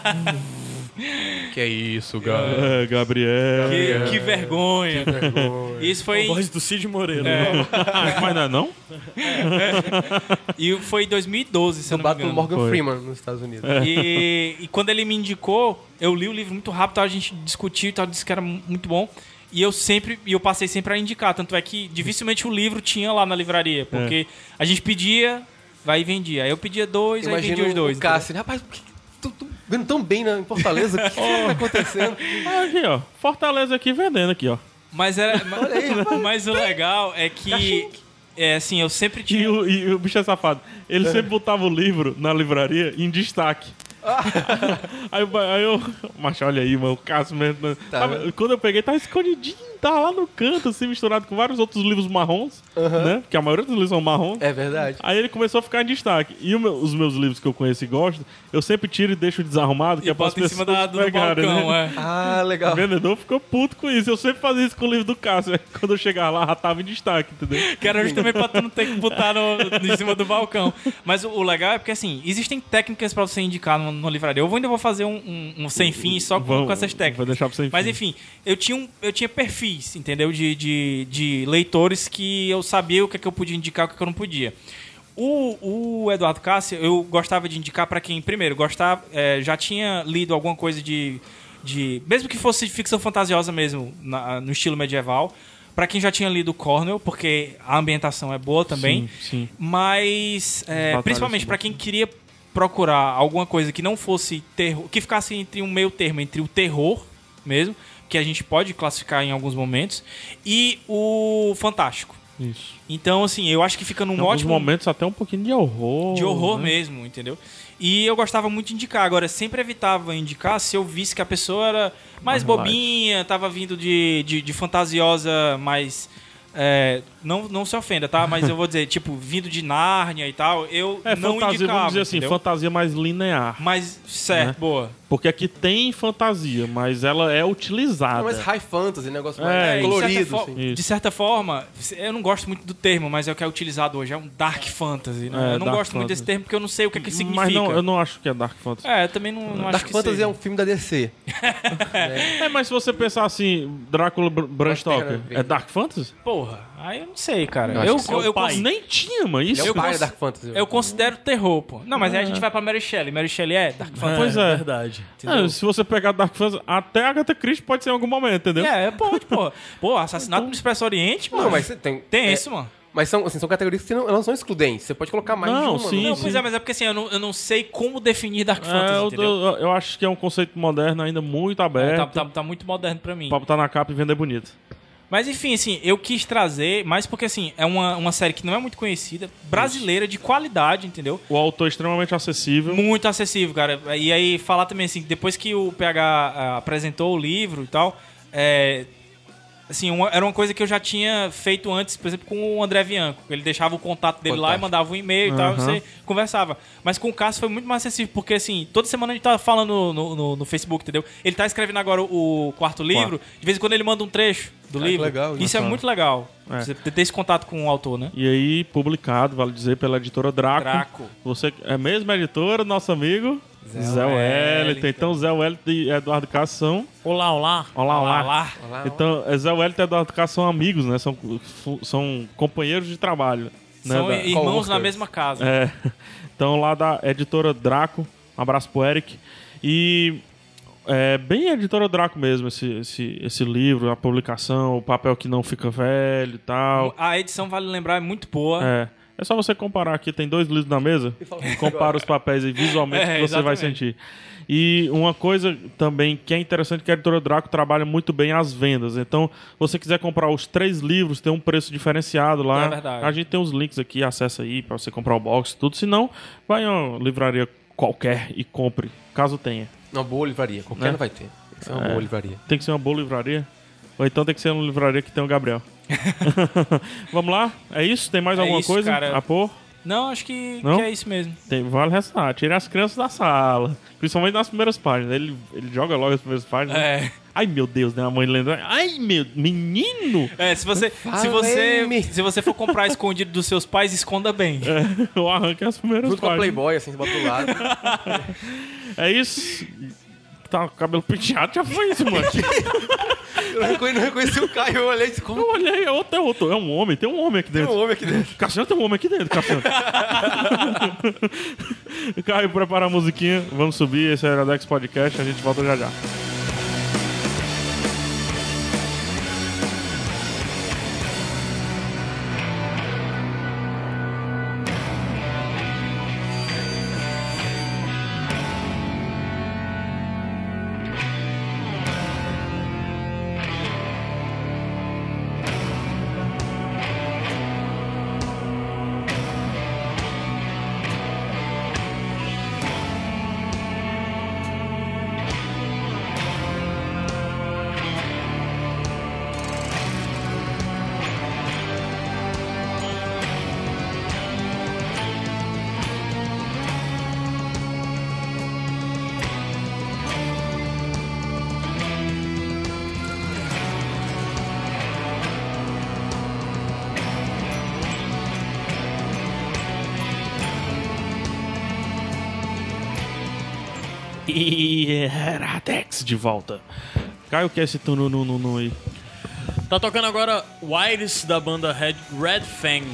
Speaker 7: que é isso, Gabs?
Speaker 1: É, Gabriel.
Speaker 6: Que, que vergonha. Isso foi
Speaker 8: A voz do Cid Moreira. né?
Speaker 1: Ah, mas não é não?
Speaker 6: e foi em 2012, se eu
Speaker 7: Eu
Speaker 6: não me
Speaker 7: bato
Speaker 6: engano.
Speaker 7: no
Speaker 6: É.
Speaker 7: Morgan
Speaker 1: Foi.
Speaker 7: Freeman nos Estados Unidos.
Speaker 6: E, e quando ele me indicou, eu li o livro muito rápido, tal, a gente discutiu e tal, disse que era mu- muito bom. E eu sempre, e eu passei sempre a indicar, tanto é que dificilmente o livro tinha lá na livraria, porque
Speaker 1: É.
Speaker 6: a gente pedia, vai e vendia. Aí eu pedia dois, aí
Speaker 7: Imagina
Speaker 6: vendia os dois. então.
Speaker 7: o Cássio. né? Rapaz, por que que tu, tu vendo tão bem na, em Fortaleza? O que, que
Speaker 6: Oh.
Speaker 7: tá acontecendo?
Speaker 1: Ah, aqui, ó. Fortaleza aqui vendendo aqui, ó.
Speaker 6: Mas era, mas, mas o legal é que é assim, eu sempre
Speaker 1: E
Speaker 6: tinha
Speaker 7: É.
Speaker 1: o, e o bicho é safado. Ele sempre botava o livro na livraria em destaque. Aí, o- aí eu. Macho, olha aí, mano. O Cássio mesmo. né?
Speaker 7: Tá.
Speaker 1: Mas quando eu peguei, tava escondidinho, tava lá no canto, assim, misturado com vários outros livros marrons, né? Porque a maioria dos livros são marrons.
Speaker 7: É verdade.
Speaker 1: Aí ele começou a ficar em destaque. E o meu- os meus livros que eu conheço e gosto, eu sempre tiro e deixo desarrumado, que
Speaker 6: E
Speaker 1: é para as
Speaker 6: bota em cima
Speaker 1: pessoas
Speaker 6: da, do
Speaker 1: pegarem,
Speaker 6: balcão,
Speaker 1: né?
Speaker 6: é.
Speaker 7: Ah, legal.
Speaker 1: O vendedor ficou puto com isso. Eu sempre fazia isso com o livro do Cássio. Aí Quando eu chegar lá, já tava em destaque, entendeu?
Speaker 6: Que era justamente pra tu não ter que botar no, em cima do balcão. Mas o, o legal é porque, assim, existem técnicas pra você indicar numa, numa livraria. Eu vou- ainda vou fazer um, um- um sem fim só com,
Speaker 1: Vamos,
Speaker 6: com essas
Speaker 1: Vou
Speaker 6: técnicas.
Speaker 1: deixar pra você
Speaker 6: Mas enfim, eu tinha, um- eu tinha perfis, entendeu? De, de, de leitores que eu sabia o que, é que eu podia indicar e o que, é que eu não podia. O, o Eduardo Cássio, eu gostava de indicar pra quem, primeiro, gostava, é, já tinha lido alguma coisa de, de. Mesmo que fosse de ficção fantasiosa mesmo, na- no estilo medieval. Pra quem já tinha lido Cornell, porque a ambientação é boa também.
Speaker 1: Sim, sim.
Speaker 6: Mas, é,
Speaker 1: batalhas
Speaker 6: principalmente
Speaker 1: são
Speaker 6: pra quem queria procurar alguma coisa que não fosse terror, que ficasse entre um meio termo, entre o terror mesmo, que a gente pode classificar em alguns momentos, e o fantástico.
Speaker 1: Isso.
Speaker 6: Então, assim, eu acho que fica num
Speaker 1: Em alguns
Speaker 6: ótimo
Speaker 1: momentos até um pouquinho de horror.
Speaker 6: de horror
Speaker 1: né?
Speaker 6: mesmo, entendeu? E eu gostava muito de indicar. Agora, sempre evitava indicar se eu visse que a pessoa era
Speaker 1: Mais
Speaker 6: mais bobinha, tava vindo de, de, de fantasiosa, mais. é, não, não se ofenda, tá? Mas eu vou dizer, tipo, vindo de Nárnia e tal, eu
Speaker 1: É,
Speaker 6: não
Speaker 1: fantasia,
Speaker 6: indicava.
Speaker 1: vamos dizer assim,
Speaker 6: entendeu?
Speaker 1: fantasia mais linear.
Speaker 6: Mas, certo,
Speaker 1: Né?
Speaker 6: boa.
Speaker 1: Porque aqui tem fantasia, mas ela é utilizada.
Speaker 7: Não, mas high fantasy,
Speaker 1: É,
Speaker 7: negócio mais
Speaker 1: isso.
Speaker 6: de,
Speaker 7: colorido,
Speaker 6: certa
Speaker 7: assim.
Speaker 6: fo- de certa forma, eu não gosto muito do termo, mas é o que é utilizado hoje. É um dark fantasy, né?
Speaker 1: É,
Speaker 6: eu não
Speaker 1: dark
Speaker 6: gosto muito
Speaker 1: fantasy.
Speaker 6: desse termo porque eu não sei o que, é que significa.
Speaker 1: Mas não, eu não acho que é Dark Fantasy.
Speaker 6: É, eu também não, não acho
Speaker 7: Dark
Speaker 6: que
Speaker 7: Fantasy
Speaker 6: seja.
Speaker 7: é um filme da DC.
Speaker 1: É, mas se você pensar assim, Drácula Br- Bram
Speaker 7: Mas tem
Speaker 1: Stoker,
Speaker 7: a ver.
Speaker 1: é Dark Fantasy?
Speaker 6: Porra, aí eu não sei, cara.
Speaker 7: Eu
Speaker 6: Eu,
Speaker 7: acho que é
Speaker 6: eu,
Speaker 7: seu
Speaker 6: eu
Speaker 1: Pô,
Speaker 6: cons-
Speaker 1: Nem tinha, mano.
Speaker 7: Ele
Speaker 1: Isso
Speaker 7: é o pai
Speaker 1: cons-
Speaker 7: da Dark Fantasy.
Speaker 6: eu considero terror, pô. Não, mas aí a gente vai pra Mary Shelley. Mary Shelley é Dark Fantasy.
Speaker 1: É. Pois é.
Speaker 8: Verdade.
Speaker 1: É, se você pegar Dark Fantasy, até Agatha Christie pode ser em algum momento, entendeu?
Speaker 6: É, é pode, pô. Pô, assassinato no Expresso Oriente, mano.
Speaker 7: Não, mas você tem...
Speaker 6: Tem
Speaker 7: é,
Speaker 6: isso, mano.
Speaker 7: Mas são, assim, são categorias que você não- elas não são excludentes. Você pode colocar mais
Speaker 1: Não,
Speaker 7: de uma.
Speaker 1: sim,
Speaker 7: né?
Speaker 6: Não, pois
Speaker 1: sim.
Speaker 6: é, mas é porque assim, eu não, eu não sei como definir Dark
Speaker 1: É,
Speaker 6: Fantasy,
Speaker 1: eu, é,
Speaker 6: entendeu?
Speaker 1: eu- eu acho que é um conceito moderno ainda muito
Speaker 6: Tá,
Speaker 1: aberto.
Speaker 6: tá- tá muito moderno pra mim.
Speaker 1: Pra botar na capa e vender bonito.
Speaker 6: Mas enfim, assim, eu quis trazer, mas porque assim, é uma, uma série que não é muito conhecida, brasileira, de qualidade, entendeu?
Speaker 1: O autor é extremamente acessível.
Speaker 6: Muito acessível, cara. E aí, falar também assim, depois que o PH ah, apresentou o livro e tal, é, assim, uma- era uma coisa que eu já tinha feito antes, por exemplo, com o André Bianco. Ele deixava o contato dele lá e
Speaker 7: Fantástico.
Speaker 6: mandava um e-mail e tal,
Speaker 1: Aham.
Speaker 6: você conversava. Mas com o Cássio foi muito mais acessível, porque assim, toda semana a gente tá falando no, no- no Facebook, entendeu? Ele tá escrevendo agora o, o quarto livro, de vez em quando ele manda um trecho do
Speaker 7: Ah, que
Speaker 6: livro.
Speaker 7: legal,
Speaker 6: isso é
Speaker 1: bacana.
Speaker 6: muito legal.
Speaker 1: É.
Speaker 6: Você ter esse contato com o autor, né?
Speaker 1: E aí, publicado, vale dizer, pela editora Draco.
Speaker 6: Draco.
Speaker 1: Você é a mesma editora, nosso amigo Zé, Wellington. Então, Zé Wellington e Eduardo Cássio são.
Speaker 8: Olá, olá.
Speaker 1: Olá, olá.
Speaker 6: lá.
Speaker 7: Olá,
Speaker 1: Então, é, Zé Wellington e Eduardo Cássio são amigos, né? São, fu- são companheiros de trabalho. né,
Speaker 6: São
Speaker 1: da-
Speaker 6: irmãos na
Speaker 7: Coworkers.
Speaker 6: mesma casa.
Speaker 1: É. Então, lá da editora Draco. Um abraço pro Eric. E. É bem editora Draco mesmo, esse, esse, esse livro, a publicação, o papel que não fica velho e tal.
Speaker 6: A edição, vale lembrar, é muito boa.
Speaker 1: É. É só você comparar aqui, tem dois livros na mesa, compara os papéis aí visualmente
Speaker 6: É,
Speaker 1: que você vai
Speaker 6: exatamente.
Speaker 1: sentir. E uma coisa também que é interessante que a editora Draco trabalha muito bem as vendas. Então, se você quiser comprar os três livros, tem um preço diferenciado lá.
Speaker 6: É verdade.
Speaker 1: A gente tem os links aqui, acessa aí pra você comprar o box, tudo. Se não, vai em uma livraria qualquer e compre, caso tenha.
Speaker 7: Uma boa livraria. Qualquer
Speaker 1: Né?
Speaker 7: não vai ter. Tem que ser
Speaker 6: É.
Speaker 7: uma boa livraria.
Speaker 1: Tem que ser uma boa livraria. Ou então tem que ser uma livraria que tem o Gabriel. Vamos lá? É isso? Tem mais
Speaker 6: É
Speaker 1: alguma
Speaker 6: isso,
Speaker 1: coisa
Speaker 6: cara.
Speaker 1: a pôr?
Speaker 6: Não, acho que,
Speaker 1: Não?
Speaker 6: que é isso mesmo.
Speaker 1: Tem, vale ressaltar, tire as crianças da sala. Principalmente nas primeiras páginas. Ele, ele joga logo as primeiras páginas. né?
Speaker 6: É.
Speaker 1: Ai meu Deus, né? A mãe lendo. Ai meu menino!
Speaker 6: É, se você, se
Speaker 7: Falei-me.
Speaker 6: você, se você for comprar escondido dos seus pais, esconda bem.
Speaker 1: É, eu arranquei as primeiras
Speaker 7: Junto com a
Speaker 1: páginas.
Speaker 7: Playboy, assim, você bota do lado.
Speaker 1: É isso. Tá, o cabelo penteado já foi isso, mano.
Speaker 7: eu não reconheci, não reconheci o Caio, eu olhei e disse, como
Speaker 1: eu olhei, é outro, é outro. É um homem, tem um homem aqui
Speaker 7: tem um
Speaker 1: dentro.
Speaker 7: homem aqui dentro?
Speaker 1: Cassiano tem um homem aqui dentro, Cassiano. Caio, prepara a musiquinha. Vamos subir. Esse é o Iradex Podcast. A gente volta já já.
Speaker 10: Thank
Speaker 1: E Radex de volta. Caio, o que é esse tunununu aí?
Speaker 8: Tá tocando agora Wires da banda Red, Red Fang.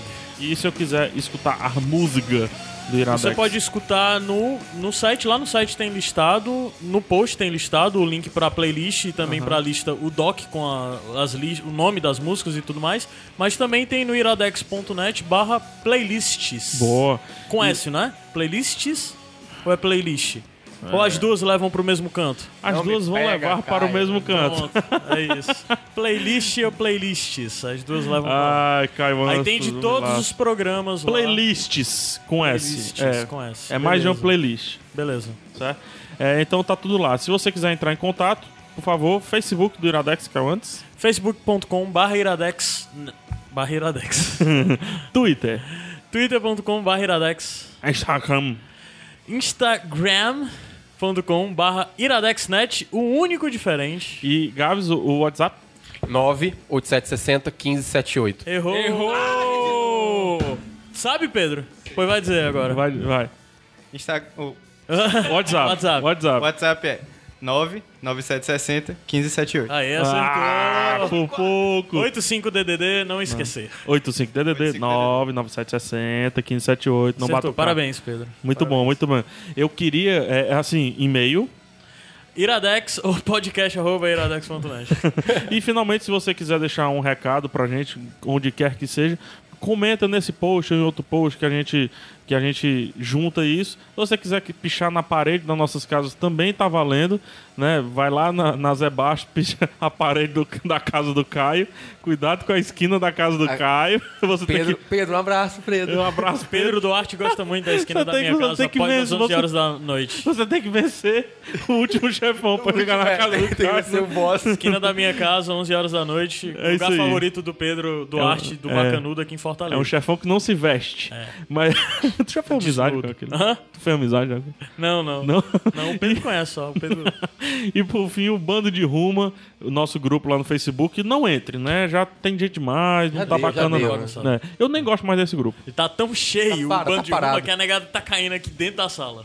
Speaker 1: E se eu quiser escutar a música do Iradex?
Speaker 8: Você pode escutar no, no site, lá no site tem listado, no post tem listado o link pra playlist e também pra lista, o doc com a- as li- o nome das músicas e tudo mais, mas também tem no iradex.net barra playlists.
Speaker 1: Boa.
Speaker 8: Com S, né? Playlists ou é playlist?
Speaker 1: É.
Speaker 8: Ou as duas levam pro mesmo canto?
Speaker 1: As
Speaker 7: Não me
Speaker 1: duas vão
Speaker 7: pega,
Speaker 1: levar para o
Speaker 7: Caio.
Speaker 1: mesmo canto.
Speaker 8: Pronto, é isso. Playlist ou playlists? As duas levam pro
Speaker 1: Ai, Caio, mano.
Speaker 8: Aí tem de
Speaker 1: Ah, tudo
Speaker 8: todos
Speaker 1: lá.
Speaker 8: os programas lá.
Speaker 1: Playlists com S.
Speaker 8: Playlists
Speaker 1: É,
Speaker 8: com S.
Speaker 1: é mais de uma
Speaker 8: Beleza.
Speaker 1: playlist.
Speaker 8: Beleza.
Speaker 1: certo? É, então tá tudo lá. Se você quiser entrar em contato, por favor, Facebook do Iradex, que é o antes.
Speaker 8: facebook.com barra iradex n- barra iradex
Speaker 1: Twitter,
Speaker 8: twitter.com barra iradex
Speaker 1: Instagram.
Speaker 8: instagram.com barra iradexnet o único diferente
Speaker 1: E Gabs, o, o WhatsApp.
Speaker 7: 98760 1578.
Speaker 8: errou errou sabe Pedro pois vai dizer agora
Speaker 1: Vai, vai.
Speaker 9: Insta- o
Speaker 1: WhatsApp.
Speaker 8: WhatsApp.
Speaker 1: WhatsApp.
Speaker 9: WhatsApp é 99760 1578.
Speaker 8: aí
Speaker 1: Ah,
Speaker 8: acertou
Speaker 1: por pouco.
Speaker 8: 85DDD não esquecer
Speaker 1: 85DDD 99760 1578. Não bata
Speaker 8: acertou
Speaker 1: o carro.
Speaker 8: parabéns Pedro
Speaker 1: Muito bom, muito bom. Eu queria, é, assim, e-mail.
Speaker 8: iradex ou podcast arroba iradex.net
Speaker 1: E finalmente, se você quiser deixar um recado pra gente, onde quer que seja, comenta nesse post ou em outro post que a gente que a gente junta isso. Se você quiser que pichar na parede das nossas casas também tá valendo, né? Vai lá na, na Zé Baixo, picha a parede do- da casa do Caio. Cuidado com a esquina da casa do Caio. Você
Speaker 7: Pedro,
Speaker 1: tem
Speaker 7: Pedro, um abraço,
Speaker 1: que
Speaker 7: Pedro.
Speaker 1: um abraço Pedro.
Speaker 8: Pedro Duarte gosta muito da esquina
Speaker 1: Só
Speaker 8: da
Speaker 1: tem
Speaker 8: minha
Speaker 1: que- só
Speaker 8: casa
Speaker 1: tem que
Speaker 8: após
Speaker 1: ver
Speaker 8: as
Speaker 1: se
Speaker 8: 11
Speaker 1: você-
Speaker 8: horas da noite
Speaker 1: Você tem que vencer o último chefão pra chegar na casa do
Speaker 7: é, Tem que ser
Speaker 1: Caio.
Speaker 7: o boss.
Speaker 8: Esquina da minha casa, 11 horas da noite.
Speaker 1: É
Speaker 8: lugar
Speaker 1: isso aí.
Speaker 8: favorito do Pedro Duarte, do
Speaker 1: é.
Speaker 8: Bacanudo aqui em Fortaleza.
Speaker 1: É um chefão que não se veste.
Speaker 7: É.
Speaker 1: Mas tu já foi amizade com aquele?
Speaker 8: Hã?
Speaker 1: Tu foi amizade né?
Speaker 8: Não, não.
Speaker 1: Não?
Speaker 8: Não, o Pedro conhece só. O Pedro...
Speaker 1: E por fim, o Bando de Ruma, o nosso grupo lá no Facebook, não entre, né? Já tem gente demais, não
Speaker 7: Já
Speaker 1: tá
Speaker 7: deu, já
Speaker 1: bacana
Speaker 7: deu,
Speaker 1: não.
Speaker 8: né?
Speaker 1: né? Eu nem gosto mais desse grupo.
Speaker 8: Ele tá tão cheio,
Speaker 7: Tá para-
Speaker 8: o bando
Speaker 7: tá
Speaker 8: de ruma
Speaker 7: parado.
Speaker 8: que a negada tá caindo aqui dentro da sala.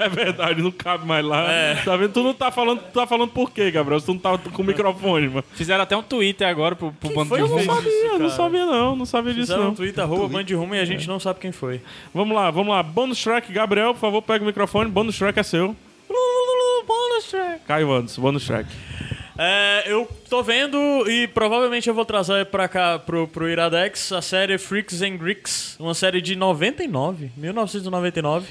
Speaker 1: é verdade, não cabe mais lá.
Speaker 7: É.
Speaker 1: Tá vendo? Tu não tá falando, tu tá falando por quê, Gabriel? Tu não tá com o microfone, mano.
Speaker 6: Fizeram até um Twitter agora pro, pro bando de
Speaker 1: Eu não
Speaker 6: Roma.
Speaker 1: sabia, não sabia não, não sabia disso
Speaker 8: Fizeram um
Speaker 1: não. É.
Speaker 8: Twitter, arroba bando de ruma e a gente não sabe quem foi.
Speaker 7: um
Speaker 1: Vamos lá, vamos lá. Bônus track, Gabriel, por favor, pega o microfone. Bônus track é seu. Bônus track. Caio Anderson, bônus track.
Speaker 8: É, eu tô vendo e provavelmente eu vou trazer pra cá, pro, pro Iradex, a série Freaks and Greeks, uma série de 99, 1999.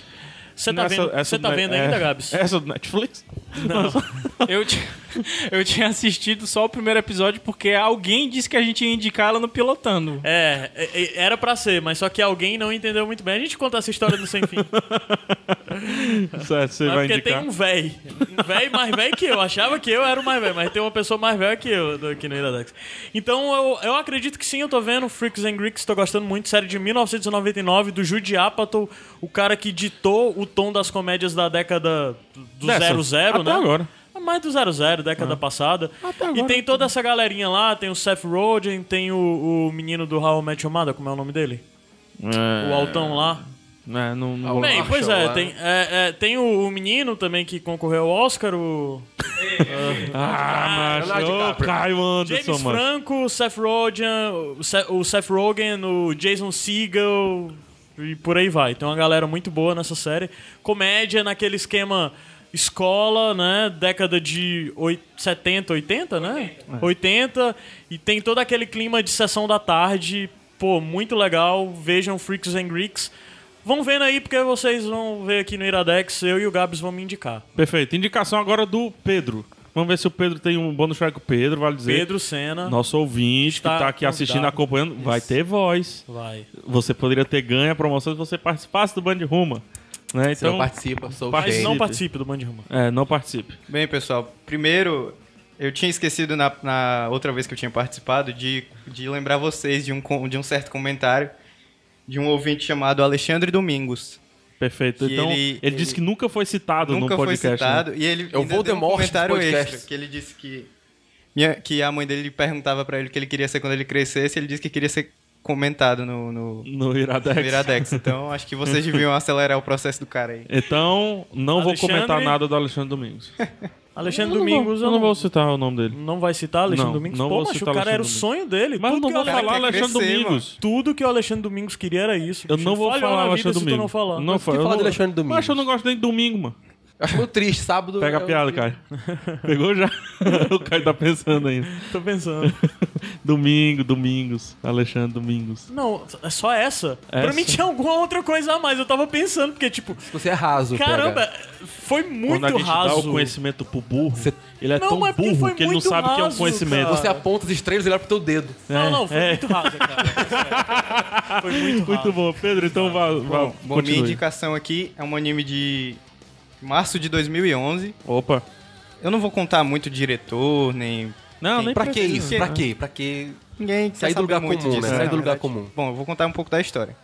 Speaker 8: Você tá,
Speaker 1: Nessa-
Speaker 8: vendo,
Speaker 1: essa
Speaker 8: você tá
Speaker 1: do-
Speaker 8: vendo
Speaker 1: é-
Speaker 8: ainda, Gabs?
Speaker 1: Essa do Netflix?
Speaker 6: Eu, ti- eu tinha assistido só o primeiro episódio porque alguém disse que a gente ia indicar ela no Pilotando.
Speaker 8: É, é, é, era pra ser, mas só que alguém não entendeu muito bem. A gente conta essa história do sem fim. Mas
Speaker 1: Certo, você vai
Speaker 8: porque
Speaker 1: indicar.
Speaker 8: tem um véi. Um véi mais véi que eu. Achava que eu era o mais véi, mas tem uma pessoa mais velha que eu do- aqui no Iradex. Então eu, eu acredito que sim, eu tô vendo Freaks and Greeks, tô gostando muito. Série de 1999 do Judy Apatow, o cara que ditou o tom das comédias da década do
Speaker 1: Dessa.
Speaker 8: 00,
Speaker 1: Até
Speaker 8: né?
Speaker 1: agora. Ah.
Speaker 8: Ah, Mais do 00, década passada. e tem
Speaker 1: então.
Speaker 8: toda essa galerinha lá, tem o Seth Rogen, tem o, o menino do How I Met Your Mother, como é o nome dele? O Altão lá.
Speaker 1: É, não, não vou
Speaker 8: Bem,
Speaker 1: lembrar.
Speaker 8: pois é,
Speaker 7: lá.
Speaker 8: tem, é, é, tem o, o menino também que concorreu ao Oscar, o
Speaker 1: Ah, macho,
Speaker 7: Leonardo
Speaker 1: ô,
Speaker 7: DiCaprio.
Speaker 1: Caio
Speaker 8: James
Speaker 1: Anderson, mano.
Speaker 8: Franco, o Seth Rogen, o Seth, o Seth Rogen, o Jason Segel e por aí vai. Tem uma galera muito boa nessa série. Comédia naquele esquema escola, né? Década de oit- 70, 80, né? 80. E tem todo aquele clima de sessão da tarde. Pô, muito legal. Vejam Freaks and Greeks. Vão vendo aí, porque vocês vão ver aqui no Iradex. Eu e o Gabs vão me indicar.
Speaker 1: Perfeito. Indicação agora do Pedro. Vamos ver se o Pedro tem um bônus track com o Pedro, vale dizer.
Speaker 8: Pedro Senna.
Speaker 1: Nosso ouvinte
Speaker 8: Está
Speaker 1: que tá aqui
Speaker 8: convidado.
Speaker 1: assistindo, acompanhando, vai ter voz.
Speaker 8: Vai.
Speaker 1: Você poderia ter ganho a promoção se você participasse do Band Ruma. Né?
Speaker 7: Você
Speaker 1: Então,
Speaker 7: não participa, sou
Speaker 1: Mas
Speaker 8: Mas
Speaker 7: cheio.
Speaker 8: não
Speaker 1: Felipe.
Speaker 8: participe do Band Rumo.
Speaker 1: é, não participe.
Speaker 9: Bem, pessoal, primeiro eu tinha esquecido na, na outra vez que eu tinha participado de, de lembrar vocês de um, com- de um certo comentário de um ouvinte chamado Alexandre Domingos.
Speaker 1: Perfeito.
Speaker 9: Que
Speaker 1: então, ele,
Speaker 9: ele-
Speaker 1: disse
Speaker 9: ele-
Speaker 1: que nunca foi citado
Speaker 9: Nunca
Speaker 1: no podcast.
Speaker 9: foi
Speaker 1: né?
Speaker 9: citado. E ele
Speaker 7: É
Speaker 9: ainda deu
Speaker 7: o
Speaker 9: um
Speaker 7: Voldemort dos
Speaker 9: comentário
Speaker 7: podcasts.
Speaker 9: extra, que ele disse que, minha- que a mãe dele perguntava pra ele o que ele queria ser quando ele crescesse, ele disse que queria ser
Speaker 6: comentado no, no,
Speaker 1: no Iradex.
Speaker 6: no Iradex. Então acho que vocês deviam acelerar o processo do cara aí.
Speaker 1: Então, não
Speaker 8: Alexandre-
Speaker 1: vou comentar nada do Alexandre Domingos.
Speaker 8: Alexandre
Speaker 1: Eu não vou-
Speaker 8: Domingos,
Speaker 1: eu não Hum, vou citar o nome dele.
Speaker 8: Não vai citar Alexandre
Speaker 1: Não,
Speaker 8: Domingos?
Speaker 1: não
Speaker 8: Pô,
Speaker 1: vou
Speaker 8: macho, o
Speaker 1: citar
Speaker 8: cara era o
Speaker 1: Alexandre
Speaker 8: sonho dele.
Speaker 1: Mas eu é não
Speaker 8: tudo que
Speaker 1: vou
Speaker 8: o Alexandre-
Speaker 1: falar
Speaker 6: quer
Speaker 1: Alexandre
Speaker 6: crescer,
Speaker 1: Domingos.
Speaker 8: Tudo que o Alexandre Domingos queria era isso.
Speaker 1: Eu
Speaker 8: bicho.
Speaker 1: não vou
Speaker 8: Falhou
Speaker 1: falar
Speaker 8: na vida
Speaker 1: Alexandre
Speaker 8: se
Speaker 1: Domingos.
Speaker 8: tu não falar.
Speaker 1: Não fa-
Speaker 7: que
Speaker 1: eu
Speaker 7: falar
Speaker 1: não-
Speaker 7: de Alexandre Domingos?
Speaker 1: Mas eu não gosto nem de domingo, mano.
Speaker 7: Acho muito triste, sábado.
Speaker 1: Pega
Speaker 7: é
Speaker 1: a
Speaker 7: um
Speaker 1: piada,
Speaker 7: dia-
Speaker 1: Caio. Pegou já? o Caio tá pensando ainda.
Speaker 8: Tô pensando.
Speaker 1: Domingo, Domingos. Alexandre Domingos.
Speaker 8: Não, é só essa. Pra
Speaker 1: Essa?
Speaker 8: mim tinha alguma outra coisa a mais. Eu tava pensando, porque, tipo,
Speaker 7: Você é raso.
Speaker 8: caramba,
Speaker 7: PH.
Speaker 8: foi muito
Speaker 1: Quando a gente
Speaker 8: raso.
Speaker 1: dá o conhecimento pro burro, ele é
Speaker 8: Não,
Speaker 1: tão
Speaker 8: mas porque foi
Speaker 1: burro que ele não
Speaker 8: muito
Speaker 1: sabe o que é um
Speaker 8: raso,
Speaker 1: conhecimento.
Speaker 8: cara.
Speaker 7: Você aponta as estrelas e olha pro teu dedo.
Speaker 8: Não, não, foi
Speaker 1: É.
Speaker 8: muito raso, cara. Foi muito raso.
Speaker 1: Muito bom. Pedro, então vá, vá
Speaker 6: Bom, bom, minha
Speaker 1: continue.
Speaker 6: indicação aqui é um anime de março de 2011.
Speaker 1: Opa.
Speaker 6: Eu não vou contar muito diretor, nem
Speaker 1: Não,
Speaker 6: Sim.
Speaker 1: nem
Speaker 7: Pra que
Speaker 1: precisa.
Speaker 7: É isso? Pra quê? Pra quê?
Speaker 6: Ninguém quer
Speaker 7: Sair do
Speaker 6: saber
Speaker 7: lugar
Speaker 6: muito
Speaker 7: comum,
Speaker 6: disso,
Speaker 7: né? Sair
Speaker 6: na
Speaker 7: do lugar
Speaker 6: verdade.
Speaker 7: comum.
Speaker 6: Bom, eu vou contar um pouco da história.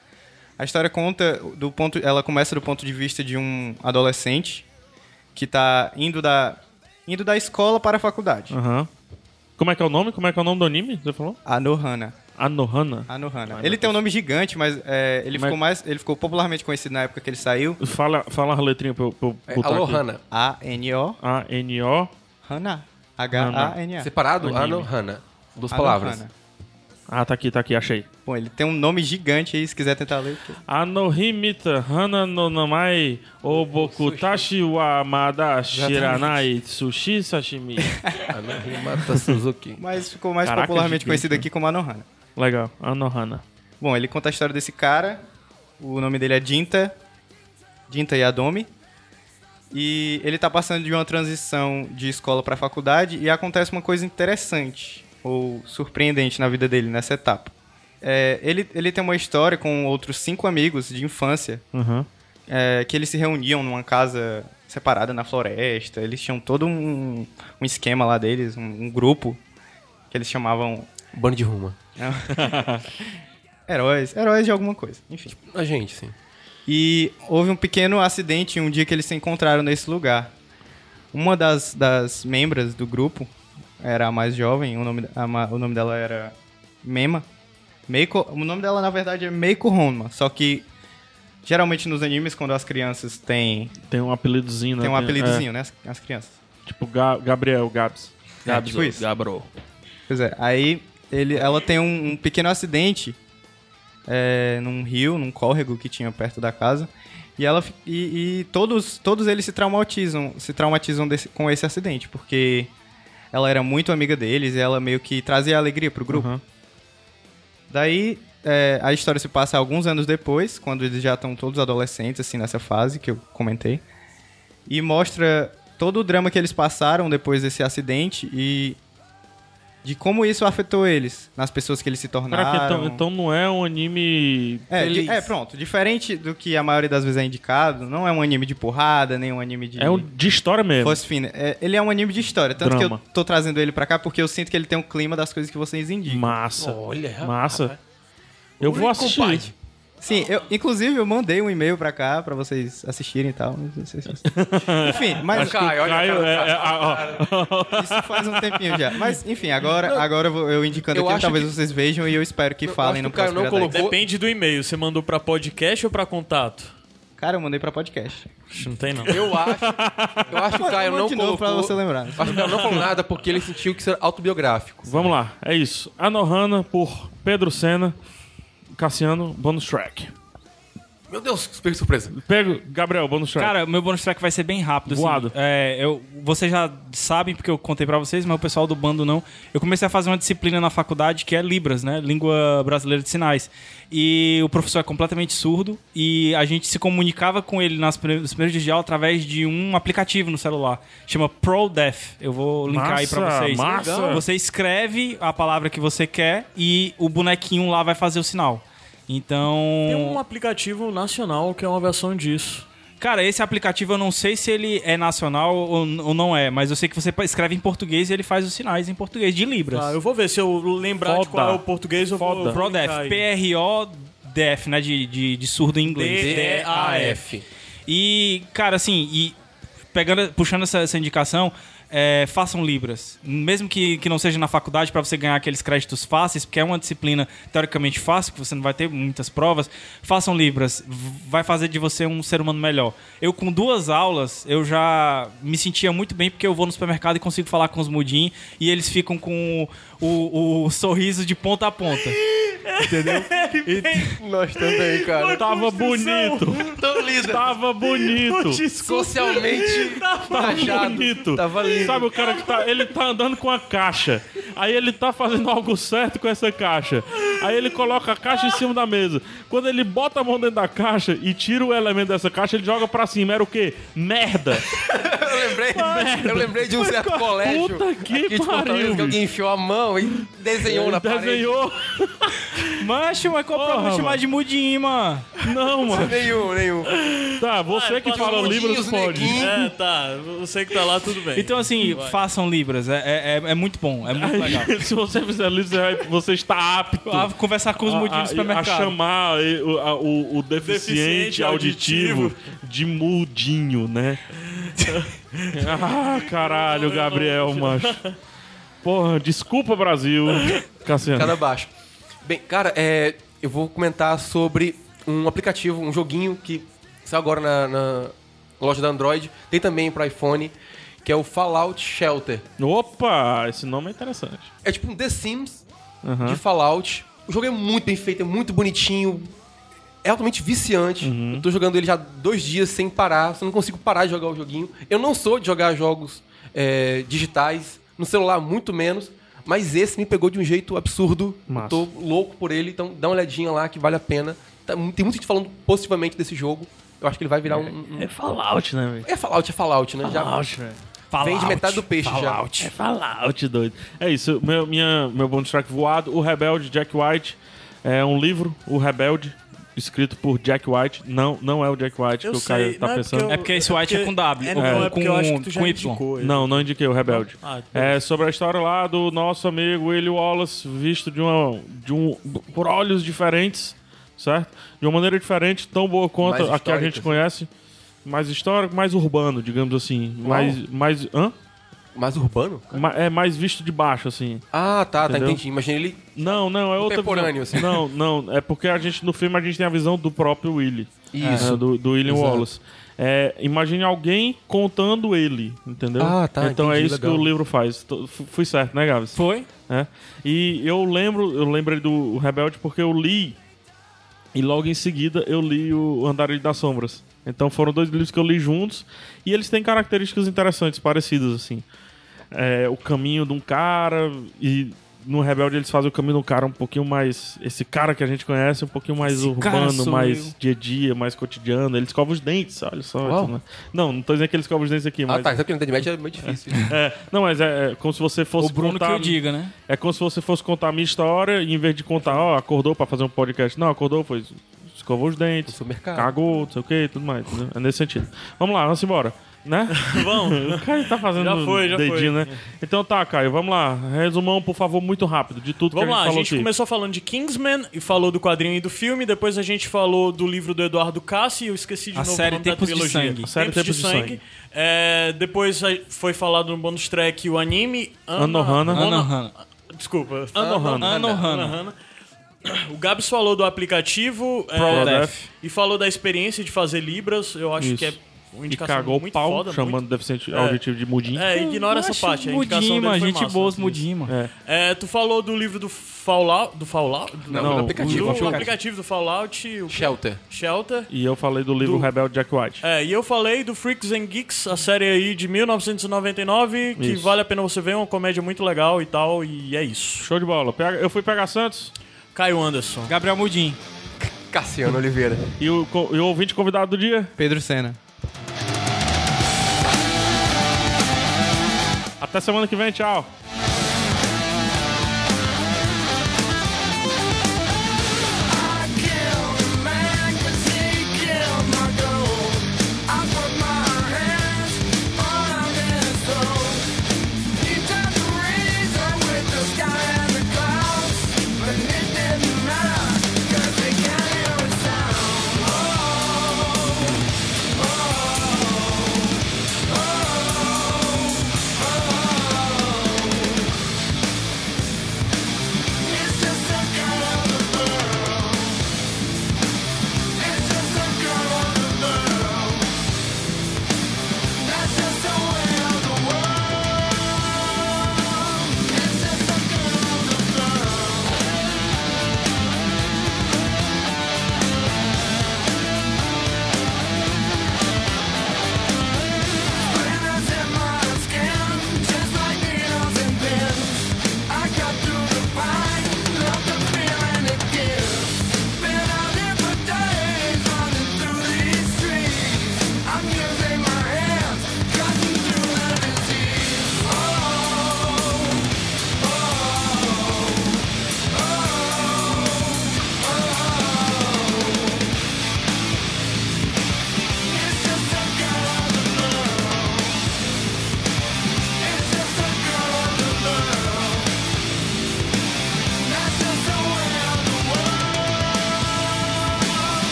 Speaker 6: A história conta do ponto, ela começa do ponto de vista de um adolescente que tá indo da indo da escola para a faculdade.
Speaker 1: Aham. Como é que é o nome? Como é que é o nome do anime? Você falou?
Speaker 6: Anohana.
Speaker 1: Anohana.
Speaker 6: Anohana. Ele tem um nome gigante, mas é, ele
Speaker 1: Como é-
Speaker 6: ficou mais ele ficou popularmente conhecido na época que ele saiu.
Speaker 1: Fala, fala a letrinha pra eu, pra eu
Speaker 7: É,
Speaker 1: botar
Speaker 7: alô,
Speaker 1: aqui.
Speaker 7: Hannah.
Speaker 6: A N O
Speaker 1: A-N-O.
Speaker 6: Hana. H A N A.
Speaker 7: Separado?
Speaker 1: Anime.
Speaker 7: Ano, Hannah. Duas palavras.
Speaker 6: Anohana.
Speaker 1: Ah, tá aqui, tá aqui, achei.
Speaker 6: Bom, ele tem um nome gigante aí, se quiser tentar ler.
Speaker 1: Anohimita Hana no namai Obokutashi wa Amada Shiranai Sushi Sashimi.
Speaker 7: Anahimata Suzuki.
Speaker 6: Mas ficou mais
Speaker 1: Caraca,
Speaker 6: popularmente
Speaker 1: gigante,
Speaker 6: conhecido
Speaker 1: né?
Speaker 6: aqui como Anohana.
Speaker 1: Legal, Anohana.
Speaker 6: Bom, ele conta a história desse cara. O nome dele é Dinta. Dinta Yadomi. E ele tá passando de uma transição de escola pra faculdade e acontece uma coisa interessante ou surpreendente na vida dele nessa etapa. É, ele, ele tem uma história com outros cinco amigos de infância
Speaker 1: Uhum.
Speaker 6: é, que eles se reuniam numa casa separada na floresta. Eles tinham todo um, um esquema lá deles, um, um grupo que eles chamavam
Speaker 7: Bando de ruma.
Speaker 6: heróis, heróis de alguma coisa, enfim.
Speaker 7: A gente, sim.
Speaker 6: E houve um pequeno acidente um dia que eles se encontraram nesse lugar. Uma das, das membros do grupo era a mais jovem, o nome, a ma- o nome dela era Mema. Meiko, o nome dela na verdade é Meiko Honma, só que geralmente nos animes quando as crianças têm
Speaker 1: Tem um apelidozinho, né?
Speaker 6: tem um apelidozinho, né, as, as crianças.
Speaker 1: é, tipo Ga- Gabriel Gabs.
Speaker 6: É, tipo isso.
Speaker 1: Gabro.
Speaker 6: Pois é, aí ele, ela tem um, um pequeno acidente é, num rio, num córrego que tinha perto da casa. E, ela, fi- e, e todos, todos eles se traumatizam, se traumatizam desse- com esse acidente, porque ela era muito amiga deles e ela meio que trazia alegria pro grupo.
Speaker 1: Uhum.
Speaker 6: Daí é, a história se passa alguns anos depois, quando eles já estão todos adolescentes, assim, nessa fase que eu comentei. E mostra todo o drama que eles passaram depois desse acidente e de como isso afetou eles, nas pessoas que eles se tornaram.
Speaker 1: Caraca, então, então não é um anime.
Speaker 6: É,
Speaker 7: Feliz.
Speaker 6: di- é, pronto. Diferente do que a maioria das vezes é indicado, não é um anime de porrada, nem um anime de.
Speaker 1: É um de história mesmo.
Speaker 6: Fosfina. É, ele é um anime de história. Tanto
Speaker 1: Drama.
Speaker 6: que eu tô trazendo ele pra cá porque eu sinto que ele tem um clima das coisas que vocês indicam.
Speaker 1: Massa.
Speaker 7: Olha,
Speaker 1: Massa. Eu vou assistir.
Speaker 6: Sim, eu, inclusive eu mandei um e-mail pra cá pra vocês assistirem e tal. Não sei se vocês- enfim, mas
Speaker 7: Caio, olha a
Speaker 1: Caio,
Speaker 7: cara do
Speaker 1: é,
Speaker 7: cara.
Speaker 1: é, ah, ó.
Speaker 6: isso faz um tempinho já. Mas enfim, agora, agora eu, vou- eu indicando
Speaker 7: Eu
Speaker 6: aqui,
Speaker 7: acho
Speaker 6: talvez
Speaker 7: que-
Speaker 6: vocês vejam e eu espero que
Speaker 7: Eu
Speaker 6: falem
Speaker 7: acho
Speaker 6: no
Speaker 7: que o Caio
Speaker 6: próximo
Speaker 7: não
Speaker 6: Iradex.
Speaker 7: colocou-
Speaker 8: Depende do e-mail. Você mandou pra podcast ou pra contato?
Speaker 6: Cara, eu mandei pra podcast.
Speaker 8: Ixi, Não tem, não.
Speaker 7: Eu acho, eu acho que o Caio
Speaker 6: Manda
Speaker 7: não
Speaker 6: um de novo
Speaker 7: colocou...
Speaker 6: pra você lembrar.
Speaker 7: Acho que o Caio não falou nada porque ele sentiu que isso era autobiográfico.
Speaker 1: Vamos lá, é isso. Anohana por Pedro Senna, Cassiano, bonus track.
Speaker 7: Meu Deus, que surpresa.
Speaker 1: Pego, Gabriel, bonus track.
Speaker 11: Cara, meu bonus track vai ser bem rápido. assim.
Speaker 1: Voado.
Speaker 11: É, eu, vocês já sabem, porque eu contei pra vocês, mas o pessoal do bando não. Eu comecei a fazer uma disciplina na faculdade que é Libras, né? Língua Brasileira de Sinais. E o professor é completamente surdo e a gente se comunicava com ele nas prime- nos primeiros dias de aula através de um aplicativo no celular. Chama ProDef. Eu vou linkar aí pra
Speaker 1: Massa,
Speaker 11: vocês.
Speaker 1: massa.
Speaker 11: Legal. Você escreve a palavra que você quer e o bonequinho lá vai fazer o sinal. Então.
Speaker 8: Tem um aplicativo nacional que é uma versão disso.
Speaker 11: Cara, esse aplicativo eu não sei se ele é nacional ou, ou não é, mas eu sei que você escreve em português e ele faz os sinais em português de Libras.
Speaker 8: Tá, eu vou ver se eu lembrar de
Speaker 1: Foda.
Speaker 8: qual é o português eu vou.
Speaker 1: Foda.
Speaker 8: eu vou
Speaker 11: ProDef,
Speaker 8: linkar aí.
Speaker 11: P-R-O-DEF, né? De, de, de surdo em inglês.
Speaker 8: D-E-A-F.
Speaker 11: E, cara, assim, e pegando, puxando essa, essa indicação,
Speaker 6: é, façam Libras. Mesmo que, que não seja na faculdade, para você ganhar aqueles créditos fáceis, porque é uma disciplina teoricamente fácil, que você não vai ter muitas provas, façam Libras. V- Vai fazer de você um ser humano melhor. Eu, com duas aulas, eu já me sentia muito bem, porque eu vou no supermercado e consigo falar com os mudim, e eles ficam com o, o- o sorriso de ponta a ponta.
Speaker 7: Nós também, cara.
Speaker 1: Tava bonito.
Speaker 7: Tão lindo.
Speaker 1: Tava bonito.
Speaker 7: Socialmente
Speaker 1: Tava
Speaker 7: achado.
Speaker 1: bonito.
Speaker 7: Tava lindo.
Speaker 1: Sabe o cara que tá. Ele tá andando com a caixa. Aí ele tá fazendo algo certo com essa caixa. Aí ele coloca a caixa em cima da mesa. Quando ele bota a mão dentro da caixa e tira o elemento dessa caixa, ele joga pra cima. Era o quê? Merda!
Speaker 7: Eu lembrei, eu lembrei de um certo
Speaker 1: Puta
Speaker 7: colégio
Speaker 1: que
Speaker 7: aqui de Fortaleza
Speaker 1: pariu,
Speaker 7: que alguém enfiou a mão e
Speaker 1: um
Speaker 7: desenhou na parede.
Speaker 1: Desenhou.
Speaker 6: Macho, mas qual o problema
Speaker 1: Porra,
Speaker 6: de chamar
Speaker 1: mano.
Speaker 6: de mudim, mano?
Speaker 1: Não, mano.
Speaker 7: Nenhum, nenhum.
Speaker 1: Tá, você que
Speaker 8: pode
Speaker 1: fala
Speaker 8: mudinhos,
Speaker 1: Libras pode.
Speaker 7: neguinhos.
Speaker 8: É, tá. Você que tá lá, tudo bem.
Speaker 6: Então, assim,
Speaker 8: Vai.
Speaker 6: façam Libras. É, é, é- é muito bom. É muito legal.
Speaker 1: Se você fizer Libras, você vai- você está apto.
Speaker 6: Ah, Conversar com os
Speaker 1: a,
Speaker 6: mudinhos
Speaker 1: a,
Speaker 6: no
Speaker 1: a
Speaker 6: supermercado.
Speaker 1: chamar eh, o, a- o- o deficiente,
Speaker 8: Deficiente
Speaker 1: auditivo, de mudinho, né? ah, caralho, Gabriel, macho. Porra, desculpa, Brasil. Cassiano.
Speaker 7: Cada baixo. Tá Bem, cara, é, eu vou comentar sobre um aplicativo, um joguinho que saiu agora na, na loja da Android. Tem também para iPhone, que é o Fallout Shelter.
Speaker 1: Opa, esse nome é interessante.
Speaker 7: É tipo um The Sims de Fallout. O jogo é muito bem feito, é muito bonitinho. É altamente viciante.
Speaker 1: Uhum.
Speaker 7: Eu tô jogando ele já há dois dias sem parar. Eu não consigo parar de jogar o joguinho. Eu não sou de jogar jogos é, digitais, no celular muito menos. Mas esse me pegou de um jeito absurdo.
Speaker 1: Massa.
Speaker 7: Eu Tô louco por ele, então dá uma olhadinha lá que vale a pena. Tá mu- tem muita gente falando positivamente desse jogo. Eu acho que ele vai virar um. um-
Speaker 1: É Fallout, né, velho?
Speaker 7: É Fallout, é Fallout, né?
Speaker 1: Fallout, velho.
Speaker 7: já
Speaker 6: Fallout.
Speaker 7: vende metade do peixe
Speaker 1: É Fallout, doido. É isso, meu, minha, meu bonus track voado, O Rebelde, Jack White. É um livro, O Rebelde, escrito por Jack White. Não, não é o Jack White que o cara tá
Speaker 8: não,
Speaker 1: pensando.
Speaker 8: porque
Speaker 6: É porque esse White é com W,
Speaker 8: É,
Speaker 6: ou
Speaker 8: não, é
Speaker 6: com-
Speaker 8: porque eu acho que tu já
Speaker 6: com Y.
Speaker 8: indicou ele.
Speaker 1: É, Não, não indiquei o Rebelde.
Speaker 8: Ah,
Speaker 1: é sobre a história lá do nosso amigo Willie Wallace, visto de, uma, de um. por olhos diferentes, certo? De uma maneira diferente, tão boa quanto a
Speaker 7: Mais
Speaker 1: que a
Speaker 7: histórica,
Speaker 1: gente
Speaker 7: assim.
Speaker 1: conhece. Mais histórico, mais urbano, digamos assim. Mais. mais hã?
Speaker 7: Mais urbano?
Speaker 1: Ma- é mais visto de baixo, assim.
Speaker 7: Ah, tá, tá,
Speaker 1: Entendeu?
Speaker 7: entendi. Imagina ele
Speaker 1: Não, não, é outra visão.
Speaker 7: Contemporâneo, assim.
Speaker 1: Não, não, é porque a gente no filme a gente tem a visão do próprio Willy.
Speaker 7: Isso.
Speaker 1: É, do, do William
Speaker 7: Exato.
Speaker 1: Wallace. É, imagine alguém contando ele, entendeu?
Speaker 7: Ah, tá,
Speaker 1: Então é
Speaker 7: entendi,
Speaker 1: isso que
Speaker 7: legal.
Speaker 1: o livro faz. Tô- fu- Fui certo, né, Gabs?
Speaker 6: Foi?
Speaker 1: É. E eu lembro, eu lembrei do Rebelde porque eu li e logo em seguida eu li o Andarilho das Sombras. Então foram dois livros que eu li juntos e eles têm características interessantes, parecidas assim. É, o caminho de um cara e no Rebelde eles fazem o caminho de um cara um pouquinho mais esse cara que a gente conhece um pouquinho mais
Speaker 6: Esse cara
Speaker 1: urbano,
Speaker 6: sou
Speaker 1: mais
Speaker 6: eu.
Speaker 1: dia a dia, mais cotidiano. Ele escova os dentes, olha só.
Speaker 7: Uau.
Speaker 1: isso, né? Não, não tô dizendo que ele escova os dentes aqui,
Speaker 7: Ah,
Speaker 1: mas
Speaker 7: tá. Isso aqui na Idade Média é muito difícil.
Speaker 1: é, não, mas é, é como se você fosse
Speaker 6: O Bruno que
Speaker 1: contar
Speaker 6: eu diga, né?
Speaker 1: é como se você fosse contar a minha história e em vez de contar, ó, acordou pra fazer um podcast. Não, acordou, foi escovou os dentes,
Speaker 7: supermercado.
Speaker 1: cagou, não sei o que, tudo mais. entendeu? É nesse sentido. Vamos lá, vamos embora. Né? vamos. O cara tá fazendo
Speaker 8: Já foi, já
Speaker 1: dedinho, né? Então tá, Caio, vamos lá. Resumão, por favor, muito rápido, de tudo
Speaker 8: Vamos
Speaker 1: que a gente
Speaker 8: lá, a
Speaker 1: falou
Speaker 8: gente
Speaker 1: aqui.
Speaker 8: começou falando de Kingsman e falou do quadrinho e do filme, depois a gente falou do livro do Eduardo Cassi e eu esqueci de
Speaker 6: A
Speaker 8: novo o
Speaker 6: série
Speaker 8: nome
Speaker 6: Tempos
Speaker 8: da
Speaker 6: de
Speaker 8: trilogia.
Speaker 6: Sangue. A
Speaker 1: série Tempos de Sangue.
Speaker 8: É, depois a- foi falado no bonus track o anime Ana-
Speaker 1: Anohana.
Speaker 8: Ana-
Speaker 6: Anohana.
Speaker 8: Desculpa.
Speaker 1: Anohana.
Speaker 6: Anohana.
Speaker 8: Anohana. O Gabs falou do aplicativo é,
Speaker 1: ProDef.
Speaker 8: e falou da experiência de fazer Libras, eu acho
Speaker 1: Isso.
Speaker 8: que é uma
Speaker 1: E
Speaker 8: indicação
Speaker 1: cagou o
Speaker 8: muito
Speaker 1: pau,
Speaker 8: foda, muito-
Speaker 1: chamando o deficiente auditivo de mudinho.
Speaker 8: É, ignora essa
Speaker 6: Macho,
Speaker 8: parte, a indicação
Speaker 6: Mudim,
Speaker 8: dele
Speaker 6: mano,
Speaker 8: foi
Speaker 6: gente
Speaker 8: massa. assim.
Speaker 6: boa, os mudim, mano.
Speaker 1: É.
Speaker 8: É, tu falou do livro do Fallout. Do Fallout? Do,
Speaker 1: Não,
Speaker 7: Não, o aplicativo.
Speaker 8: do
Speaker 7: o
Speaker 8: aplicativo.
Speaker 7: aplicativo.
Speaker 8: do Fallout, o
Speaker 7: Shelter.
Speaker 8: Shelter.
Speaker 1: E eu falei do livro
Speaker 8: Do-
Speaker 1: Rebelde Jack White.
Speaker 8: É, e eu falei do Freaks and Geeks, a série aí de 1999, que
Speaker 1: Isso.
Speaker 8: vale a pena você ver, é uma comédia muito legal e tal, e é isso.
Speaker 1: Show de bola. Pega- Eu fui pegar Santos
Speaker 8: Caio Anderson.
Speaker 6: Gabriel Mudim.
Speaker 7: Cassiano Oliveira.
Speaker 1: e o, co- e o ouvinte convidado do dia.
Speaker 9: Pedro Senna.
Speaker 1: Até semana que vem, tchau.